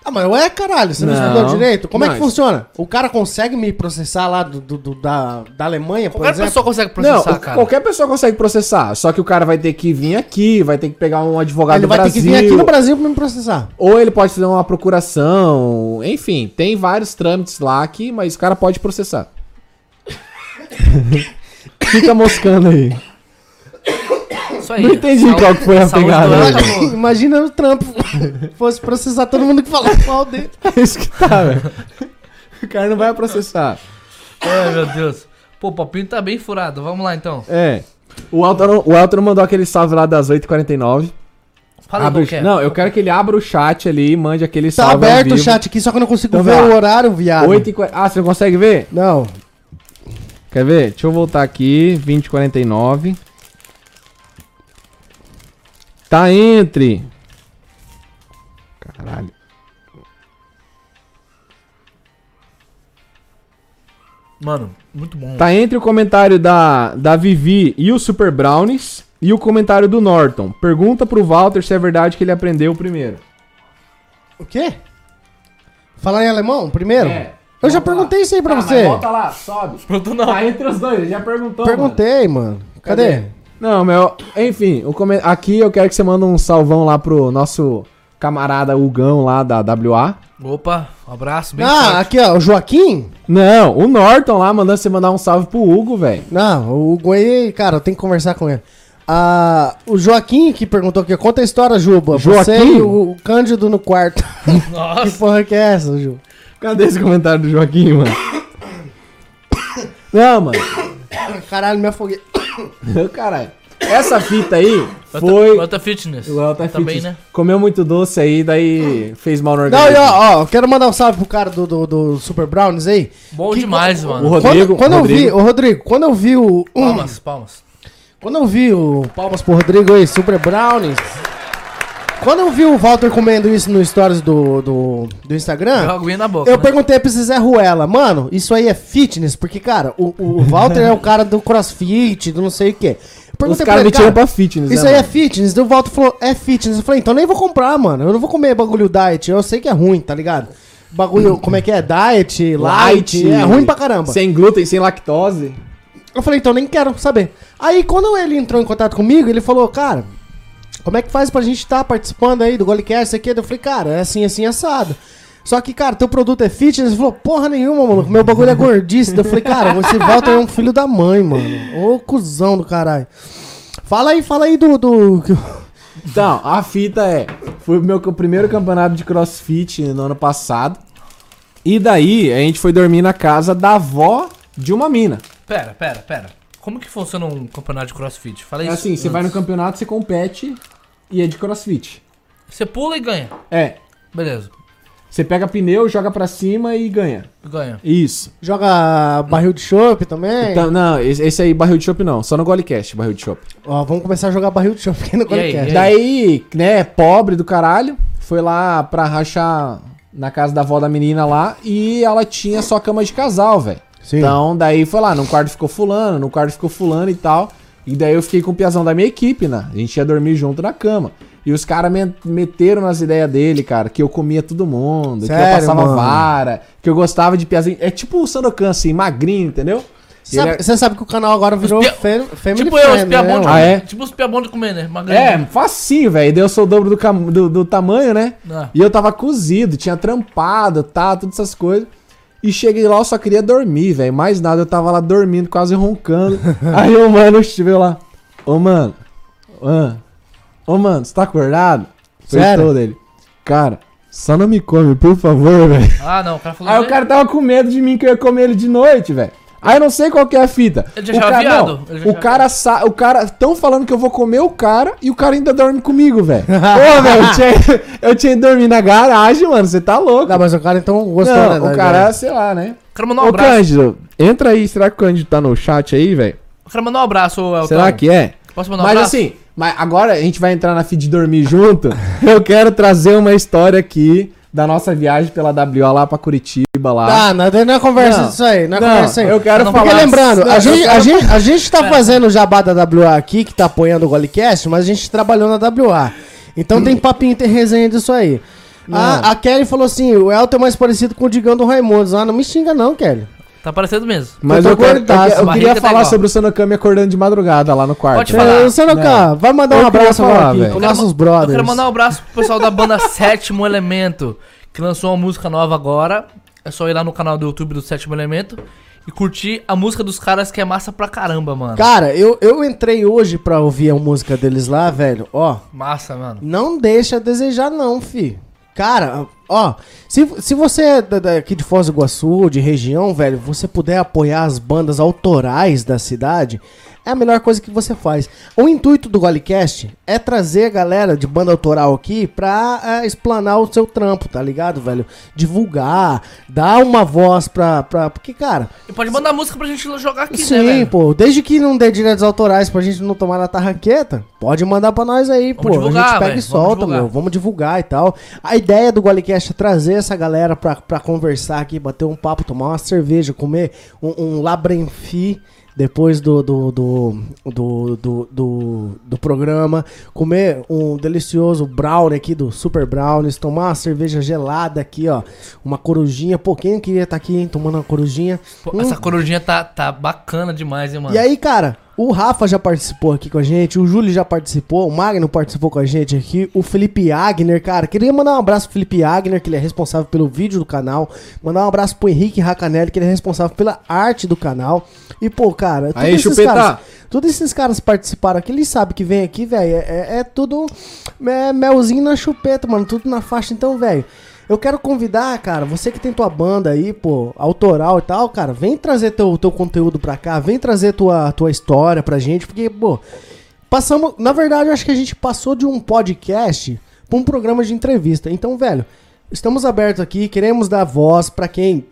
A: Ah, mas ué, caralho, você não,
B: Não.
A: estudou direito? Como é que
B: Mas-
A: funciona? O cara consegue me processar lá do, do- do- da, da Alemanha, por
C: Qualquer
A: exemplo?
C: pessoa consegue
B: Não,
C: processar, cara.
B: qualquer pessoa consegue processar. Só que o cara vai ter que vir aqui, vai ter que pegar um advogado
A: Ele
B: do
A: vai
B: Brasil.
A: ter que vir aqui no Brasil pra me processar.
B: Ou ele pode fazer uma procuração, enfim, tem vários trâmites lá que, mas o cara pode processar. (laughs) Fica moscando aí.
C: Isso aí.
B: Não entendi qual que foi a
C: saúde né,
B: pegada,
C: do
B: velho.
C: ano, acabou.
A: (laughs) Imagina o Trump fosse processar todo mundo que fala mal
B: (laughs)
A: dele.
B: (laughs) É isso que tá, velho. O cara não vai processar.
C: Ai, meu Deus. Pô, o papinho tá bem furado. Vamos lá, então.
B: É. O Elton, o Elton mandou aquele salve lá das 8h49.
C: Fala aí
B: Abre
C: qual
B: o-
C: que é.
B: Ah, Não, eu quero que ele abra o chat ali e mande aquele
A: Tá
B: salve. ao
A: aberto o
B: vivo.
A: chat aqui, só que eu não consigo
B: Então
A: ver
B: vai lá.
A: o horário, viado.
B: 8h40. Ah, você não consegue ver?
A: Não.
B: Quer ver? Deixa eu voltar aqui. 2049. Tá entre. Caralho.
C: Mano, muito bom.
B: Tá entre o comentário da, da Vivi e o Super Brownies e o comentário do Norton. Pergunta pro Walter se é verdade que ele aprendeu primeiro.
A: O quê? Falar em alemão primeiro?
B: É,
A: Eu já perguntei isso aí pra você.
B: Ah, Volta lá, sobe.
C: Pronto, não.
B: Tá entre os dois, ele já perguntou.
A: Perguntei, mano. Cadê?
B: Não, meu. Enfim, o come- aqui eu quero que você manda um salvão lá pro nosso camarada Hugão lá da WA.
C: Opa, um abraço, bem
A: Ah, aqui ó, o Joaquim?
B: Não, o Norton lá mandando você mandar um salve pro Hugo, velho.
A: Não, o Goiê, cara, eu tenho que conversar com ele. Ah, o Joaquim que perguntou aqui, conta a história, Juba. Você
B: Joaquim?
A: e o Cândido no quarto. (laughs) que
C: Nossa,
A: porra que é essa, Ju?
B: Cadê esse comentário do Joaquim, mano? (coughs) Não, mano.
A: Caralho, me afoguei.
B: (laughs) Caralho. Essa fita aí
C: Lota-
B: foi.
C: Lota Fitness.
B: O Elton é
C: tá Também,
B: fitness.
C: né?
B: Comeu muito doce aí, daí fez mal no
A: Não,
B: organismo.
A: e ó, ó, eu quero mandar um salve pro cara do, do, do Super Brownies aí.
C: Bom
A: Que-
C: demais, mano.
B: o Rodrigo,
A: quando quando
B: Rodrigo.
A: eu vi, ô Rodrigo, quando eu vi o. um,
C: Palmas, palmas.
A: Quando eu vi o Palmas pro Rodrigo aí, Super Brownies. Quando eu vi o Walter comendo isso no stories do, do, do
C: Deu
A: Instagram,
C: aguinha na boca.
A: eu
C: né?
A: perguntei pra esse Zé Ruela, mano, isso aí é fitness? Porque, cara, o, o Walter é o cara do crossfit, do não sei o quê. Eu
B: Os
A: perguntei pra
B: caras me
A: ele,
B: tiram
A: cara,
B: pra fitness,
A: isso
B: né,
A: aí é
B: mano?
A: fitness? Daí o Walter falou, é fitness. Eu falei, então nem vou comprar, mano. Eu não vou comer bagulho diet. Eu sei que é ruim, tá ligado? Bagulho, como é que é? Diet, light, é ruim pra caramba.
B: Sem glúten, sem lactose.
A: Eu falei, então nem quero saber. Aí quando ele entrou em contato comigo, ele falou, cara, como é que faz pra gente estar participando aí do Golecast, isso aqui? Eu falei, cara, é assim, assim, assado. Só que, cara, teu produto é fitness? Ele falou, porra nenhuma, mano. Meu bagulho é gordice. Eu falei, cara, você volta é um filho da mãe, mano. Ô, cuzão do caralho. Fala aí, fala aí do. do...
B: Então, a fita é, foi o meu c- primeiro campeonato de crossfit no ano passado. E daí, a gente foi dormir na casa da avó de uma mina.
C: Pera, pera, pera. Como que funciona um campeonato de crossfit? Fala
B: É
C: isso.
B: assim, você vai no
C: antes.
B: campeonato, você compete e é de crossfit.
C: Você pula e ganha.
B: É,
C: Beleza,
B: você pega pneu, joga pra cima e ganha.
C: ganha.
B: Isso.
A: (laughs) Joga barril de chopp também.
B: Então, não, esse esse aí, barril de chopp não, só no Golecast, barril de chopp.
A: Ó, vamos começar a jogar barril de chopp aqui no
C: aí,
A: Golecast.
C: e
B: Daí, né, pobre do caralho, foi lá pra rachar na casa da avó da menina lá e ela tinha só cama de casal, velho.
A: Sim.
B: Então, daí foi lá, num quarto ficou fulano, num quarto ficou fulano e tal. E daí eu fiquei com o piazão da minha equipe, né? A gente ia dormir junto na cama. E os caras me- meteram nas ideias dele, cara, que eu comia todo mundo, que eu
A: Sério,
B: passava
A: mano?
B: vara, que eu gostava de piazinho. É tipo o Sandokan, assim, magrinho, entendeu?
A: Você sabe,
B: Ele é
A: você sabe que o canal agora virou
C: é- pia-
A: fam- family
C: tipo eu, os
A: friendly,
C: pia
A: né,
C: bom de
A: mano?
B: Ah, é?
C: Tipo os pia bom de comer, né? Uma
B: É,
C: ganha.
B: facinho, velho. Daí eu sou o dobro do, cam- do- do tamanho, né?
C: Ah.
B: E eu tava cozido, tinha trampado, tá, todas essas coisas. E cheguei lá, eu só queria dormir, velho. Mais nada, eu tava lá dormindo, quase roncando. Aí o mano veio lá. Ô, mano. ah, Ô, mano, você tá acordado?
A: Sério?
B: Apertou dele. Cara, só não me come, por favor, (laughs) velho.
C: Ah, não, o cara falou
B: Aí o
C: isso
B: cara tava com medo de mim que eu ia comer ele de noite, velho. Aí eu não sei qual que é a fita.
C: Ele já
B: o
C: achava
B: cara,
C: viado,
B: não,
C: ele já
B: o
C: achava
B: cara sa... o cara tão falando que eu vou comer o cara e o cara ainda dorme
A: (laughs)
B: comigo, velho. Pô, velho, eu tinha eu tinha ido dormir na garagem, mano, você tá louco.
A: Não, mas o cara então gostou, né,
B: Não,
A: da
B: o cara,
A: ideia.
B: sei lá, né?
C: aí. Quero mandar um
B: Ô,
C: abraço.
B: Cândido, entra aí, será que o Cândido tá no chat aí, velho?
C: Quero mandar um abraço, ô, Elton.
B: Será que é?
C: Posso mandar um
B: Mas
C: abraço?
B: assim, mas agora a gente vai entrar na feed de dormir junto. (laughs) Eu quero trazer uma história aqui da nossa viagem pela WA lá pra Curitiba lá.
A: Tá, não, não é conversa
B: Não.
A: disso aí, não é
B: Não,
A: conversa aí.
B: eu quero
A: Porque
B: falar- assim,
A: lembrando,
B: Não,
A: a
B: eu
A: gente, a,
B: quero- É.
A: gente, a gente tá fazendo o jabá da WA aqui, que tá apoiando o Golecast, mas a gente trabalhou na WA. Então
B: Hum.
A: tem papinho, tem resenha disso aí. A, a Kelly falou assim, o Elton é mais parecido com o Digão do Raimundos. Ah, não me xinga não, Kelly.
B: assim-
C: Tá parecendo mesmo.
B: Mas
A: Eu
B: eu,
A: tô
B: quero- eu,
A: gordaço,
B: que- eu
C: barriga
B: queria
C: tá
B: falar
C: igual.
B: sobre o Sanokami acordando de madrugada lá no quarto.
C: Pode
B: né?
C: falar.
A: Ô, Sanoca, vai mandar
B: Eu
A: um
B: queria
A: abraço agora
B: falar,
A: aqui,
B: velho.
A: com
B: Eu
A: nossos
C: Eu
A: brothers.
C: quero mandar um abraço pro pessoal
B: (laughs)
C: da banda Sétimo Elemento, que lançou uma música nova agora. É só ir lá no canal do YouTube do Sétimo Elemento e curtir a música dos caras que é massa pra caramba, mano.
A: Cara, eu, eu entrei hoje pra ouvir a música deles lá, velho, ó...
C: Massa, mano.
A: Não deixa a desejar, não, fi. Cara, ó, se, se você é da- daqui de Foz do Iguaçu, de região, velho, você puder apoiar as bandas autorais da cidade, é a melhor coisa que você faz. O intuito do Golecast é trazer a galera de banda autoral aqui pra é, explanar o seu trampo, tá ligado, velho? Divulgar, dar uma voz pra. pra porque, cara,
C: E pode mandar música pra gente jogar aqui, né,
A: sim,
C: velho?
A: pô, desde que não dê direitos autorais pra gente não tomar na tarraqueta, pode mandar pra nós aí,
C: Vamos
A: pô. a
C: divulgar,
A: gente pega
C: velho,
A: e
C: vamos
A: solta,
C: divulgar.
A: meu. Vamos divulgar e tal. A ideia do Golecast é trazer essa galera pra, pra conversar aqui, bater um papo, tomar uma cerveja, comer um, um labrenfi depois do do, do, do, do, do- do programa, comer um delicioso brownie aqui do Super Brownies, tomar uma cerveja gelada aqui, ó, uma corujinha. Pô, quem queria estar aqui, hein, tomando uma corujinha? Hum?
C: Pô,
B: Hum.
C: essa corujinha tá, tá bacana demais, hein, mano?
A: E aí, cara, o Rafa já participou aqui com a gente, o Júlio já participou, o Magno participou com a gente aqui, o Felipe Agner, cara, queria mandar um abraço pro Felipe Agner, que ele é responsável pelo vídeo do canal, mandar um abraço pro Henrique Racanelli, que ele é responsável pela arte do canal. E, pô, cara,
G: Aí, chupeta!
A: caras, todos esses caras que participaram aqui, eles sabem que vem aqui, velho, é, é- é tudo é, melzinho na chupeta, mano, tudo na faixa, então, velho. Eu quero convidar, cara, você que tem tua banda aí, pô, autoral e tal, cara, vem trazer teu, teu conteúdo pra cá, vem trazer tua, tua história pra gente, porque, pô, passamos. Na verdade, eu acho que a gente passou de um podcast pra um programa de entrevista. Então, velho, estamos abertos aqui, queremos dar voz pra quem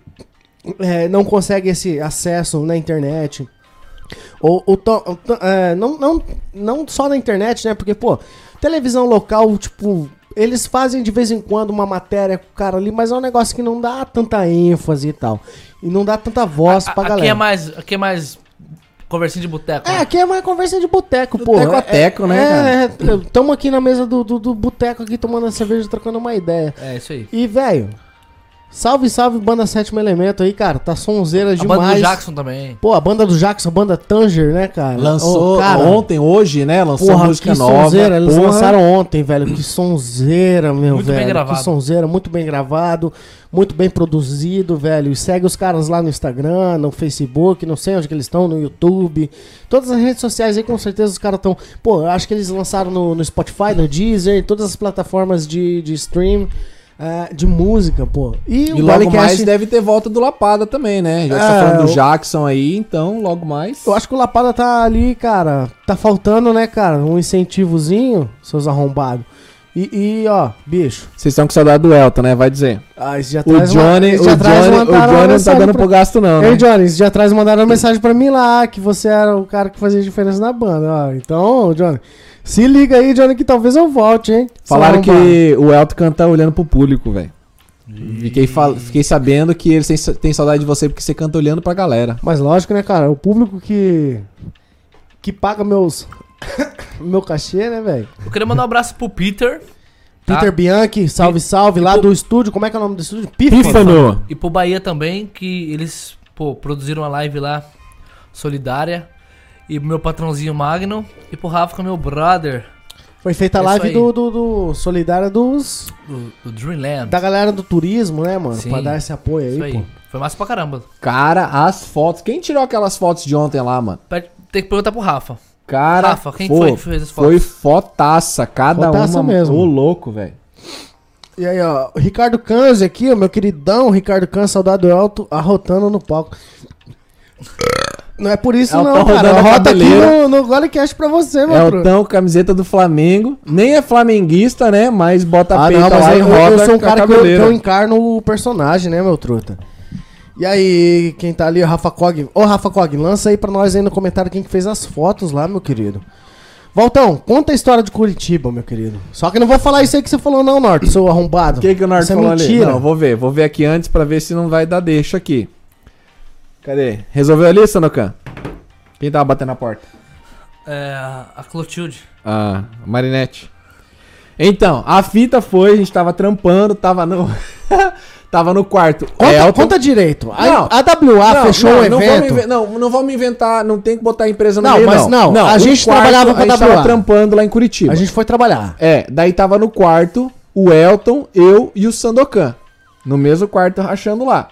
A: é, não consegue esse acesso na internet. Ou, ou to- ou to- é, não, não, não só na internet, né? Porque, pô, televisão local, tipo, eles fazem de vez em quando uma matéria com o cara ali, mas é um negócio que não dá tanta ênfase e tal. E não dá tanta voz
C: A-
A: pra
C: aqui
A: galera.
C: é mais. Aqui é mais. Conversinha de boteco.
A: É,
C: né?
A: aqui é uma conversa de boteco, pô.
B: Teco a
A: É-
B: teco, né,
A: É, estamos aqui na mesa do, do, do boteco aqui tomando a cerveja, trocando uma ideia.
C: É, isso aí.
A: E, velho, salve, salve, banda Sétimo Elemento aí, cara. Tá sonzeira
C: A banda
A: demais.
C: do Jackson também.
A: Pô, a banda do Jackson, a banda Tanger, né, cara?
B: Lançou
A: Ô, cara,
B: ontem, hoje, né? Lançou
A: Porra,
B: música
A: que
B: nova.
A: sonzeira, eles
B: porra.
A: lançaram ontem, velho. Que sonzeira, meu
C: Muito bem
A: velho.
C: gravado.
A: Que sonzeira, muito bem gravado, muito bem produzido, velho. E segue os caras lá no Instagram, no Facebook, não sei onde que eles estão, no YouTube. Todas as redes sociais aí, com certeza, os caras estão. Pô, eu acho que eles lançaram no, no Spotify, no Deezer, em todas as plataformas de, de stream. ah, de música, pô. E,
B: E logo
A: Golecast-
B: mais deve ter volta do Lapada também, né? Já que você
A: É,
B: tá falando do
A: eu-
B: Jackson aí, então logo mais.
A: Eu acho que o Lapada tá ali, cara. Tá faltando, né, cara? Um incentivozinho, seus arrombados. E, e, ó, bicho.
B: Vocês estão com saudade do Elton, né? Vai dizer.
A: Ah, esse já
B: O Johnny, o Johnny, o Johnny não tá dando pro gasto, não, né?
A: Ei, Johnny, esse dia atrás mandaram uma mensagem pra mim lá, que você era o cara que fazia diferença na banda. ó. Então, Johnny, se liga aí, Johnny, que talvez eu volte, hein? Seu
B: Falaram que
A: arrombado.
B: o Elton canta olhando pro público, velho. Fiquei, fal- fiquei sabendo que eles têm sa- têm saudade de você porque você canta olhando pra galera.
A: Mas lógico, né, cara? O público que. que paga meus. (coughs) meu cachê, né, velho?
C: Eu queria mandar um abraço pro Peter Tá.
A: Peter Bianchi, salve, salve, lá do estúdio. Como é que é o nome do estúdio?
B: Pífano!
C: e pro Bahia também, que eles, pô, produziram uma live lá solidária. E pro meu patrãozinho Magno. E pro Rafa, que é meu brother
A: Foi feita a
C: É isso
A: live
C: aí.
A: do, do, do Solidária dos.
C: do, do Dreamland.
A: Da galera do turismo, né, mano?
C: Sim.
A: Pra dar esse apoio aí,
C: Isso
A: pô.
C: aí. Foi massa pra caramba.
B: Cara, as fotos. Quem tirou aquelas fotos de ontem lá, mano?
C: Pede- Tem que perguntar pro Rafa.
B: Cara,
C: Rafa, quem foi que fez as fotos?
B: Foi fotaça, cada
A: Fotaça
B: uma.
A: mesmo.
B: Ô, louco, velho.
A: E aí, ó, o Ricardo Canzi aqui, ó, meu queridão, Ricardo Canzi, saudade do Elton, arrotando no palco. Não é por isso
B: Elton
A: não, cara,
B: rodando a
A: arrota aqui
B: cabeleira. É
A: no, no Golecast pra você, meu truta.
B: Eltão, camiseta do Flamengo. Nem é flamenguista, né? Mas bota
A: Ah,
B: peito
A: não, mas
B: lá e
A: eu,
B: roda
A: eu sou um
B: com a
A: cara que eu, que
B: cabeleira.
A: eu encarno o personagem, né, meu truta? E aí, quem tá ali, o Rafa Cog. Ô, Rafa Cog, lança aí pra nós aí no comentário quem que fez as fotos lá, meu querido. Valtão, conta a história de Curitiba, meu querido. Só que eu não vou falar isso aí que você falou não, Norte, seu arrombado.
B: O que, que o Nardo
A: Isso é
B: falou
A: mentira.
B: ali? Não, vou ver. Vou ver aqui antes pra ver se não vai dar deixa aqui. Cadê? Resolveu ali, Sanocan? Quem tava batendo na porta?
C: É, a Clotilde.
B: Ah, a Marinette. Então, a fita foi, a gente tava trampando, tava no. (laughs) tava no quarto.
A: Conta,
B: Elton-
A: conta direito. A,
B: Não.
A: a WA fechou
B: não,
A: um
B: não
A: evento.
B: vamos inven- não, não vamos inventar, não tem que botar a empresa no
A: Não,
B: meio,
A: mas não, a
B: o
A: gente trabalhava com a
B: a gente tava
A: WA.
B: trampando lá em Curitiba.
A: A gente foi trabalhar.
B: É, daí tava no quarto o Elton, eu e o Sandokan. No mesmo quarto rachando lá.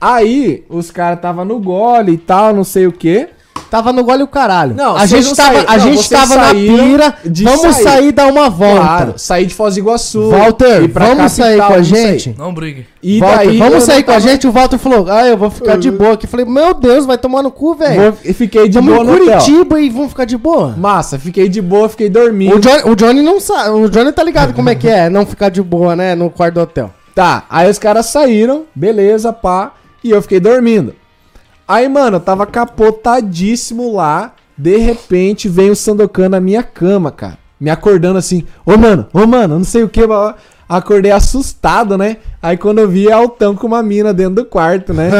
B: Aí os caras tava no gole e tal, não sei o quê.
A: Tava no gole o caralho.
B: Não,
A: a
B: vocês
A: gente
B: não
A: tava,
B: saíram-
A: a
B: não,
A: gente
B: vocês
A: tava na
B: saíram
A: pira.
B: de
A: Vamos
B: sair.
A: sair. e dar uma volta.
B: Claro, sair de Foz do Iguaçu.
A: Walter,
B: ir pra
A: vamos
B: capital,
A: sair com a
B: não sei.
A: gente?
C: Não brigue.
B: E
A: Walter,
B: daí eu
A: vamos sair
B: não
A: com a
B: tava-
A: gente? O Walter falou: Ah, eu vou ficar de boa aqui. Eu Falei: Meu Deus, vai tomar no cu, velho.
B: Vou- e fiquei de
A: Estamos
B: boa
A: em
B: no hotel.
A: Curitiba e vamos ficar de boa.
B: Massa, fiquei de boa, fiquei dormindo.
A: O Johnny, o Johnny não sabe. O Johnny tá ligado como é que é não ficar de boa, né? No quarto do hotel.
B: Tá, aí os caras saíram, beleza, pá, e eu fiquei dormindo. Aí, mano, eu tava capotadíssimo lá, de repente vem o Sandokan na minha cama, cara, me acordando assim, ô mano, ô mano, não sei o que, acordei assustado, né? Aí quando eu vi, é altão com uma mina dentro do quarto, né?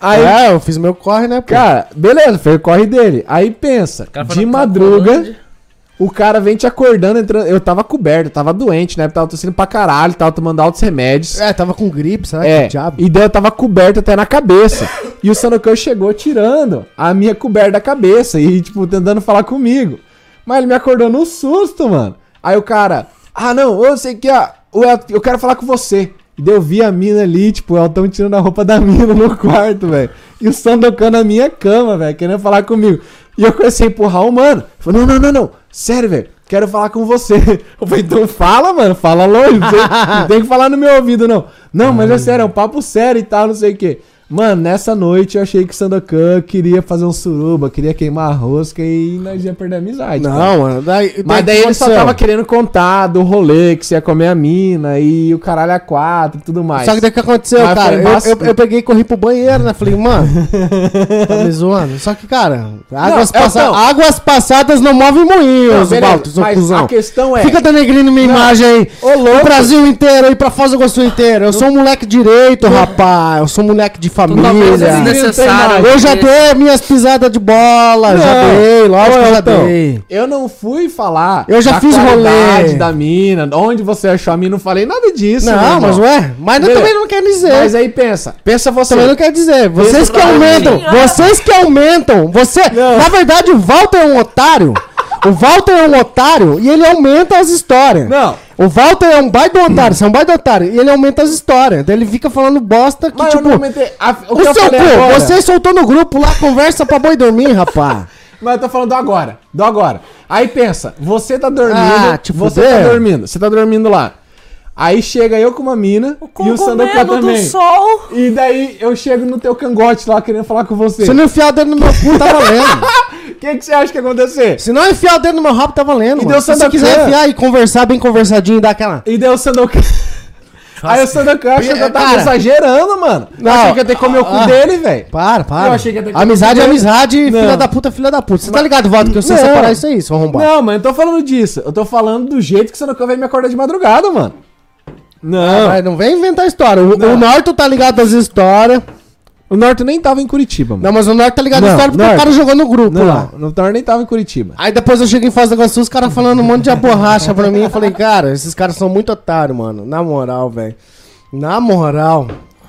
B: aí,
A: É, eu fiz meu corre, né? pô?
B: cara, beleza, foi o corre dele. Aí pensa,
C: O cara foi
B: de
C: na
B: madruga...
C: Cracolândia.
B: O cara vem te acordando, entrando. Eu tava coberto, eu tava doente, né? Tava tossindo pra caralho, tava tomando altos remédios. É,
A: É, tava com gripe, sabe? Que diabo.
B: e daí eu tava coberto até na cabeça. e o Sanokan chegou tirando a minha coberta da cabeça e, tipo, tentando falar comigo. Mas ele me acordou no susto, mano. Aí o cara, ah, não, eu sei que, ó, eu, eu quero falar com você. E daí eu vi a mina ali, tipo, ela tão tirando a roupa da (laughs) mina no quarto, velho. E o Sandokan na minha cama, velho, querendo falar comigo. E eu comecei a empurrar o mano. Falei, não, não, não, não. Sério, velho. Quero falar com você. (laughs) Eu falei, então fala, mano. Fala longe. Não tem,
A: (laughs)
B: não tem que falar no meu ouvido, não. Não, mas é sério, é um papo sério e tal, não sei o quê. Mano, nessa noite eu achei que o Sandokan queria fazer um suruba, queria queimar a rosca e nós ia perder a amizade. cara.
A: Não, mano. Daí,
B: Mas daí ele só
A: aconteceu.
B: tava querendo contar do rolê que você ia comer a mina e o caralho a quatro e tudo mais.
A: Só que daí o que aconteceu,
B: Mas
A: cara?
B: foi
A: Eu,
B: massa.
A: eu, eu peguei e corri pro banheiro, né? Falei,
B: (laughs)
A: mano, tá me zoando. Só que, cara, águas,
B: Não,
A: passa-
B: Elton.
A: águas passadas não movem
B: Não,
A: moinhos,
B: beleza,
A: Baltos, ô
B: mas
A: cuzão.
B: a questão é-
A: Fica denegrindo minha imagem aí.
B: Ô, louco.
A: O Brasil inteiro aí, pra Foz do Iguaçu inteiro. Eu sou um moleque direito, rapaz. Eu sou um moleque de
C: Totalmente
A: família.
C: desnecessário.
A: Eu já dei minhas pisadas de bola, já
B: Não.
A: dei, lógico que eu já
B: Elton,
A: dei.
B: Eu não fui falar.
A: Eu já
B: da
A: fiz
B: qualidade
A: rolê.
B: da mina, onde você achou a mina, não falei nada disso. meu
A: Não,
B: irmão.
A: mas é ué, mas eu
B: Beleza.
A: também não quero dizer.
B: Mas é aí pensa, pensa você.
A: Também não quer dizer. Vocês que
B: pra mim.
A: aumentam. Vocês que aumentam. Você.
B: Não.
A: Na verdade, o Walter é um otário. O Walter é um otário e ele aumenta as histórias.
B: Não.
A: O Walter é um baita otário, você é um baita otário. E ele aumenta as histórias. Daí ele fica falando bosta que,
B: Mas eu
A: tipo.
B: não comentei. A- o
A: o
B: que eu
A: seu cu,
B: falei agora-
A: você soltou no grupo lá, conversa pra boi dormir, rapá.
B: Mas eu tô falando do agora, do agora. Aí pensa, você tá dormindo,
A: Ah, te
B: você
A: fuder.
B: tá dormindo, você tá dormindo lá. Aí chega eu com uma mina e o Sandokan também.
C: sol.
B: E daí eu chego no teu cangote lá querendo falar com você.
A: Se
B: O
A: não enfiar o dedo no meu cu, tá valendo.
B: que, que você acha que ia acontecer?
A: Se não enfiar o dedo no meu rabo, tá valendo.
B: E
A: mano.
B: deu
A: Se você
B: Sandokan.
A: quiser enfiar e conversar bem conversadinho e dar aquela.
B: E daí o Sandokan. Aí o Sandokan achou que eu tava
A: Cara.
B: tá exagerando, mano.
A: Não.
B: Eu achei que ia ter que comer o cu
A: Ah.
B: dele, velho.
A: Para, para.
B: Eu achei que ia ter que-
A: amizade é amizade,
B: Não.
A: filha da puta, filha da puta. Você tá ligado, Walter, que eu sei
B: Não.
A: separar isso aí, seu arrombado.
B: Não, mano, eu tô falando disso. Eu tô falando do jeito que o Sandokan veio me acordar de madrugada, mano. Não.
A: Mas não vem inventar história. O,
B: Não.
A: o Norton tá ligado às histórias.
B: o Norton nem tava em Curitiba, mano.
A: Não, mas o Norton tá ligado às
B: Não,
A: histórias porque o
B: Norton.
A: cara jogou no grupo lá.
B: não, o Norton nem tava em Curitiba.
A: Aí depois eu chego em Foz do Iguaçu, os caras falando um monte de borracha pra mim. Eu falei, cara, esses caras são muito otários, mano. Na moral, velho. Na moral.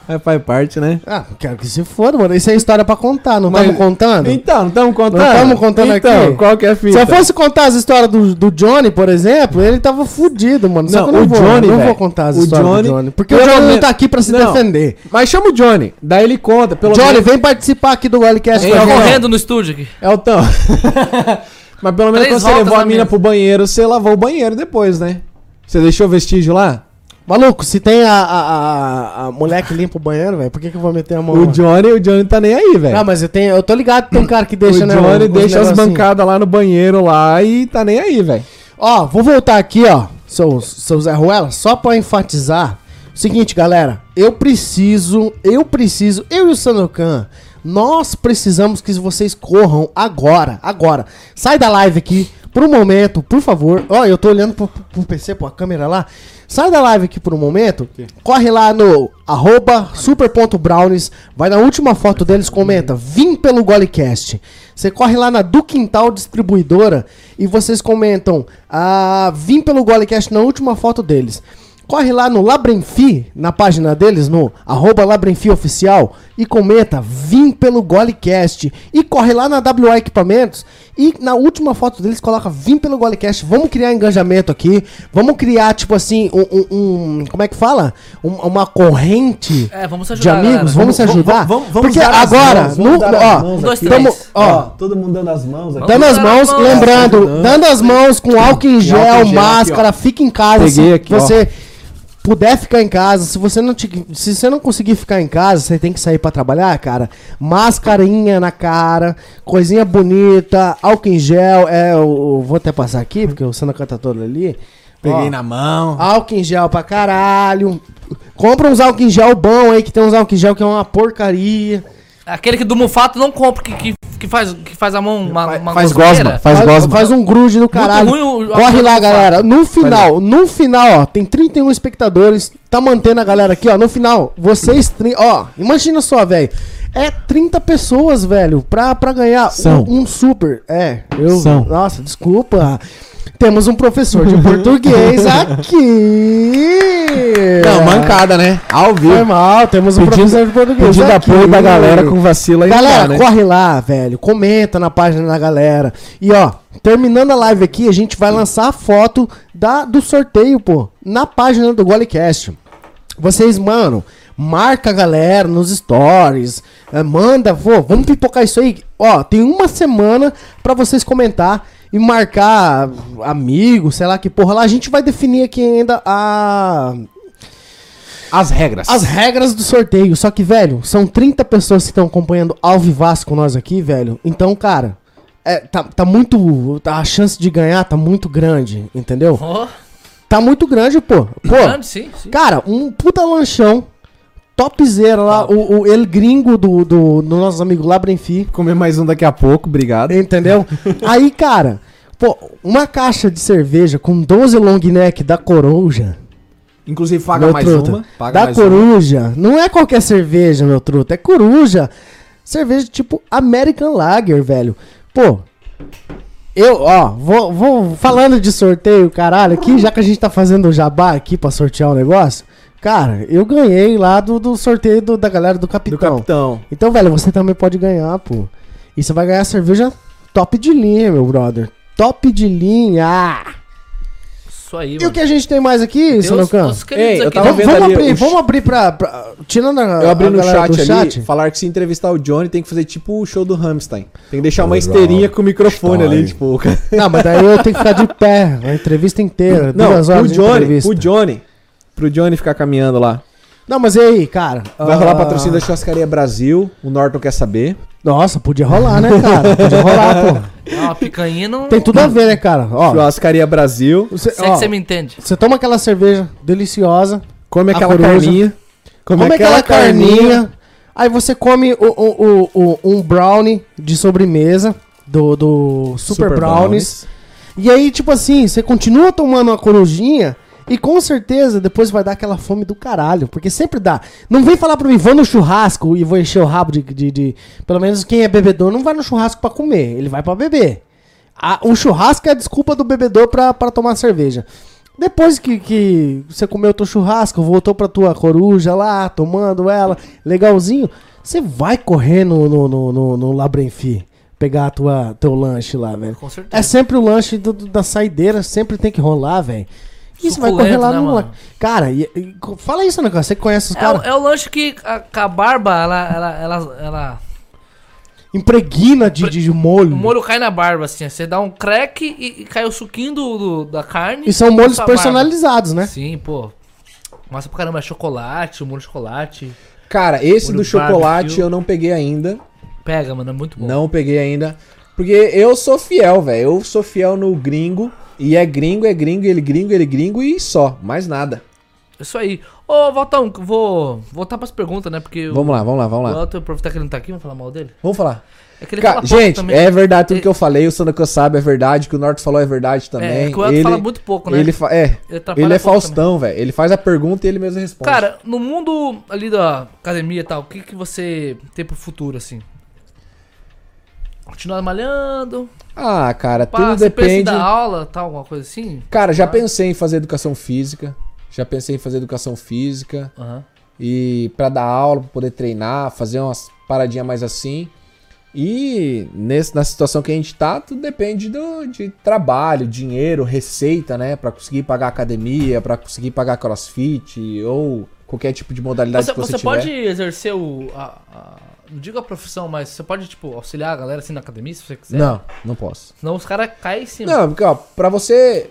B: É, faz parte, né?
A: Ah, quero que se foda, mano. Isso é história pra contar, não
B: Mas-
A: estamos contando?
B: Então, não estamos contando?
A: Não estamos contando
B: então,
A: aqui?
B: qual que é a fita?
A: Se eu fosse contar as histórias do, do Johnny, por exemplo, ele tava fudido, mano. Só
B: Não,
A: que eu não
B: o
A: vou,
B: Johnny,
A: não vou
B: velho,
A: contar as
B: o
A: histórias
B: Johnny-
A: do Johnny. Porque o
B: pelo
A: Johnny não
B: menos-
A: tá aqui pra se
B: Não.
A: defender.
B: Mas chama o Johnny, daí ele conta, pelo
A: Johnny,
B: menos...
A: vem participar aqui do Wildcast
B: Ei,
A: com a
B: eu
A: gente.
B: vou-
C: Correndo no estúdio aqui.
B: É o tão. (laughs) Mas pelo menos
C: Três
B: quando você
C: voltas
B: levou a
C: na
B: mina
C: mesa.
B: pro banheiro, você lavou o banheiro depois, né? Você deixou o vestígio lá?
A: Maluco, se tem a, a, a, a mulher que limpa o banheiro, velho, por que, que eu vou meter a mão?
B: O
A: lá?
B: Johnny, o Johnny tá nem aí, velho.
A: Não, mas eu, tenho, eu tô ligado que tem um cara que
B: O
A: deixa, né?
B: Johnny
A: os
B: deixa as
A: negocinho.
B: bancadas lá no banheiro lá e tá nem aí, velho.
A: Ó, vou voltar aqui, ó, seu, seu Zé Ruela, só pra enfatizar. Seguinte, galera, eu preciso, eu preciso, eu e o Sanocan, nós precisamos que vocês corram agora, agora. Sai da live aqui, por um momento, por favor. Ó, eu tô olhando pro, pro- pro PC, pô, a câmera lá. Sai da live aqui por um momento, corre lá no arroba super.brownies, vai na última foto deles, comenta, vim pelo Golecast. Você corre lá na do Quintal Distribuidora e vocês comentam, ah, vim pelo Golecast na última foto deles. Corre lá no Labrenfi, na página deles, no arroba Labrenfi Oficial, e comenta, vim pelo Golecast. E corre lá na WA Equipamentos E na última foto deles coloca, vim pelo Golecast, vamos criar engajamento aqui, vamos criar, tipo assim, um, um- um- como é que fala? Um- uma corrente
C: É, vamos se
A: de
C: ajudar.
A: amigos,
C: galera.
A: vamos se ajudar?
H: vamos- vamos
A: Porque
H: dar as
A: agora,
H: mãos, vamos
A: no-
H: dar as
A: ó,
H: mãos
C: Um, dois,
H: aqui.
C: três.
A: tamo, ó,
H: Ó, todo mundo dando as mãos aqui.
A: Dando as
C: Vamos
A: mãos,
C: dar as mãos.
A: lembrando, dando as mãos com álcool em gel,
H: álcool em gel
A: máscara, fica em casa.
H: Peguei
A: se
H: aqui, ó.
A: você puder ficar em casa, se você não te- se você não conseguir ficar em casa, você tem que sair pra trabalhar, cara. Mascarinha na cara, coisinha bonita, álcool em gel, é, eu, eu vou até passar aqui porque o Sandra canta toda ali. Ó,
B: Peguei na mão.
A: Álcool em gel pra caralho. Compra uns álcool em gel bom aí, que tem uns álcool em gel que é uma porcaria.
C: Aquele que do Mufato não compra, que, que, que faz, que faz a mão uma, uma
H: Faz
C: gostoseira.
H: gosma, faz gosma.
A: Faz um grude do caralho.
C: ruim o- a
A: Corre
C: coisa
A: lá,
C: do
A: galera. No final, no final, ó, tem 31 espectadores. Tá mantendo a galera aqui, ó. No final, vocês. tri- Ó, imagina só, velho. É 30 pessoas, velho, pra, pra ganhar
H: São.
A: Um, um super. É, eu.
H: São.
A: Nossa, desculpa. Temos um professor de
H: (laughs)
A: português aqui.
B: Não, mancada, né? Ao
A: Foi
B: vivo.
A: mal, temos um
H: Pedindo-
A: professor de português
H: Pedindo
A: aqui.
H: apoio da galera com vacila aí.
A: Galera,
H: não dá, né?
A: corre lá, velho. Comenta na página da galera. E ó, terminando a live aqui, a gente vai lançar a foto da, do sorteio, pô, na página do Golecast. Vocês, mano, marca a galera nos stories, eh, manda, pô, vamos pipocar isso aí. Ó, tem uma semana pra vocês comentar e marcar amigos, sei lá que porra lá. A gente vai definir aqui ainda a
B: As regras.
A: as regras do sorteio. Só que, velho, são 30 pessoas que estão acompanhando ao vivasso com nós aqui, velho. Então, cara, é, tá, tá muito. tá- a chance de ganhar tá muito grande, entendeu?
C: Ó,
A: Tá muito grande, pô.
C: grande,
A: Pô,
C: sim, sim.
A: cara, um puta lanchão. Topzera lá, o, o El Gringo do, do, do nosso amigo Labrenfi.
H: comer mais um daqui a pouco, obrigado.
A: Entendeu? Aí, cara, pô, uma caixa de cerveja com 12 long neck da Coruja.
B: Inclusive, paga
A: Meu
B: mais
A: truta,
B: uma. Paga
A: da
B: mais
A: coruja. Não é qualquer cerveja, meu truta. É coruja. Cerveja tipo American Lager, velho. Pô. Eu, ó, vou, vou falando de sorteio, caralho, aqui, já que a gente tá fazendo o jabá aqui pra sortear o negócio, cara, eu ganhei lá do, do sorteio do- da galera do
H: Do
A: Capitão.
H: capitão.
A: Então, velho, você também pode ganhar, pô. E você vai ganhar cerveja top de linha, meu brother. Top de linha!
C: Isso aí,
A: E o
C: mano.
A: que é a gente tem mais aqui,
C: Tem os-
A: Sanocan?
C: os queridos
B: Ei, eu
C: aqui,
B: tava
C: né?
A: Vamos,
B: vendo
A: vamos
B: ali
A: abrir,
B: o
A: vamos
B: ch-
A: abrir pra. pra- tirando a,
B: Eu abri
A: a
B: no
A: galera
B: chat
A: do
B: ali, falar que se entrevistar o Johnny tem que fazer tipo o show do Rammstein. Tem que deixar uma esteirinha com o microfone ali, tipo, o cara.
A: Não, mas daí eu tenho que ficar de pé a entrevista inteira.
H: Não,
A: duas horas
H: pro
A: de
H: Johnny,
A: entrevista.
H: pro Johnny. Pro Johnny ficar caminhando lá.
A: Não, mas e aí, cara?
H: Vai
A: Ah,
H: rolar patrocínio da Churrascaria Brasil. O Norton quer saber.
A: Nossa, podia rolar, né, cara? Podia rolar, pô.
C: Ah, uma picanha não...
A: Tem tudo a ver, né, cara? Ó,
H: Churrascaria Brasil.
A: você,
C: Se é
A: ó,
C: que você me entende.
A: você toma aquela cerveja deliciosa,
H: Come
A: A
H: aquela
A: coruja.
H: carninha.
B: é
A: come, aquela carninha, aí você come o, o- o- o- um brownie de sobremesa do, do Super, brownies. E aí, tipo assim, você continua tomando uma corujinha e com certeza depois vai dar aquela fome do caralho, porque sempre dá. Não vem falar pra mim, vou no churrasco e vou encher o rabo de. de- de- Pelo menos quem é bebedor não vai no churrasco pra comer, ele vai pra beber. A- o churrasco é a desculpa do bebedor pra, pra tomar cerveja. Depois que, que você comeu teu churrasco, voltou pra tua coruja lá, tomando ela, legalzinho, você vai correr no, no, no, no, no Labrenfi pegar a tua, teu lanche lá, velho.
C: Com certeza.
A: É sempre o lanche do- do- da saideira, sempre tem que rolar, velho. Isso vai correr lá
C: Suculento, né,
A: no.
C: mano?
A: Cara, e- e co- fala isso, Negócio. Você conhece os
C: É, o-
A: caras?
C: é o lanche que a, a barba, ela, ela, ela, ela-
A: Impregna de, de de molho.
C: O molho cai na barba, assim. ó. Você dá um crack e, e cai o suquinho do, do- da carne.
A: E são molhos
C: Sua barba.
A: personalizados, né?
C: Sim, pô. Massa pra caramba, é chocolate, o molho de chocolate.
B: Cara, esse
C: Olho
B: do chocolate
C: barbecue.
B: eu não peguei ainda.
C: Pega, mano, é muito bom.
B: Não peguei ainda. Porque eu sou fiel, velho. Eu sou fiel no gringo. E é gringo, é gringo, ele gringo, ele gringo e só. Mais nada.
C: É Isso aí. Ô, Valtão, vou voltar pras perguntas, né? Porque o-
B: Vamos lá, vamos lá,
C: o
B: vamos lá.
C: Elton, aproveitar que ele não tá aqui, vamos falar mal dele?
B: Vamos falar.
C: É que ele
B: Cara,
C: fala pouco
B: gente,
C: também.
B: é verdade tudo que eu falei. O Sandokan sabe é verdade. O que o Norte falou é verdade também.
C: É, que o Elton
B: ele,
C: fala muito pouco, né?
B: Ele fa- é,
C: atrapalha
B: ele é
C: pouco
B: Faustão, velho. Ele faz a pergunta e ele mesmo responde.
C: também. Cara, no mundo ali da academia e tal, o que, que você tem pro futuro, assim? Continuar malhando,
B: ah, cara,
C: pá,
B: tudo
C: você pensa em
B: depende.
C: dar aula, tal, alguma coisa assim?
B: Cara, já pensei em fazer educação física. Já pensei em fazer educação física.
C: Aham.
B: E pra dar aula, pra poder treinar, fazer umas paradinhas mais assim. E nesse, na situação que a gente tá, tudo depende do, de trabalho, dinheiro, receita, né? Pra conseguir pagar academia, pra conseguir pagar crossfit ou qualquer tipo de modalidade
C: Você,
B: que você,
C: você
B: tiver.
C: pode exercer o. a- a- não digo a profissão, mas você pode, tipo, auxiliar a galera assim na academia, se você quiser.
B: Não, não posso.
C: Senão os caras caem em cima.
B: Não, porque ó, pra você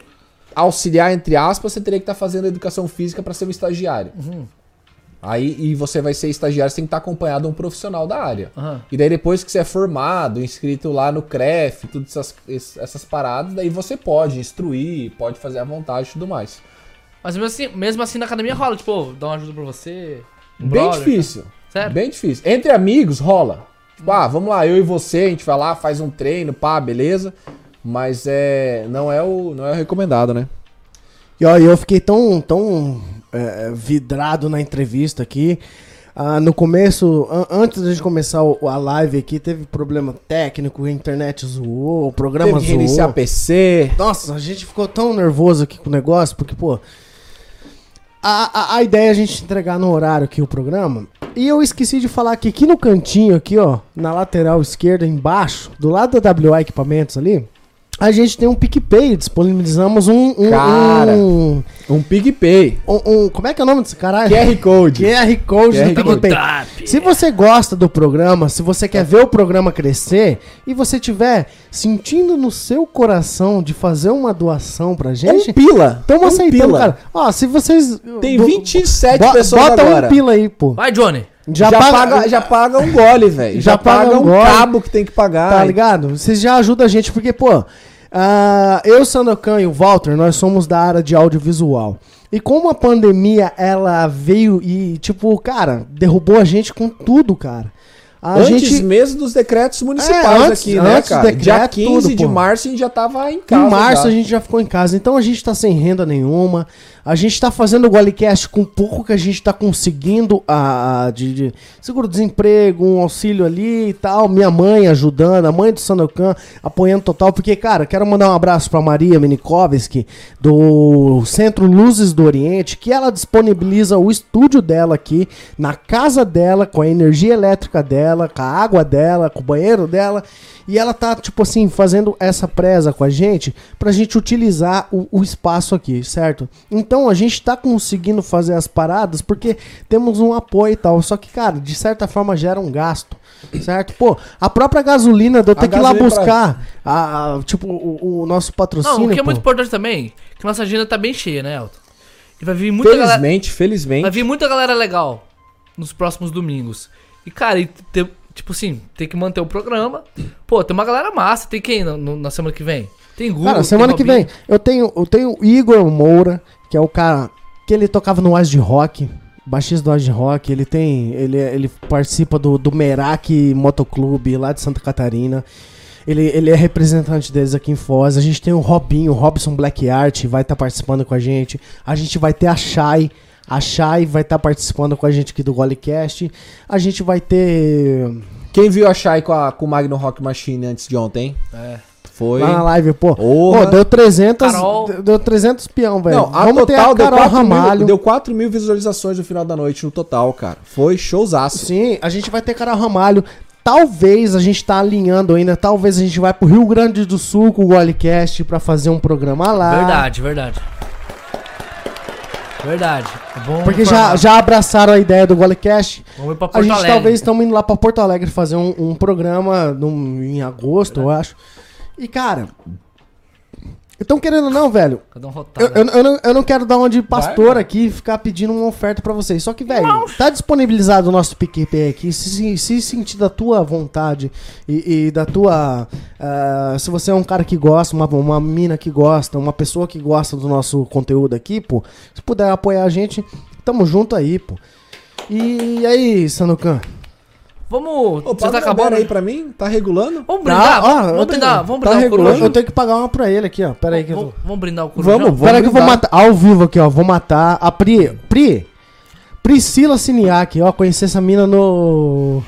B: auxiliar, entre aspas, você teria que estar fazendo educação física pra ser um estagiário.
C: Uhum.
B: Aí, e você vai ser estagiário, você tem que estar acompanhado de um profissional da área.
C: Aham.
B: E daí depois que você é formado, inscrito lá no CREF, todas essas, es- essas paradas, daí você pode instruir, pode fazer à vontade e tudo mais.
C: Mas mesmo assim, mesmo assim na academia rola, tipo, ô, dá uma ajuda pra você. um
B: Bem
C: brother,
B: difícil.
C: Sério?
B: Bem difícil. Entre amigos rola. Tipo, ah, vamos lá, eu e você, a gente vai lá, faz um treino, pá, beleza. Mas é, não é o, não é o recomendado, né?
A: E ó, eu fiquei tão, tão é, vidrado na entrevista aqui. Ah, no começo, an- antes da gente começar o- a live aqui, teve problema técnico, a internet zoou, o programa
B: Teve que reiniciar
A: zoou.
B: PC.
A: Nossa, a gente ficou tão nervoso aqui com o negócio, porque, pô. A, a, a ideia é a gente entregar no horário aqui o programa. E eu esqueci de falar que aqui no cantinho, aqui, ó, na lateral esquerda, embaixo, do lado da WA Equipamentos ali, a gente tem um PicPay, disponibilizamos um. um-
B: Cara.
A: um-
B: Um PicPay.
A: um- um- como é que é o nome desse caralho?
B: QR Code.
A: QR Code
B: QR
A: do
B: Code.
A: PicPay. Se você gosta do programa, se você quer ver o programa crescer e você tiver sentindo no seu coração de fazer uma doação pra
B: É
A: gente,
B: um pila.
A: então
B: um
A: você aceitando,
B: pila.
A: cara. Ó, se vocês.
B: Tem
A: bo-
B: 27
A: bo-
B: pessoas
A: Bota
B: agora.
A: um pila aí, pô.
C: Vai, Johnny!
B: Já, paga, já paga um gole, velho.
A: Já
B: Já,
A: paga
B: paga,
A: um
B: um
A: gole.
B: cabo que tem que pagar.
A: Tá ligado? Vocês já ajudam a gente, porque, pô, ah, eu, Sandokan e o Walter, nós somos da área de audiovisual. E como a pandemia, ela veio e, tipo, cara, derrubou a gente com tudo, cara. A
B: antes
A: gente.
B: mesmo dos decretos municipais
A: É, antes-
B: aqui, né,
A: antes do
B: cara?
A: decreto,
B: Dia 15
A: tudo,
B: de
A: pô.
B: março a gente já tava em casa.
A: Em março
B: já.
A: a gente já ficou em casa, então a gente tá sem renda nenhuma. A gente tá fazendo o Golecast com o pouco que a gente tá conseguindo a, a- de, de seguro-desemprego, um auxílio ali e tal. Minha mãe ajudando, a mãe do Sanocan apoiando total. Porque, cara, quero mandar um abraço pra Maria Minikovski, do Centro Luzes do Oriente, que ela disponibiliza o estúdio dela aqui, na casa dela, com a energia elétrica dela, com a água dela, com o banheiro dela. E ela tá, tipo assim, fazendo essa presa com a gente pra gente utilizar o, o espaço aqui, certo? Então a gente tá conseguindo fazer as paradas porque temos um apoio e tal. Só que, cara, de certa forma gera um gasto, certo? Pô, a própria gasolina, de eu ter que ir lá
B: gasolina pra-
A: buscar, a, a- tipo, o, o nosso patrocínio.
C: Não, o que é
A: pô.
C: muito importante também, que nossa agenda tá bem cheia, né, Elton? E vai vir muita galera.
B: Felizmente, felizmente.
C: Vai vir muita galera legal nos próximos domingos. E, cara, e te- tipo assim, tem que manter o programa. Pô, tem uma galera massa. Tem quem na, no- na semana que vem? Tem Google.
A: Cara,
C: tem
A: semana que vem
C: Robinho.
A: eu tenho, eu tenho o Igor Moura, que é o cara que ele tocava no As de Rock, baixista do As de Rock, ele tem, ele, ele participa do, do Merak Motoclube lá de Santa Catarina. Ele, ele é representante deles aqui em Foz. A gente tem o Robinho, o Robson Black Art, vai estar participando com a gente. A gente vai ter a Shai. A Shai vai estar participando com a gente aqui do Golecast. A gente vai ter.
B: Quem viu a Shai com, a, com o Magno Rock Machine antes de ontem?
C: É.
B: Foi.
A: Lá na live, pô.
B: Porra.
A: Pô, deu 300.
C: Carol.
A: Deu 300 peão, velho.
B: Não, a
A: Vamos ter
B: total
A: a Carol
B: deu, 4
A: Ramalho.
B: mil, deu 4 mil visualizações no final da noite, no total, cara. Foi showzaço.
A: Sim, a gente vai ter Carol Ramalho. Talvez a gente tá alinhando ainda, talvez a gente vai pro Rio Grande do Sul com o Golecast pra fazer um programa lá.
C: Verdade, verdade. Verdade. É bom
A: Porque já,
C: informar.
A: já abraçaram a ideia do Golecast.
C: Vamos ir pra
A: A
C: Porto
A: gente
C: Alegre.
A: talvez estamos indo lá pra Porto Alegre fazer um, um programa num- em agosto, eu acho. E, cara. Então, querendo ou não, velho,
C: Cadê um
A: Eu,
C: rotado?
A: eu, eu não, eu não quero dar uma de pastor aqui e ficar pedindo uma oferta pra vocês. Só que, velho, tá disponibilizado o nosso PicPay aqui. Se, se, se sentir da tua vontade e, e da tua. ah, se você é um cara que gosta, uma, uma mina que gosta, uma pessoa que gosta do nosso conteúdo aqui, pô, se puder apoiar a gente, tamo junto aí, pô. E aí, Sanucan?
C: Vamos.
B: Ô,
C: você
B: paga
C: tá
B: tá
C: acabando
B: aí pra mim? Tá regulando?
C: Vamos
A: Tá,
C: brindar?
A: ó, eu
C: vamos
A: tenho-
C: brindar, vamos
B: tá
C: brindar o
B: regulando.
A: Eu
C: corujão.
A: tenho que pagar uma pra ele aqui, ó. Pera aí que eu tô.
C: Vamos, vamos brindar o corujão?
B: Vamos, vamos.
A: Pera aí que eu vou
B: brindar.
A: matar. Ao vivo aqui, ó. Vou matar a Pri. Pri. Priscila Siniak, ó. Conheci essa mina no.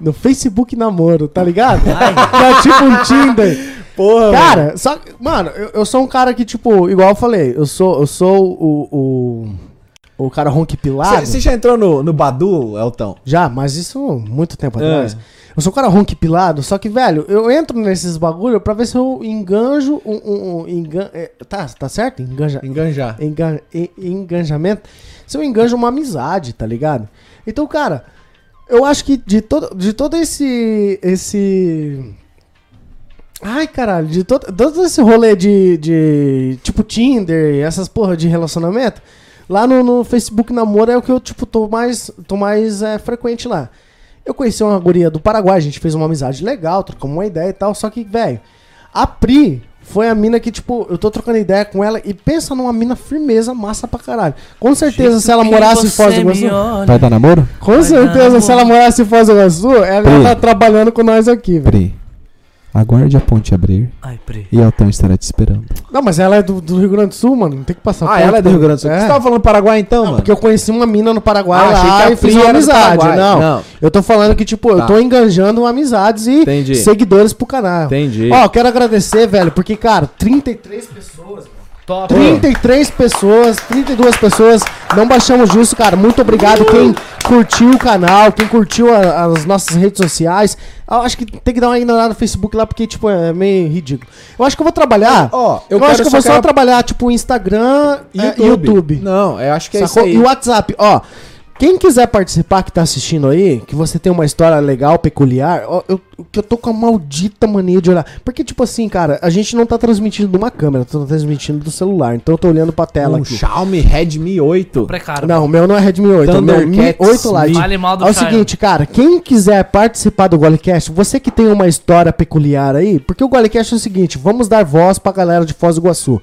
A: No Facebook Namoro, tá ligado? Tá tipo um
B: (laughs)
A: Tinder.
B: Porra,
A: Cara, só. que- Mano, eu, eu sou um cara que, tipo, igual eu falei, eu sou, eu sou o, o- O cara ronquipilado.
H: Você já entrou no, no Badu, Elton?
A: Já, mas isso muito tempo
H: É.
A: atrás. Eu sou um cara ronquipilado, só que, velho, eu entro nesses bagulho pra ver se eu enganjo um. um, um engan... é, tá, tá certo? Enganja.
B: Enganjar.
A: engan- en- enganjamento, se eu enganjo uma amizade, tá ligado? Então, cara, eu acho que de todo, de todo esse. esse. Ai, caralho, de todo, todo esse rolê de, de. Tipo Tinder e essas porra de relacionamento, lá no, no Facebook Namoro é o que eu, tipo, tô mais. tô mais é, frequente lá. Eu conheci uma guria do Paraguai, a gente fez uma amizade legal, trocamos uma ideia e tal, só que, velho, a Pri foi a mina que, tipo, eu tô trocando ideia com ela e pensa numa mina firmeza, massa pra caralho. Com certeza, se ela assim morasse em Foz do Iguaçu.
H: Vai dar namoro?
A: Com certeza, se ela morasse em Foz do Iguaçu, ela ia
H: Pri.
A: tá trabalhando com nós aqui, velho.
H: Pri, aguarde a ponte abrir
C: Ai, pre.
H: e Elton estará te esperando.
A: Não, mas ela é do, do Rio Grande do Sul, mano. Não tem que passar
H: Ah,
A: perto.
H: ela é do Rio Grande do Sul.
A: É.
H: Você tava falando do Paraguai então, mano?
A: Porque eu conheci uma mina no Paraguai
H: Ah, achei
A: lá
H: que a
A: e fiz
H: Pri
A: uma
H: era do
A: amizade.
H: Paraguai.
A: Não.
H: Não.
A: Eu tô falando que, tipo, eu
H: Tá.
A: tô enganjando amizades e
H: Entendi.
A: seguidores pro canal.
H: Entendi.
A: Ó, quero agradecer, velho, porque, cara, 33 pessoas, velho.
C: Top.
A: 33 pessoas, 32 pessoas. Não baixamos justo, cara. Muito obrigado quem curtiu o canal, quem curtiu a- as nossas redes sociais. Eu acho que tem que dar uma ignorada no Facebook lá, porque, tipo, é meio ridículo. Eu acho que eu vou trabalhar.
H: Ó, eu
A: eu
H: quero
A: acho que eu vou
H: só
A: só
H: quero-
A: trabalhar, tipo, Instagram e YouTube.
H: Não, eu acho que é
A: Sacou? E
H: isso
A: o
H: aí.
A: WhatsApp, ó. Quem quiser participar que tá assistindo aí, que você tem uma história legal, peculiar, ó, eu, que eu tô com a maldita mania de olhar. Porque, tipo assim, cara, a gente não tá transmitindo de uma câmera, tô transmitindo do celular. Então eu tô olhando pra tela
H: um
A: aqui.
H: Xiaomi Redmi 8.
C: Precário.
A: Não, o meu não é Redmi 8, é o meu Mi
H: Thundercats
A: 8 Lite.
C: Fale mal do
A: É o
C: Caio.
A: seguinte, cara, quem quiser participar do Golecast, você que tem uma história peculiar aí, porque o Golecast é o seguinte, vamos dar voz pra galera de Foz do Iguaçu.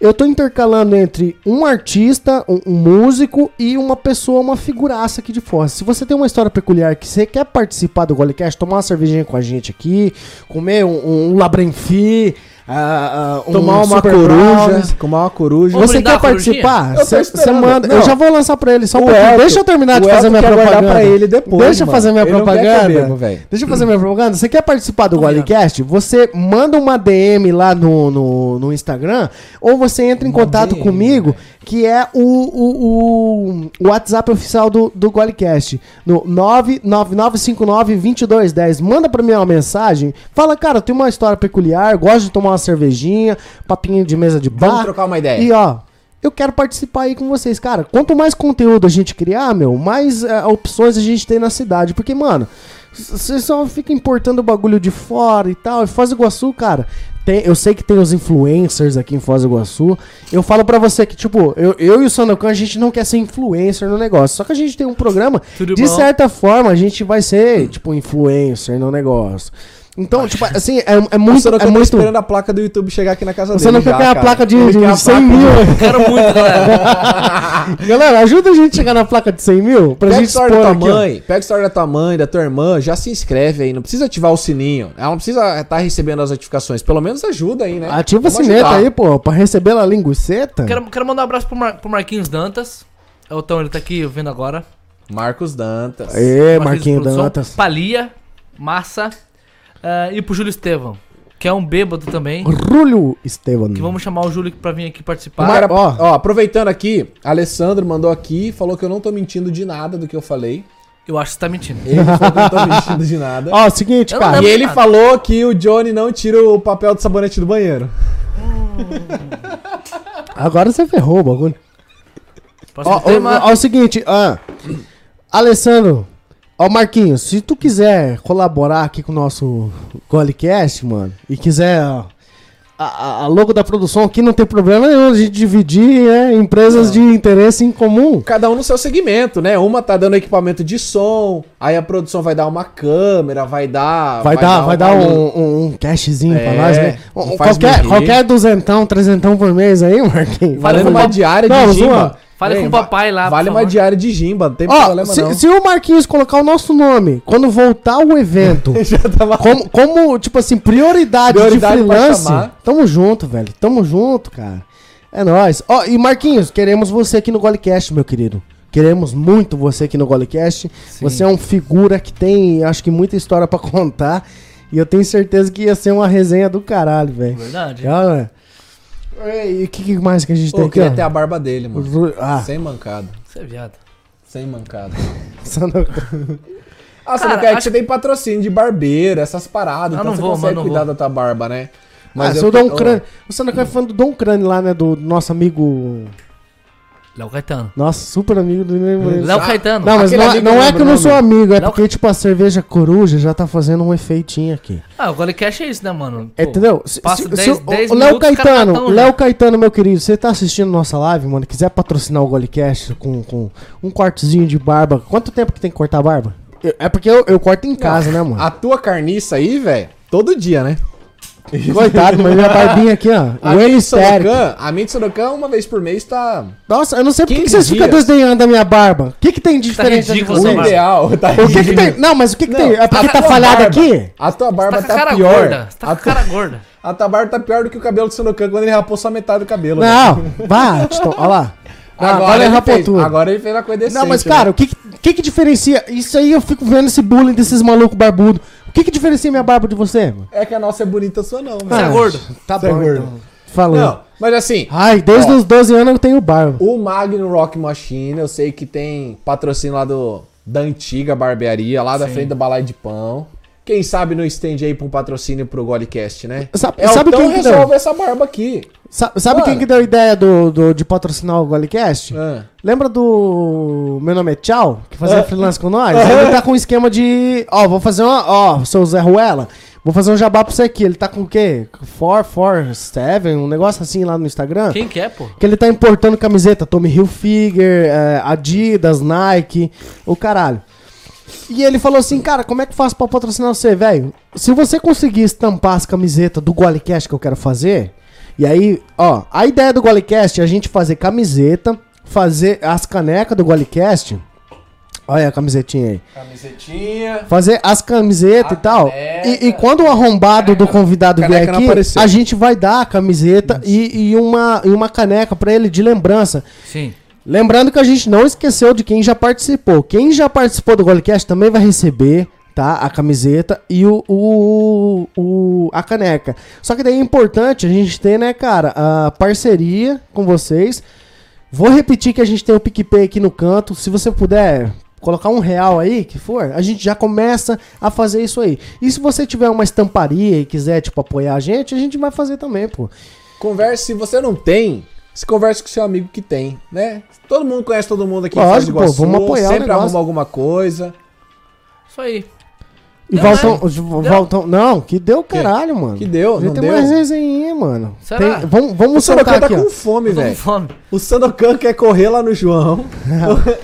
A: Eu tô intercalando entre um artista, um, um músico e uma pessoa, uma figuraça aqui de Foz. Se você tem uma história peculiar que você quer participar do Golecast, tomar uma cervejinha com a gente aqui, comer um, um labrenfi, ah, ah, um
H: Tomar uma
A: Super Brownies,
H: coruja. Tomar uma coruja.
C: Vamos
A: você
C: brindar
A: quer
C: a corujinha?
A: participar?
H: Eu tô
A: Você
H: esperando.
A: manda.
H: Não.
A: Eu já vou lançar pra ele só um
H: O
A: pouquinho.
H: Elton-
A: Deixa eu terminar de
H: o
A: fazer
H: Elton
A: minha
H: quer guardar
A: propaganda.
H: pra ele depois,
A: Deixa eu
H: mano.
A: fazer minha
H: Ele não quer
A: propaganda.
H: que eu beba, velho.
A: Deixa eu fazer minha propaganda. Você quer participar do Wilecast? Você manda uma DM lá no, no, no Instagram ou você entra em contato
H: DM,
A: comigo, que é o, o, o, o WhatsApp oficial do, do Golecast, no 999592210. Manda pra mim uma mensagem. Fala, cara, eu tenho uma história peculiar, gosto de tomar uma cervejinha, papinho de mesa de bar.
H: Vamos trocar uma
C: É.
H: ideia.
A: E ó, eu quero participar aí com vocês, cara. Quanto mais conteúdo a gente criar, meu, mais eh, opções a gente tem na cidade. Porque, mano, você só fica importando o bagulho de fora e tal. E Foz do Iguaçu, cara. tem- eu sei que tem os influencers aqui em Foz do Iguaçu. Eu falo pra você que, tipo, eu, eu e o Sanocan, a gente não quer ser influencer no negócio. Só que a gente tem um programa,
C: Tudo
A: de
C: bom?
A: certa forma, a gente vai ser, tipo, influencer no negócio. Então, tipo, assim, é, é muito.
H: Você não
A: É
H: tá
A: muito
H: esperando a placa do YouTube chegar aqui na casa
A: você
H: dele.
A: não quer
H: já,
A: ganhar a
H: cara.
A: placa de,
H: Ele
A: de
H: quer a
A: 100
H: placa
A: mil?
C: Quero muito, galera.
A: Galera, ajuda a gente a chegar na placa de 100 mil pra
H: Pega a
A: gente
H: história da
A: expor
H: tua
A: aqui. ó.
H: mãe, pega a história da tua mãe, da tua irmã, já se inscreve aí, não precisa ativar o sininho. Ela não precisa estar recebendo as notificações, pelo menos ajuda aí, né?
A: Ativa a
H: Vamos
A: sineta
H: ajudar.
A: aí, pô, pra receber a linguiceta.
C: Quero, quero mandar um abraço pro, Mar- pro Marquinhos Dantas. É o Tom, ele tá aqui vendo agora.
H: Marcos Dantas.
A: Aê,
C: Marquinhos
A: Marquinho
C: Produção,
A: Dantas.
C: Palia, Massa. ah, e pro Júlio Estevão, que é um bêbado também.
A: Rúlio Esteban.
C: Que vamos chamar o Júlio pra vir aqui participar.
H: Cara,
A: ó.
H: ó. aproveitando aqui, Alessandro mandou aqui, falou que eu não tô mentindo de nada do que eu falei.
C: Eu acho que você tá mentindo.
H: Ele falou que eu não tô mentindo de nada.
A: Ó, seguinte,
C: Eu não
A: cara.
H: E
C: lembro-
H: ele falou que o Johnny não tira o papel do sabonete do banheiro.
A: Agora você ferrou o bagulho.
C: Próximo
A: Ó, ó,
C: tema.
A: ó, o seguinte, ah, Alessandro, ó, Marquinhos, se tu quiser colaborar aqui com o nosso Golecast, mano, e quiser ó, a, a- a logo da produção aqui, não tem problema nenhum a gente dividir né, empresas de interesse em comum.
H: Cada um no seu segmento, né? Uma tá dando equipamento de som, aí a produção vai dar uma câmera, vai dar.
A: Vai, dar, vai dar
H: uma-
A: um, um, um cashzinho pra
H: É,
A: nós, né?
H: não
A: Um-
H: faz
A: Qualquer,
H: morrer.
A: qualquer duzentão, trezentão por mês aí, (laughs) Marquinhos.
H: Vale
C: Fala com
H: uma
C: o-
H: diária
A: Não,
H: de
A: zoa.
H: gimba.
C: Fala com o
H: va-
C: papai lá, por
H: Vale uma
C: favor.
H: diária de gimba, não tem
A: Ó,
H: problema não.
A: se, se o Marquinhos colocar o nosso nome, quando voltar o
H: (laughs)
A: evento,
H: Já tava...
A: como, como, tipo assim, prioridade,
H: Prioridade
A: de
H: pra
A: freelance,
H: chamar.
A: tamo junto, velho. Tamo junto, cara. É nóis. Ó, e Marquinhos, queremos você aqui no Golecast, meu querido. Queremos muito você aqui no Golecast. Você é um figura que tem, acho que, muita história pra (laughs) contar. E eu tenho certeza que ia ser uma resenha do caralho, velho.
C: Verdade.
A: Cara, e o que, que mais que a gente
H: Pô,
A: tem
H: eu
A: aqui?
H: queria ter
A: ó?
H: a barba dele,
A: (laughs)
H: mano.
A: Ru- Ah,
H: Sem mancada.
C: Você é viado.
B: Sem
C: (laughs)
B: mancada.
A: Só não-
B: Ah, você
C: Cara,
B: não quer que
C: acho-
B: você tem patrocínio de barbeiro, essas paradas.
C: Eu
B: então
C: não
B: você
C: vou,
B: consegue
C: mano, eu
B: cuidar da
C: vou.
B: tua barba, né?
A: ah, se
B: eu
A: o Dom
B: que-
A: Crânio. Você não quer falando do Dom Crânio lá, né? Do nosso amigo.
C: Léo Caetano.
A: Nosso super amigo do Ney Moreira.
H: ah,
C: Léo Caetano.
A: Não, mas
B: Aquele
A: não, é-
B: amigo
A: não
B: eu
A: é
B: lembro
A: que eu
B: o
A: não
B: nome.
A: sou amigo, é
C: Não.
A: porque, tipo, a cerveja coruja já tá fazendo um efeitinho aqui.
C: Ah, o Golecast é isso, né, mano? Pô,
A: Entendeu? Se,
C: passa
A: se-
C: 10,
A: se-
C: 10
A: o Léo
C: minutos, o cara
A: Caetano,
C: tá tão
A: Léo
C: já.
A: Caetano, meu querido, você tá assistindo nossa live, mano, quiser patrocinar o Golecast com, com um cortezinho de barba. Quanto tempo que tem que cortar a barba? Eu- é porque eu, eu corto em casa, né, mano?
B: A tua carniça aí, velho, todo dia, né?
A: Coitado, mas minha barbinha aqui, ó.
B: A
A: O
B: minha de
A: Elistério.
B: Sorocã, a minha de Sorocã, uma vez por mês, tá.
A: Nossa, eu não sei por que, que
B: 15
A: vocês ficam
B: dias.
A: desenhando a minha barba. O que, que tem de
C: Tá
A: diferente de
C: ridículo
B: O
C: essa
A: vocês?
C: barba.
B: ideal, (laughs) tá
A: O que, que tem? Não, mas o que, que tem? É porque tá falhado aqui?
B: A tua
C: Tá
B: barba
C: com a
B: tá,
C: cara
B: pior.
C: gorda. Você tá com
B: a,
C: a cara gorda.
B: a tua barba tá pior do que o cabelo do Sorocã quando ele rapou só metade do cabelo. né?
A: Não, vai, Titão, olha
B: (laughs)
A: lá. Não, Agora, é
B: ele fez,
A: rapotura.
B: agora ele fez uma coisa decente.
A: Não, mas
B: né?
A: cara, o que, que que diferencia? Isso aí eu fico vendo esse bullying desses malucos barbudo. O que que diferencia minha barba de você? mano?
B: É que a nossa é bonita, a sua não,
C: Você é
B: velho.
C: gordo.
A: Tá
B: Você é
A: bom,
B: gordo.
A: então. Falou.
B: Não, mas assim,
A: Ai, desde
B: Ó.
A: os 12 anos eu tenho barba.
B: O Magnum Rock Machine, eu sei que tem patrocínio lá do, da antiga barbearia, lá da frente da Balai de Pão. Quem sabe não estende aí pra um patrocínio pro Godcast, né?
A: Sabe-
B: é
A: sabe
B: o Tom
A: quem que deu?
B: resolve essa barba aqui.
A: Sa- sabe
B: Mano.
A: quem que deu a ideia do, do- de patrocinar o Golecast?
B: Ah.
A: Lembra do Meu Nome é Tchau, que fazia freelance com nós? Ele tá com um esquema de. Ó, vou fazer uma. Ó, seu Zé Ruela, vou fazer um jabá pra você aqui. Ele tá com o quê? 447, um negócio assim lá no Instagram.
C: Quem que é, pô?
A: Que ele tá importando camiseta Tommy Hilfiger, eh, Adidas, Nike, o caralho. E ele falou assim, cara, como é que eu faço pra patrocinar você, velho? Se você conseguir estampar as camisetas do Golecast que eu quero fazer, e aí, ó, a ideia do Golecast é a gente fazer camiseta, fazer as canecas do Golecast. Olha a camisetinha aí.
I: Camisetinha.
A: Fazer as camisetas e tal. E, e quando o arrombado do convidado vier
B: Caneca não
A: aqui,
B: apareceu.
A: a gente vai dar a camiseta e, e uma, e uma caneca pra ele de lembrança.
C: Sim.
A: Lembrando que a gente não esqueceu de quem já participou. Quem já participou do Golecast também vai receber, tá? A camiseta e o, o, o- a caneca. Só que daí é importante a gente ter, né, cara, a parceria com vocês. Vou repetir que a gente tem o PicPay aqui no canto. Se você puder colocar um real aí, que for, a gente já começa a fazer isso aí. E se você tiver uma estamparia e quiser, tipo, apoiar a gente, a gente vai fazer também, pô.
B: Converse, se você não tem, se converse com seu amigo que tem, né? Todo mundo conhece todo mundo aqui em
A: Lógico,
B: Foz
A: pô,
B: do Iguaçu,
A: vamos apoiar o
B: sempre
A: negócio.
B: arruma alguma coisa.
C: Isso aí.
A: E
C: Deu,
A: voltam,
C: né?
A: os- voltam. Não, que deu caralho, mano.
B: Que deu,
A: Já
B: não
A: tem
B: deu.
A: mais resenha, mano.
C: Será?
A: Tem- vamos
B: O
A: vamos soltar
B: Sorocã tá
A: aqui, ó.
B: com fome,
C: Eu tô com
B: velho.
C: um fome.
B: O Sanocan quer correr lá
A: (laughs)
B: no João.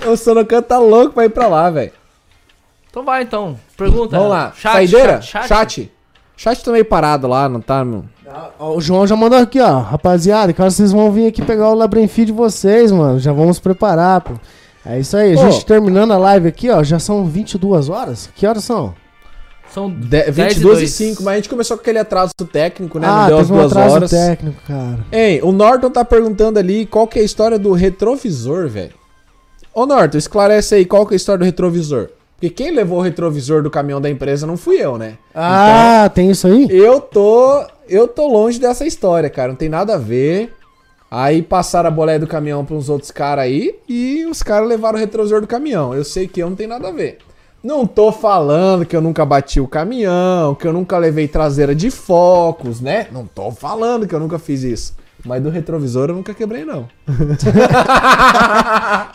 B: o Sanocan tá louco pra ir pra lá, velho.
C: Então vai, então. Pergunta.
B: Vamos lá.
C: Chat,
B: Saideira? Chat,
C: Chat. chat.
B: chat. tá meio parado lá, não tá, meu?
A: Ah, Ó, O João já mandou aqui, ó. Rapaziada, cara, vocês vão vir aqui pegar o Labrenfi de vocês, mano. Já vamos preparar, pô. É isso aí. A
B: Pô.
A: gente terminando a live aqui, ó. Já são 22 horas? Que horas são?
C: São
B: De
C: 10 e
B: 22 e
C: dois.
B: 5, mas a gente começou com aquele atraso técnico, né?
A: ah,
B: não deu as
A: teve um
B: duas
A: atraso
B: horas.
A: técnico, cara.
B: Hein, o Norton tá perguntando ali qual que é a história do retrovisor, velho. Ô, Norton, esclarece aí qual que é a história do retrovisor. Porque quem levou o retrovisor do caminhão da empresa não fui eu, né?
A: Ah, tem isso aí?
B: Eu tô. Eu tô longe dessa história, cara. Não tem nada a ver. Aí passaram a boleia do caminhão para uns outros caras aí e os caras levaram o retrovisor do caminhão. Eu sei que eu não tenho nada a ver. Não tô falando que eu nunca bati o caminhão, que eu nunca levei traseira de focos, né? Não tô falando que eu nunca fiz isso. Mas do retrovisor eu nunca quebrei, não.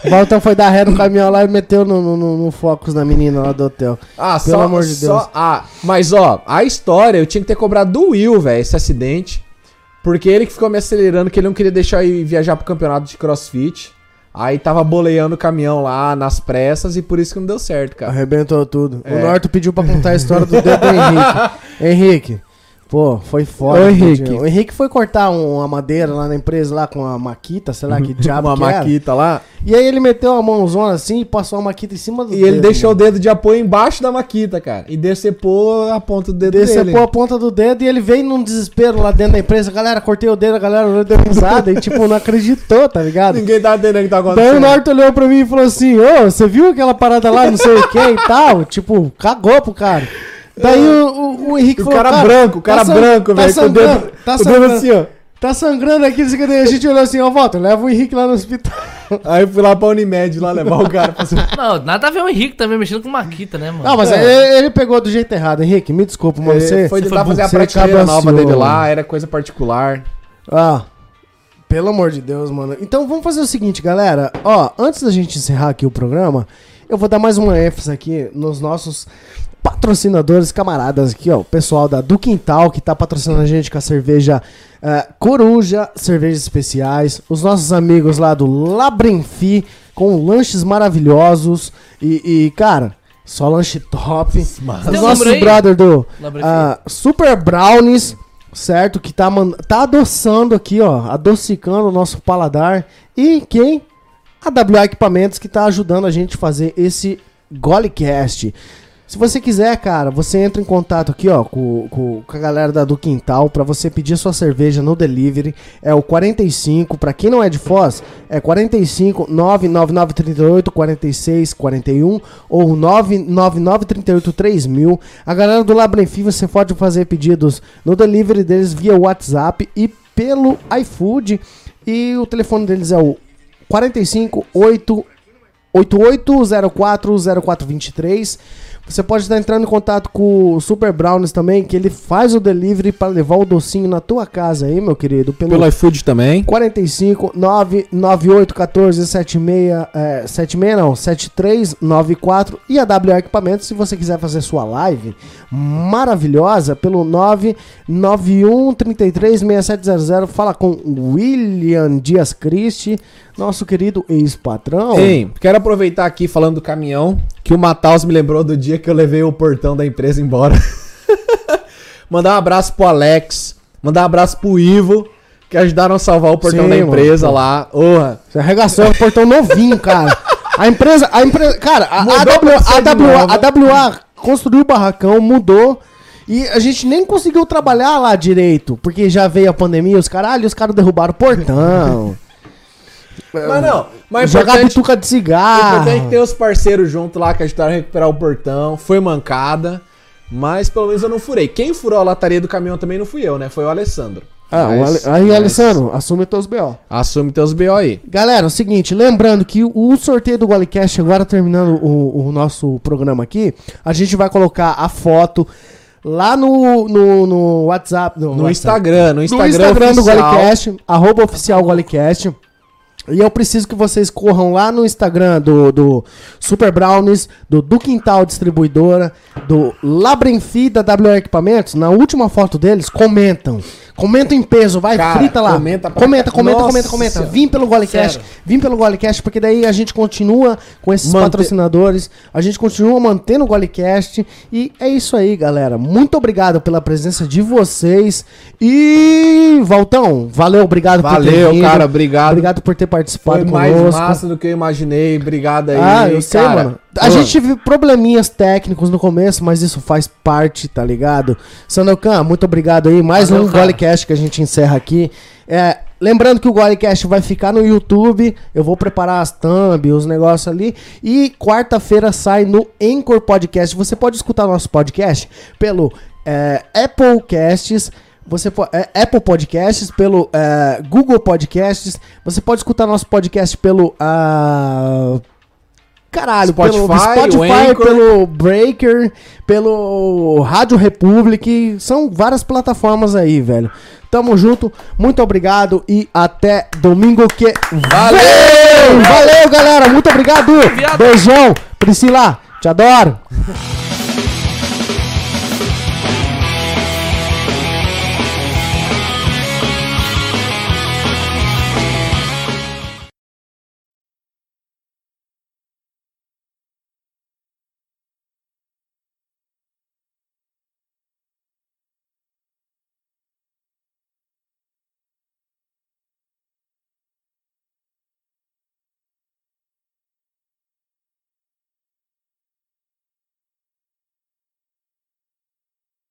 A: O Valtão foi dar ré no caminhão lá e meteu no, no, no, no Focus da menina lá do hotel.
B: Ah,
A: Pelo
B: só,
A: amor de
B: só-
A: Deus.
B: ah, mas ó, a história, eu tinha que ter cobrado do Will, velho, esse acidente. Porque ele que ficou me acelerando, que ele não queria deixar eu ir viajar pro campeonato de crossfit. Aí tava boleando o caminhão lá nas pressas e por isso que não deu certo, cara.
A: Arrebentou tudo.
B: É.
A: O Norton pediu pra contar a história do dedo do
B: (laughs)
A: Henrique. Henrique, pô, foi foda.
B: Ô,
A: que
B: Henrique.
A: dia. O Henrique foi cortar um- uma madeira lá na empresa, lá com a maquita, sei lá que
B: (laughs)
A: diabo
B: Uma
A: que Ah, era.
B: maquita lá.
A: E aí ele meteu a mãozona assim e passou a maquita em cima do
B: E ele
A: dedo, né?
B: deixou o
A: mano.
B: dedo de apoio embaixo da maquita, cara. E decepou a ponta do dedo
A: Decepou
B: dele.
A: a ponta do dedo e ele veio num desespero lá dentro da empresa. Galera, cortei o dedo, a galera olhou, deu risada e tipo, não acreditou, tá ligado?
B: (laughs) Ninguém tá entendendo o que tá
A: Daí o
B: acontecendo.
A: Norton olhou pra mim e falou assim: Ô, você viu aquela parada lá, não sei o que e tal? (laughs) Tipo, cagou pro cara. Daí o, o- o Henrique
B: O
A: falou: tá
B: cara branco, o cara branco, velho, com o
A: sangrando,
B: dedo-
A: Tá
B: o dedo
A: sangrando.
B: assim, ó.
A: Tá sangrando aqui, não sei o que daí a gente olhou assim, ó, volta, leva o Henrique lá no hospital.
H: Aí eu fui lá pra Unimed lá levar o
A: (laughs)
H: cara pra ser-
C: Não, nada a ver o Henrique também mexendo com Maquita, né, mano?
A: Não, mas
H: É.
A: ele, ele pegou do jeito errado, Henrique, me desculpa,
B: É,
A: mano, você...
H: Ele É, Foi
A: você
H: tentar fazer a
A: você assim,
H: prateleira nova
A: cabaciou.
H: dele lá, era coisa particular.
A: Ah, pelo amor de Deus, mano. Então vamos fazer o seguinte, galera. Ó, antes da gente encerrar aqui o programa, eu vou dar mais uma ênfase aqui nos nossos patrocinadores camaradas aqui, ó. O pessoal da Do Quintal, que tá patrocinando a gente com a cerveja eh, Coruja, cervejas especiais. Os nossos amigos lá do Labrenfi, com lanches maravilhosos. E, e, cara, só lanche top. Os
C: Tem um
A: nossos
C: número aí?
A: brother do
C: Labrenfi.
A: ah, Super Brownies, certo? Que tá, man- tá adoçando aqui, ó. Adocicando o nosso paladar. E quem? A WA Equipamentos, que tá ajudando a gente a fazer esse Golecast. Se você quiser, cara, você entra em contato aqui, ó, com, com- com a galera da do Quintal pra você pedir sua cerveja no delivery. É o 45, pra quem não é de Foz, é 45 99938 46 41 ou 99938 3000. A galera do Labrenfi, você pode fazer pedidos no delivery deles via WhatsApp e pelo iFood. E o telefone deles é o 45 8 88040423. Você pode estar entrando em contato com o Super Brownies também, que ele faz o delivery para levar o docinho na tua casa aí, meu querido, pelo,
H: iFood também.
A: 45 998 14 76, é, 76 não, 7394 e a WA Equipamentos, se você quiser fazer sua live maravilhosa pelo 991 33 6700, fala com o William Dias Cristi, nosso querido ex-patrão.
H: Ei, quero aproveitar aqui falando do caminhão, que o Mataus me lembrou do dia que eu levei o portão da empresa embora. (laughs) mandar um abraço pro Alex, mandar um abraço pro Ivo, que ajudaram a salvar o portão
A: Sim,
H: da
A: mano.
H: empresa lá. Orra.
A: Você arregaçou, é um portão novinho, cara. A empresa, a empresa, cara, a, a,
H: Mudou
A: w,
H: pra ser
A: a,
H: de né?
A: WA,
H: nova.
A: a WA construiu o barracão, mudou. E a gente nem conseguiu trabalhar lá direito, porque já veio a pandemia, os caralho, os caras derrubaram o portão.
H: Mas não, mas o
A: jogar
H: É importante,
A: bituca de
H: o
A: cigarro.
H: importante é que tem os parceiros junto lá que ajudaram a recuperar o portão. Foi mancada, mas pelo menos eu não furei. Quem furou a lataria do caminhão também não fui eu, né? Foi o Alessandro.
A: Ah, o
H: Mas- é
A: Ale- aí,
H: mas-
A: Alessandro, assume teus B.O.
H: Assume teus BO aí.
A: Galera, é o seguinte, lembrando que o sorteio do Golecast, agora terminando o, o nosso programa aqui, a gente vai colocar a foto lá no, no, no WhatsApp. No,
H: No
A: WhatsApp.
H: Instagram, no
A: No
H: Instagram,
A: Instagram do
H: oficial.
A: Golecast, arroba oficial Golecast. E eu preciso que vocês corram lá no Instagram do, do Super Brownies, do Do Quintal Distribuidora, do Labrenfi da WR Equipamentos. Na última foto deles, comentam. Comentam em peso, vai,
H: Cara,
A: frita lá.
H: comenta pra-
A: comenta, comenta,
H: Nossa
A: comenta, comenta.
H: Senhora.
A: Vim pelo Golecast,
C: Sério.
A: vim pelo Golecast, porque daí a gente continua com esses
H: Mante-
A: patrocinadores, a gente continua mantendo o Golecast. E é isso aí, galera. Muito obrigado pela presença de vocês. E, Valtão, valeu, obrigado
H: Valeu,
A: vindo.
H: cara, obrigado.
A: Obrigado por ter participado
H: Foi mais
A: conosco.
H: massa do que eu imaginei. Obrigado aí,
A: Ah, eu sei,
H: cara.
A: mano. A
H: Pô,
A: gente teve probleminhas técnicos no começo, mas isso faz parte, tá ligado? Sanocan, muito obrigado aí. Mais
C: Valeu,
A: um
C: cara.
A: Golecast que a gente encerra aqui. É, lembrando que o Golecast vai ficar no YouTube. Eu vou preparar as thumb, os negócios ali. E quarta-feira sai no Anchor Podcast. Você pode escutar nosso podcast pelo é, Apple Casts. Você po- é, Apple Podcasts, pelo é, Google Podcasts. Você pode escutar nosso podcast pelo. ah, caralho, pelo
H: Spotify, o
A: Spotify,
H: Anchor.
A: pelo Breaker, pelo Rádio Republic. São várias plataformas aí, velho. Tamo junto, muito obrigado e até domingo que. Valeu! Valeu, galera! Muito obrigado!
C: Viado.
A: Beijão! Priscila, te adoro!